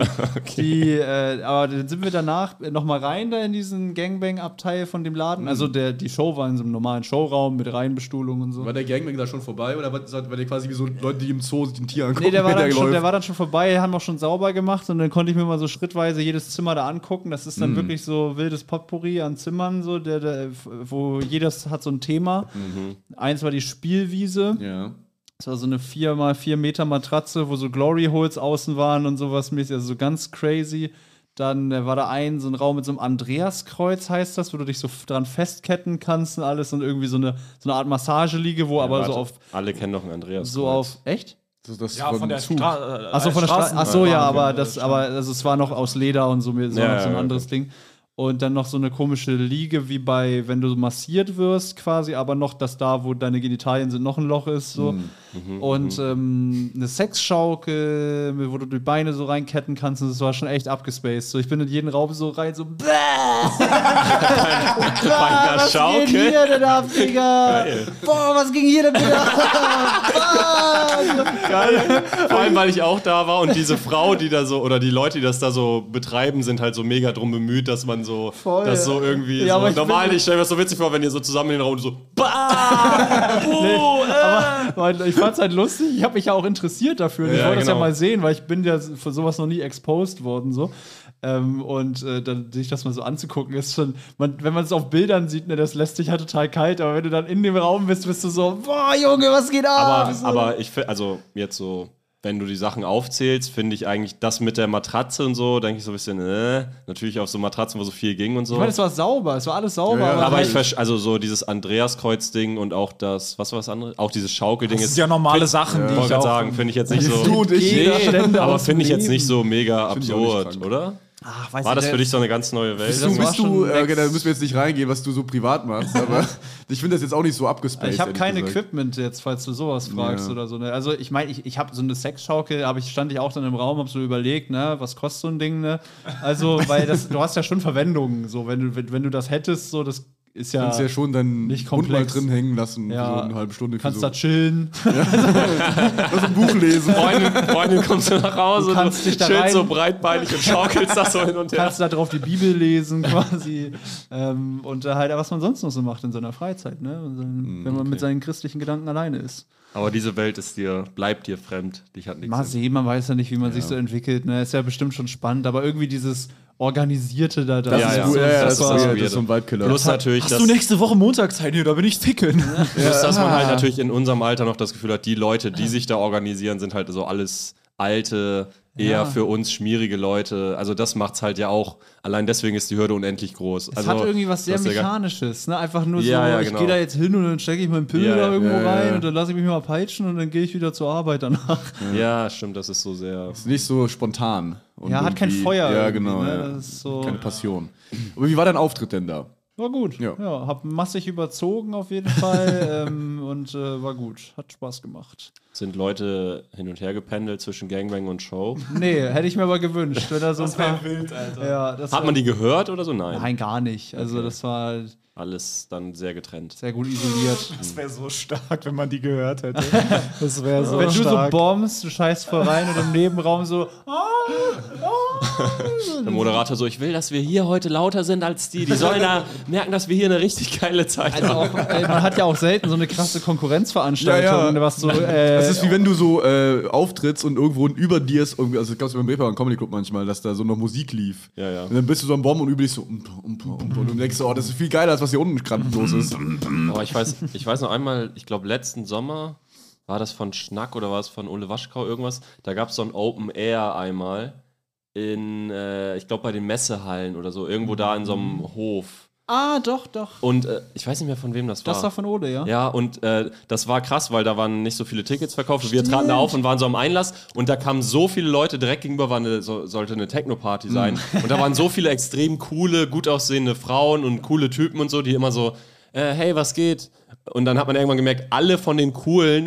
Speaker 2: die, äh, aber dann sind wir danach nochmal rein da in diesen Gangbang-Abteil von dem
Speaker 1: Mhm.
Speaker 2: Laden. Also der, die Show war in so einem normalen Showraum mit Reihenbestuhlung und so.
Speaker 1: War der Gangbang da schon vorbei oder war, war der quasi wie so Leute, die im Zoo sich ein Tier angucken?
Speaker 2: Nee, der war,
Speaker 1: wenn
Speaker 2: dann schon,
Speaker 1: läuft?
Speaker 2: der war dann schon vorbei, haben wir schon sauber gemacht und dann konnte ich mir mal so schrittweise jedes Zimmer da angucken. Das ist dann
Speaker 1: Mhm.
Speaker 2: wirklich so wildes Potpourri an Zimmern, so der, der, wo jedes hat so ein Thema.
Speaker 1: Mhm.
Speaker 2: Eins war die Spielwiese.
Speaker 1: Ja.
Speaker 2: Das war so eine 4x4 Meter Matratze, wo so Glory Holes außen waren und sowas mäßig, also so ganz crazy. Dann äh, war da ein, so ein Raum mit so einem Andreaskreuz, heißt das, wo du dich so f- dran festketten kannst und alles und irgendwie so eine, so eine Art Massageliege, wo aber so
Speaker 3: Warte,
Speaker 2: auf.
Speaker 3: Alle kennen noch einen Andreas.
Speaker 2: So auf. Echt?
Speaker 1: Das, das
Speaker 9: Ja, von von der Zug. Stra- äh,
Speaker 2: Achso, von der Straße.
Speaker 9: Straßen-
Speaker 2: Achso, ja,
Speaker 9: Bahn,
Speaker 2: aber
Speaker 9: ja,
Speaker 2: das, aber also, es war noch aus Leder und so, so,
Speaker 3: Ja,
Speaker 2: noch so ein
Speaker 3: ja,
Speaker 2: anderes Ding. Und dann noch so eine komische Liege, wie bei, wenn du massiert wirst, quasi, aber noch das da, wo deine Genitalien sind, noch ein Loch ist. So.
Speaker 3: Mhm,
Speaker 2: und ähm, eine Sexschaukel, wo du die Beine so reinketten kannst. Und das war schon echt abgespaced. So, ich bin in jeden Raum so rein, so. Bäh!
Speaker 3: Bei einer
Speaker 2: Ah, was
Speaker 3: Schaukel?
Speaker 2: ging hier denn ab, Digga?
Speaker 3: Ah, Geil.
Speaker 2: Boah, was ging hier denn wieder ab? Was?
Speaker 3: Geil. Vor allem, weil ich auch da war und diese Frau, die da so, oder die Leute, die das da so betreiben, sind halt so mega drum bemüht, dass man so,
Speaker 2: Voll.
Speaker 3: das so irgendwie,
Speaker 2: Ja,
Speaker 3: so,
Speaker 2: aber ich
Speaker 3: normal,
Speaker 2: bin-
Speaker 3: ich stelle mir das so witzig vor, wenn ihr so zusammen in den Raum so, bah, buh, äh.
Speaker 2: Weil ich fand's halt lustig. Ich habe mich ja auch interessiert dafür. Und ich
Speaker 3: Ja,
Speaker 2: wollte das ja
Speaker 3: genau.
Speaker 2: mal sehen, weil ich bin ja für sowas noch nie exposed worden so. Ähm, und äh, dann sich das mal so anzugucken ist schon, man, wenn man es auf Bildern sieht, ne, das lässt dich halt total kalt. Aber wenn du dann in dem Raum bist, bist du so, boah Junge, was geht ab?
Speaker 3: Aber,
Speaker 2: so.
Speaker 3: aber ich finde, also jetzt so, wenn du die Sachen aufzählst, finde ich eigentlich das mit der Matratze und so, denke ich so ein bisschen, äh, natürlich auf so Matratzen, wo so viel ging und so.
Speaker 2: ich meine, es war sauber, es war alles sauber.
Speaker 3: Ja, aber
Speaker 2: halt-
Speaker 3: ich versch- also so dieses Andreaskreuz-Ding und auch das, was war das andere? Auch dieses Schaukelding.
Speaker 9: Das
Speaker 3: ist-
Speaker 9: sind ja normale Sachen, die
Speaker 3: wollte
Speaker 9: ich
Speaker 3: grad
Speaker 9: auch-
Speaker 3: sagen, finde ich jetzt nicht
Speaker 9: Die
Speaker 3: so.
Speaker 9: sind gut, ich-
Speaker 3: nee,
Speaker 9: jeder Stände
Speaker 3: aber
Speaker 9: aus
Speaker 3: finde ich
Speaker 9: dem
Speaker 3: jetzt nicht so mega
Speaker 1: Find ich auch nicht
Speaker 3: absurd,
Speaker 1: krank.
Speaker 3: oder?
Speaker 9: Ach, weiß
Speaker 3: war
Speaker 9: ich,
Speaker 3: das
Speaker 9: der-
Speaker 3: für dich so eine ganz neue Welt?
Speaker 1: Bist du, bist du
Speaker 2: schon
Speaker 1: äh, okay, da müssen wir jetzt nicht reingehen, was du so privat machst, aber ich finde das jetzt auch nicht so abgespaced.
Speaker 2: Ich habe
Speaker 1: ehrlich
Speaker 2: kein
Speaker 1: gesagt.
Speaker 2: Equipment jetzt, falls du sowas fragst
Speaker 1: Ja.
Speaker 2: oder so. Ne? Also ich meine, ich, ich habe so eine Sexschaukel, aber ich stand ich auch dann im Raum, habe so überlegt, ne, was kostet so ein Ding, ne? Also, weil das, du hast ja schon Verwendungen, so wenn du, wenn, wenn du das hättest, so das ist ja.
Speaker 1: Kannst ja schon deinen
Speaker 2: nicht
Speaker 1: Hund mal
Speaker 2: komplex.
Speaker 1: drin hängen lassen für
Speaker 2: Ja.
Speaker 1: so eine halbe Stunde. für
Speaker 2: kannst
Speaker 1: so.
Speaker 2: da chillen.
Speaker 1: Lass ein Buch lesen.
Speaker 3: Freundin, Freundin kommst du nach Hause,
Speaker 2: Du kannst dich da
Speaker 3: chillst
Speaker 2: rein-
Speaker 3: so breitbeinig und schaukelst das so hin und her.
Speaker 2: kannst da drauf die Bibel lesen quasi ähm, und da halt, was man sonst noch so macht in seiner Freizeit, ne? Und
Speaker 1: Mm,
Speaker 2: dann, wenn man mit seinen christlichen Gedanken alleine ist.
Speaker 3: Aber diese Welt ist dir, bleibt dir fremd. Dich hat nichts.
Speaker 2: Mal sehen, man weiß ja nicht, wie man sich so entwickelt. Ne? Ist ja bestimmt schon spannend, aber irgendwie dieses Organisierte da dran.
Speaker 1: Das ist gut, ja, ja, das ist weird, das ist so ein Waldkeller.
Speaker 3: Plus natürlich,
Speaker 4: Hast
Speaker 3: dass,
Speaker 4: du nächste Woche Montag Zeit? Nee, da bin ich ficken.
Speaker 3: plus, dass man halt
Speaker 2: Ah.
Speaker 3: natürlich in unserem Alter noch das Gefühl hat, die Leute, die sich da organisieren, sind halt so alles alte, eher
Speaker 2: Ja.
Speaker 3: für uns schmierige Leute. Also das macht's halt ja auch. Allein deswegen ist die Hürde unendlich groß.
Speaker 2: Es
Speaker 3: also,
Speaker 2: hat irgendwie was sehr
Speaker 3: das ist ja gar-
Speaker 2: Mechanisches, ne? Einfach nur
Speaker 3: Ja,
Speaker 2: so,
Speaker 3: ja,
Speaker 2: ich
Speaker 3: genau.
Speaker 2: gehe da jetzt hin und dann stecke ich meinen Pimmel
Speaker 3: Ja,
Speaker 2: da
Speaker 3: ja.
Speaker 2: irgendwo
Speaker 1: Ja, ja,
Speaker 2: rein
Speaker 1: ja.
Speaker 2: und dann lasse ich mich mal peitschen und dann gehe ich wieder zur Arbeit danach.
Speaker 3: Ja, stimmt, das ist so sehr.
Speaker 1: Ist nicht so spontan. und
Speaker 2: Ja, hat kein
Speaker 1: irgendwie-
Speaker 2: Feuer
Speaker 1: Ja,
Speaker 2: irgendwie,
Speaker 1: genau.
Speaker 2: ne?
Speaker 1: Ja.
Speaker 2: Das ist so-
Speaker 1: Keine Passion. Aber wie war dein Auftritt denn da?
Speaker 2: War gut. Ja.
Speaker 1: Ja.
Speaker 2: hab massig überzogen auf jeden Fall ähm, und äh, war gut. Hat Spaß gemacht.
Speaker 3: Sind Leute hin und her gependelt zwischen Gangbang und Show?
Speaker 2: Nee, hätte ich mir aber gewünscht. Wenn da so ein paar, wild, Alter. Ja, das
Speaker 3: Hat man die
Speaker 2: wär-
Speaker 3: gehört oder so? Nein.
Speaker 2: Nein, gar nicht. Also das war
Speaker 3: Alles dann sehr getrennt.
Speaker 2: sehr gut isoliert. Also,
Speaker 4: Das wäre so stark, wenn man die gehört hätte. Das wäre so
Speaker 2: Wenn du so
Speaker 4: stark.
Speaker 2: bombst, du scheißt voll rein und im Nebenraum so,
Speaker 3: Der Moderator so, ich will, dass wir hier heute lauter sind als die. Die sollen da merken, dass wir hier eine richtig geile Zeit
Speaker 2: Also
Speaker 3: haben.
Speaker 2: auch, äh, man hat ja auch selten so eine krasse Konkurrenzveranstaltung,
Speaker 1: Ja, ja.
Speaker 2: was so. Äh,
Speaker 1: Das ist wie wenn du so äh, auftrittst und irgendwo über dir ist, irgendwie, also das gab es beim Bremer Comedy Club manchmal, dass da so noch Musik lief.
Speaker 3: Ja, ja.
Speaker 1: Und dann bist du so am Bomben und über dich so um, umpa, umpa, umpa. und du denkst so, oh, das ist viel geiler, als was hier unten gerade los ist.
Speaker 2: Ähm,
Speaker 3: Aber ich weiß, ich weiß noch einmal, ich glaube letzten Sommer war das von Schnack oder war es von Ole Waschkau irgendwas? Da gab es so ein Open Air einmal in, äh, ich glaube bei den Messehallen oder so, irgendwo da in so einem Hof.
Speaker 2: Mhm. ah, doch, doch.
Speaker 3: Und äh, ich weiß nicht mehr, von wem das war.
Speaker 2: Das war von Ode, ja?
Speaker 3: Ja, und äh, das war krass, weil da waren nicht so viele Tickets verkauft. Wir traten da auf und waren so am Einlass und da kamen so viele Leute direkt gegenüber, war eine, so, sollte eine Techno-Party sein.
Speaker 1: Hm.
Speaker 3: Und da waren so viele extrem coole, gut aussehende Frauen und coole Typen und so, die immer so, äh, hey, was geht? Und dann hat man irgendwann gemerkt, alle von den Coolen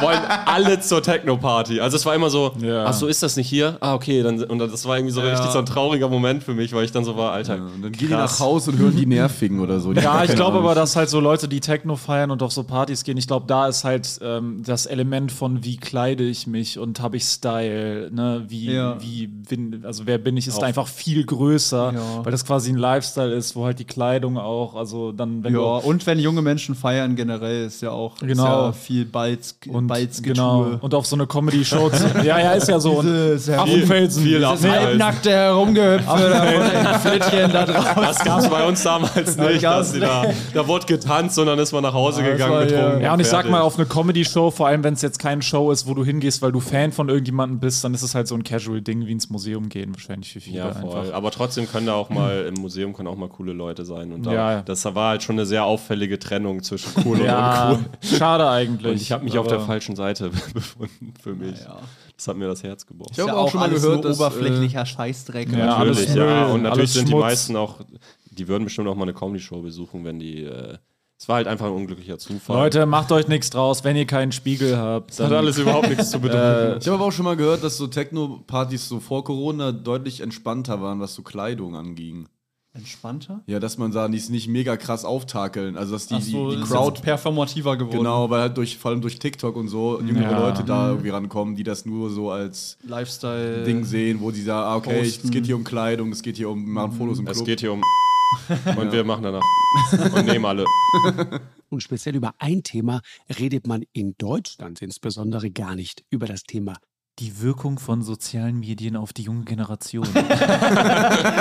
Speaker 3: wollen alle zur Techno-Party. Also es war immer so, ach so, ist das nicht hier? Ah, okay. Dann, und das war irgendwie so
Speaker 1: Ja.
Speaker 3: richtig so ein trauriger Moment für mich, weil ich dann so war, Alter,
Speaker 1: Dann gehen die nach Hause und hören die Nervigen oder so. Die haben
Speaker 4: Ja, ich
Speaker 1: keine
Speaker 4: glaube
Speaker 1: Ahnung.
Speaker 4: aber, dass halt so Leute, die Techno feiern und auf so Partys gehen, ich glaube, da ist halt ähm, das Element von, wie kleide ich mich und habe ich Style, ne? Wie,
Speaker 2: Ja.
Speaker 4: wie bin, also wer bin ich, ist
Speaker 2: Auf-
Speaker 4: einfach viel größer,
Speaker 2: Ja.
Speaker 4: weil das quasi ein Lifestyle ist, wo halt die Kleidung auch, also dann, wenn
Speaker 2: Ja,
Speaker 4: du
Speaker 2: und wenn junge Menschen feiern generell, ist ja auch ist
Speaker 4: Genau.
Speaker 2: ja viel Balz,
Speaker 4: und
Speaker 2: Balzgetue.
Speaker 4: genau und auf so eine Comedy Show ja ja ist ja so
Speaker 2: Dieses
Speaker 4: und
Speaker 2: Herr-
Speaker 4: Affenfelsen
Speaker 3: Viel
Speaker 4: Nee,
Speaker 3: Affenfelsen.
Speaker 1: halt
Speaker 2: Halbnackte herumgehüpft oder Flittchen da draußen.
Speaker 3: Das gab es bei uns damals nicht. Dass die da, da wurde getanzt und dann ist man nach Hause
Speaker 2: das
Speaker 3: gegangen,
Speaker 2: war,
Speaker 3: betrunken.
Speaker 4: Ja, und ich sag
Speaker 3: fertig.
Speaker 4: mal, auf eine Comedy-Show, vor allem wenn es jetzt keine Show ist, wo du hingehst, weil du Fan von irgendjemandem bist, dann ist es halt so ein Casual-Ding, wie ins Museum gehen, wahrscheinlich für viele
Speaker 3: Ja, voll.
Speaker 4: einfach.
Speaker 3: Aber trotzdem können da auch mal im Museum können auch mal coole Leute sein. Und da,
Speaker 4: Ja, ja.
Speaker 3: das war halt schon eine sehr auffällige Trennung zwischen cool
Speaker 4: Ja,
Speaker 3: und uncool.
Speaker 4: schade eigentlich.
Speaker 3: Und ich habe mich auf
Speaker 4: aber-
Speaker 3: der falschen Seite befunden für mich. Das hat mir das Herz gebrochen.
Speaker 2: Ich habe auch, schon mal gehört, dass oberflächlicher Scheißdreck.
Speaker 4: Ja, alles
Speaker 3: natürlich, ja.
Speaker 4: Müll,
Speaker 3: Und
Speaker 4: alles
Speaker 3: natürlich sind die
Speaker 4: Schmutz.
Speaker 3: meisten auch, die würden bestimmt auch mal eine Comedy-Show besuchen, wenn die. äh, Es war halt einfach ein unglücklicher Zufall.
Speaker 4: Leute, macht euch nichts draus, wenn ihr keinen Spiegel habt.
Speaker 3: das hat alles überhaupt nichts zu bedeuten.
Speaker 4: Äh,
Speaker 1: Ich habe aber auch schon mal gehört, dass so Techno-Partys so vor Corona deutlich entspannter waren, was so Kleidung anging.
Speaker 2: Entspannter?
Speaker 1: Ja, dass man da die es nicht mega krass auftakeln. Also, dass die,
Speaker 2: Ach so,
Speaker 1: die, die
Speaker 2: ist
Speaker 1: Crowd.
Speaker 2: jetzt Mhm. performativer geworden.
Speaker 1: Genau, weil halt durch, vor allem durch TikTok und so jüngere
Speaker 4: Ja.
Speaker 1: Leute da irgendwie rankommen, die das nur so als
Speaker 2: Lifestyle.
Speaker 1: Ding sehen, wo sie sagen, ah, okay,
Speaker 2: Äh, Posten. Mhm.
Speaker 1: es geht hier um Kleidung, es geht hier um, wir machen Fotos im
Speaker 3: Es
Speaker 1: Club.
Speaker 3: geht hier um. Und wir machen danach. Und nehmen alle.
Speaker 7: Und speziell über ein Thema redet man in Deutschland insbesondere gar nicht über das Thema
Speaker 4: Die Wirkung von sozialen Medien auf die junge Generation. wenn,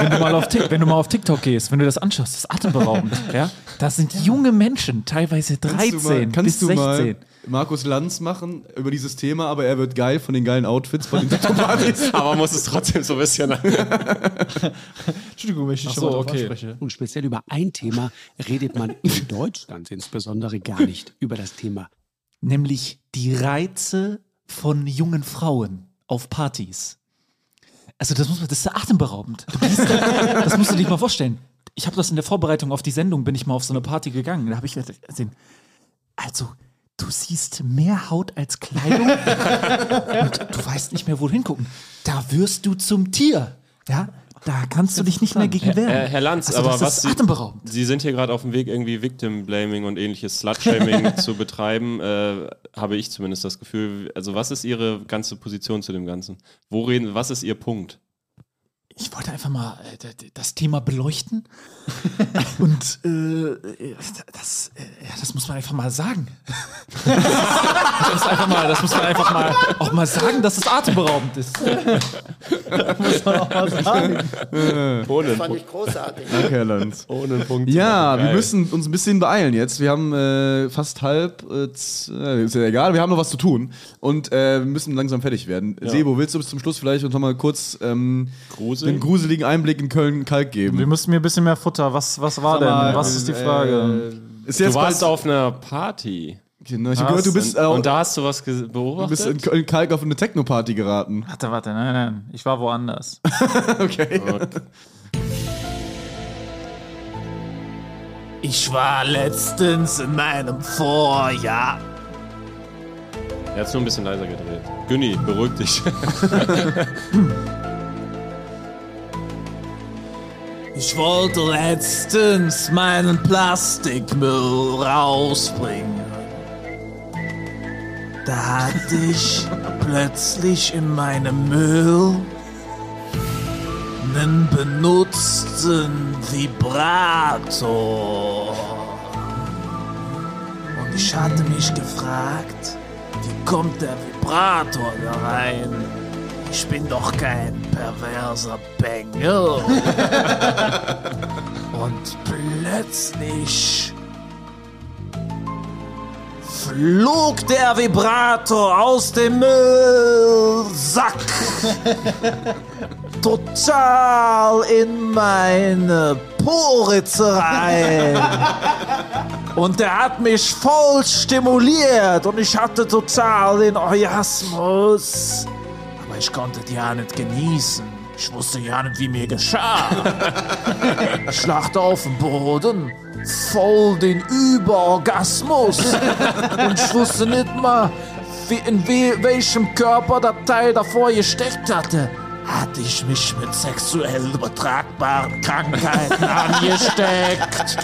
Speaker 4: du mal auf Tik- wenn du mal auf TikTok gehst, wenn du das anschaust, das ist atemberaubend. Ja? Das sind junge Menschen, teilweise 13 bis
Speaker 1: kannst du
Speaker 4: 16.
Speaker 1: mal Markus Lanz machen über dieses Thema, aber er wird geil von den geilen Outfits von den Techno-Partys.
Speaker 3: Aber man muss es trotzdem so ein bisschen.
Speaker 2: Entschuldigung, wenn ich dich
Speaker 4: Ach
Speaker 2: schon
Speaker 4: so,
Speaker 2: mal drauf
Speaker 4: okay.
Speaker 2: anspreche.
Speaker 7: Und speziell über ein Thema redet man in Deutschland insbesondere gar nicht über das Thema.
Speaker 4: nämlich die Reize von jungen Frauen auf Partys. Also das muss man, das ist ja atemberaubend. Du bist da, das musst du dir mal vorstellen. Ich habe das in der Vorbereitung auf die Sendung, bin ich mal auf so eine Party gegangen. Da habe ich gesehen, also du siehst mehr Haut als Kleidung und du weißt nicht mehr, wo du hingucken. Da wirst du zum Tier. Ja, da kannst du dich nicht mehr gegen wehren.
Speaker 3: Äh, Herr, Herr Lanz,
Speaker 4: Also
Speaker 3: aber
Speaker 4: das
Speaker 3: was
Speaker 4: ist
Speaker 3: Sie,
Speaker 4: atemberaubend.
Speaker 3: Sie sind hier gerade auf dem Weg, irgendwie Victim Blaming und ähnliches Slutshaming zu betreiben, äh, habe ich zumindest das Gefühl. Also, was ist Ihre ganze Position zu dem Ganzen? Wo reden, was ist Ihr Punkt?
Speaker 4: ich wollte einfach mal äh, d- d- das Thema beleuchten. Und äh, das, äh, ja, das muss man einfach mal sagen. Das, ist einfach mal, das muss man einfach mal auch mal sagen, dass es atemberaubend ist.
Speaker 3: Ohne
Speaker 15: Fand ich großartig.
Speaker 1: Danke, Herr Lanz.
Speaker 3: Ohne einen Punkt.
Speaker 1: Ja, wir
Speaker 3: Geil.
Speaker 1: müssen uns ein bisschen beeilen jetzt. Wir haben äh, fast halb, äh, z- äh, ist ja egal, wir haben noch was zu tun und äh, wir müssen langsam fertig werden. Sebo, willst du bis zum Schluss vielleicht uns nochmal kurz ähm,
Speaker 3: Grusel?
Speaker 1: den gruseligen Einblick in Köln-Kalk geben?
Speaker 4: müssen mir ein bisschen mehr Futter. Was, was war
Speaker 2: mal, äh,
Speaker 1: Ist
Speaker 3: Du warst
Speaker 1: bald-
Speaker 3: auf einer Party.
Speaker 1: Genau, ich habe gehört, du bist, äh,
Speaker 3: und da hast du was ge-
Speaker 1: du
Speaker 3: beobachtet?
Speaker 1: bist in Köln-Kalk auf eine Techno-Party geraten.
Speaker 4: Warte, warte, nein, nein. Ich war woanders.
Speaker 1: Okay.
Speaker 9: Ich war letztens in meinem Vorjahr.
Speaker 3: er hat nur ein bisschen leiser gedreht. Günni, beruhig dich.
Speaker 9: Ich wollte letztens meinen Plastikmüll rausbringen. Da hatte ich plötzlich in meinem Müll einen benutzten Vibrator. Und ich hatte mich gefragt, wie kommt der Vibrator da rein? Ich bin doch kein perverser Bengel. Und plötzlich flog der Vibrator aus dem Müllsack total in meine Poritze rein. Und der hat mich voll stimuliert und ich hatte total den Orgasmus. Aber ich konnte die ja nicht genießen. Ich wusste ja nicht, wie mir geschah. Schlacht auf dem Boden, voll den Überorgasmus. Und ich wusste nicht mal, wie, in we welchem Körper der Teil davor gesteckt hatte. Hatte ich mich mit sexuell übertragbaren Krankheiten angesteckt?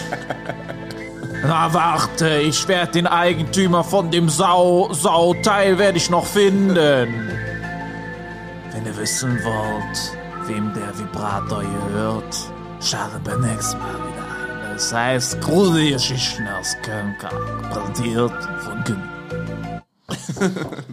Speaker 9: Na warte, ich werde den Eigentümer von dem Sau Sauteil werde ich noch finden. Wenn ihr wissen wollt, wem der Vibrator gehört, schaltet beim nächsten Mal wieder ein. Es heißt Gruselige Geschichten aus Köln, präsentiert von Günther.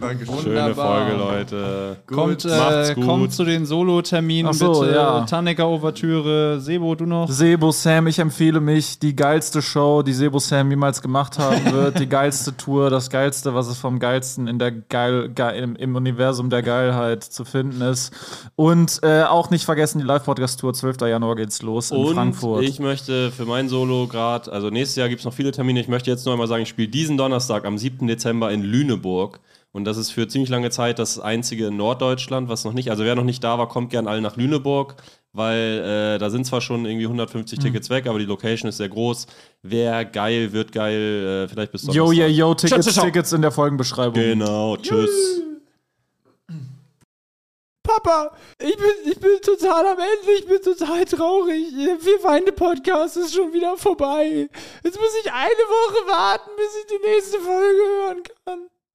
Speaker 3: Dankeschön. Schöne
Speaker 2: Wunderbar.
Speaker 3: Folge, Leute.
Speaker 2: Kommt, äh, kommt zu den Solo-Terminen
Speaker 9: Ach so,
Speaker 2: bitte.
Speaker 9: ja.
Speaker 2: Tannecker Overtüre, Sebo, du noch?
Speaker 9: Sebo Sam, ich empfehle mich, die geilste Show, die Sebo Sam jemals gemacht haben wird, die geilste Tour, das geilste, was es vom geilsten in der Geil, Ge im, im Universum der Geilheit zu finden ist. Und äh, auch nicht vergessen die Live-Podcast-Tour, 12. Januar geht's los in
Speaker 3: Und
Speaker 9: Frankfurt.
Speaker 3: ich möchte für mein Solo gerade, also nächstes Jahr gibt es noch viele Termine, ich möchte jetzt nur einmal sagen, ich spiele diesen Donnerstag am 7. Dezember in Lüneburg. Und das ist für ziemlich lange Zeit das einzige in Norddeutschland, was noch nicht, also wer noch nicht da war, kommt gern alle nach Lüneburg, weil äh, da sind zwar schon irgendwie 150
Speaker 9: Hm.
Speaker 3: Tickets weg, aber die Location ist sehr groß. Wer geil wird geil, äh, vielleicht bis
Speaker 9: Yo,
Speaker 3: Donnerstag.
Speaker 9: yeah, yo, Tickets,
Speaker 3: Ciao, ciao, ciao.
Speaker 9: Tickets in der Folgenbeschreibung.
Speaker 3: Genau, tschüss.
Speaker 16: Papa, ich bin, ich bin total am Ende, ich bin total traurig. Wir weine Podcast ist schon wieder vorbei. Jetzt muss ich eine Woche warten, bis ich die nächste Folge hören kann.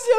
Speaker 16: ist ja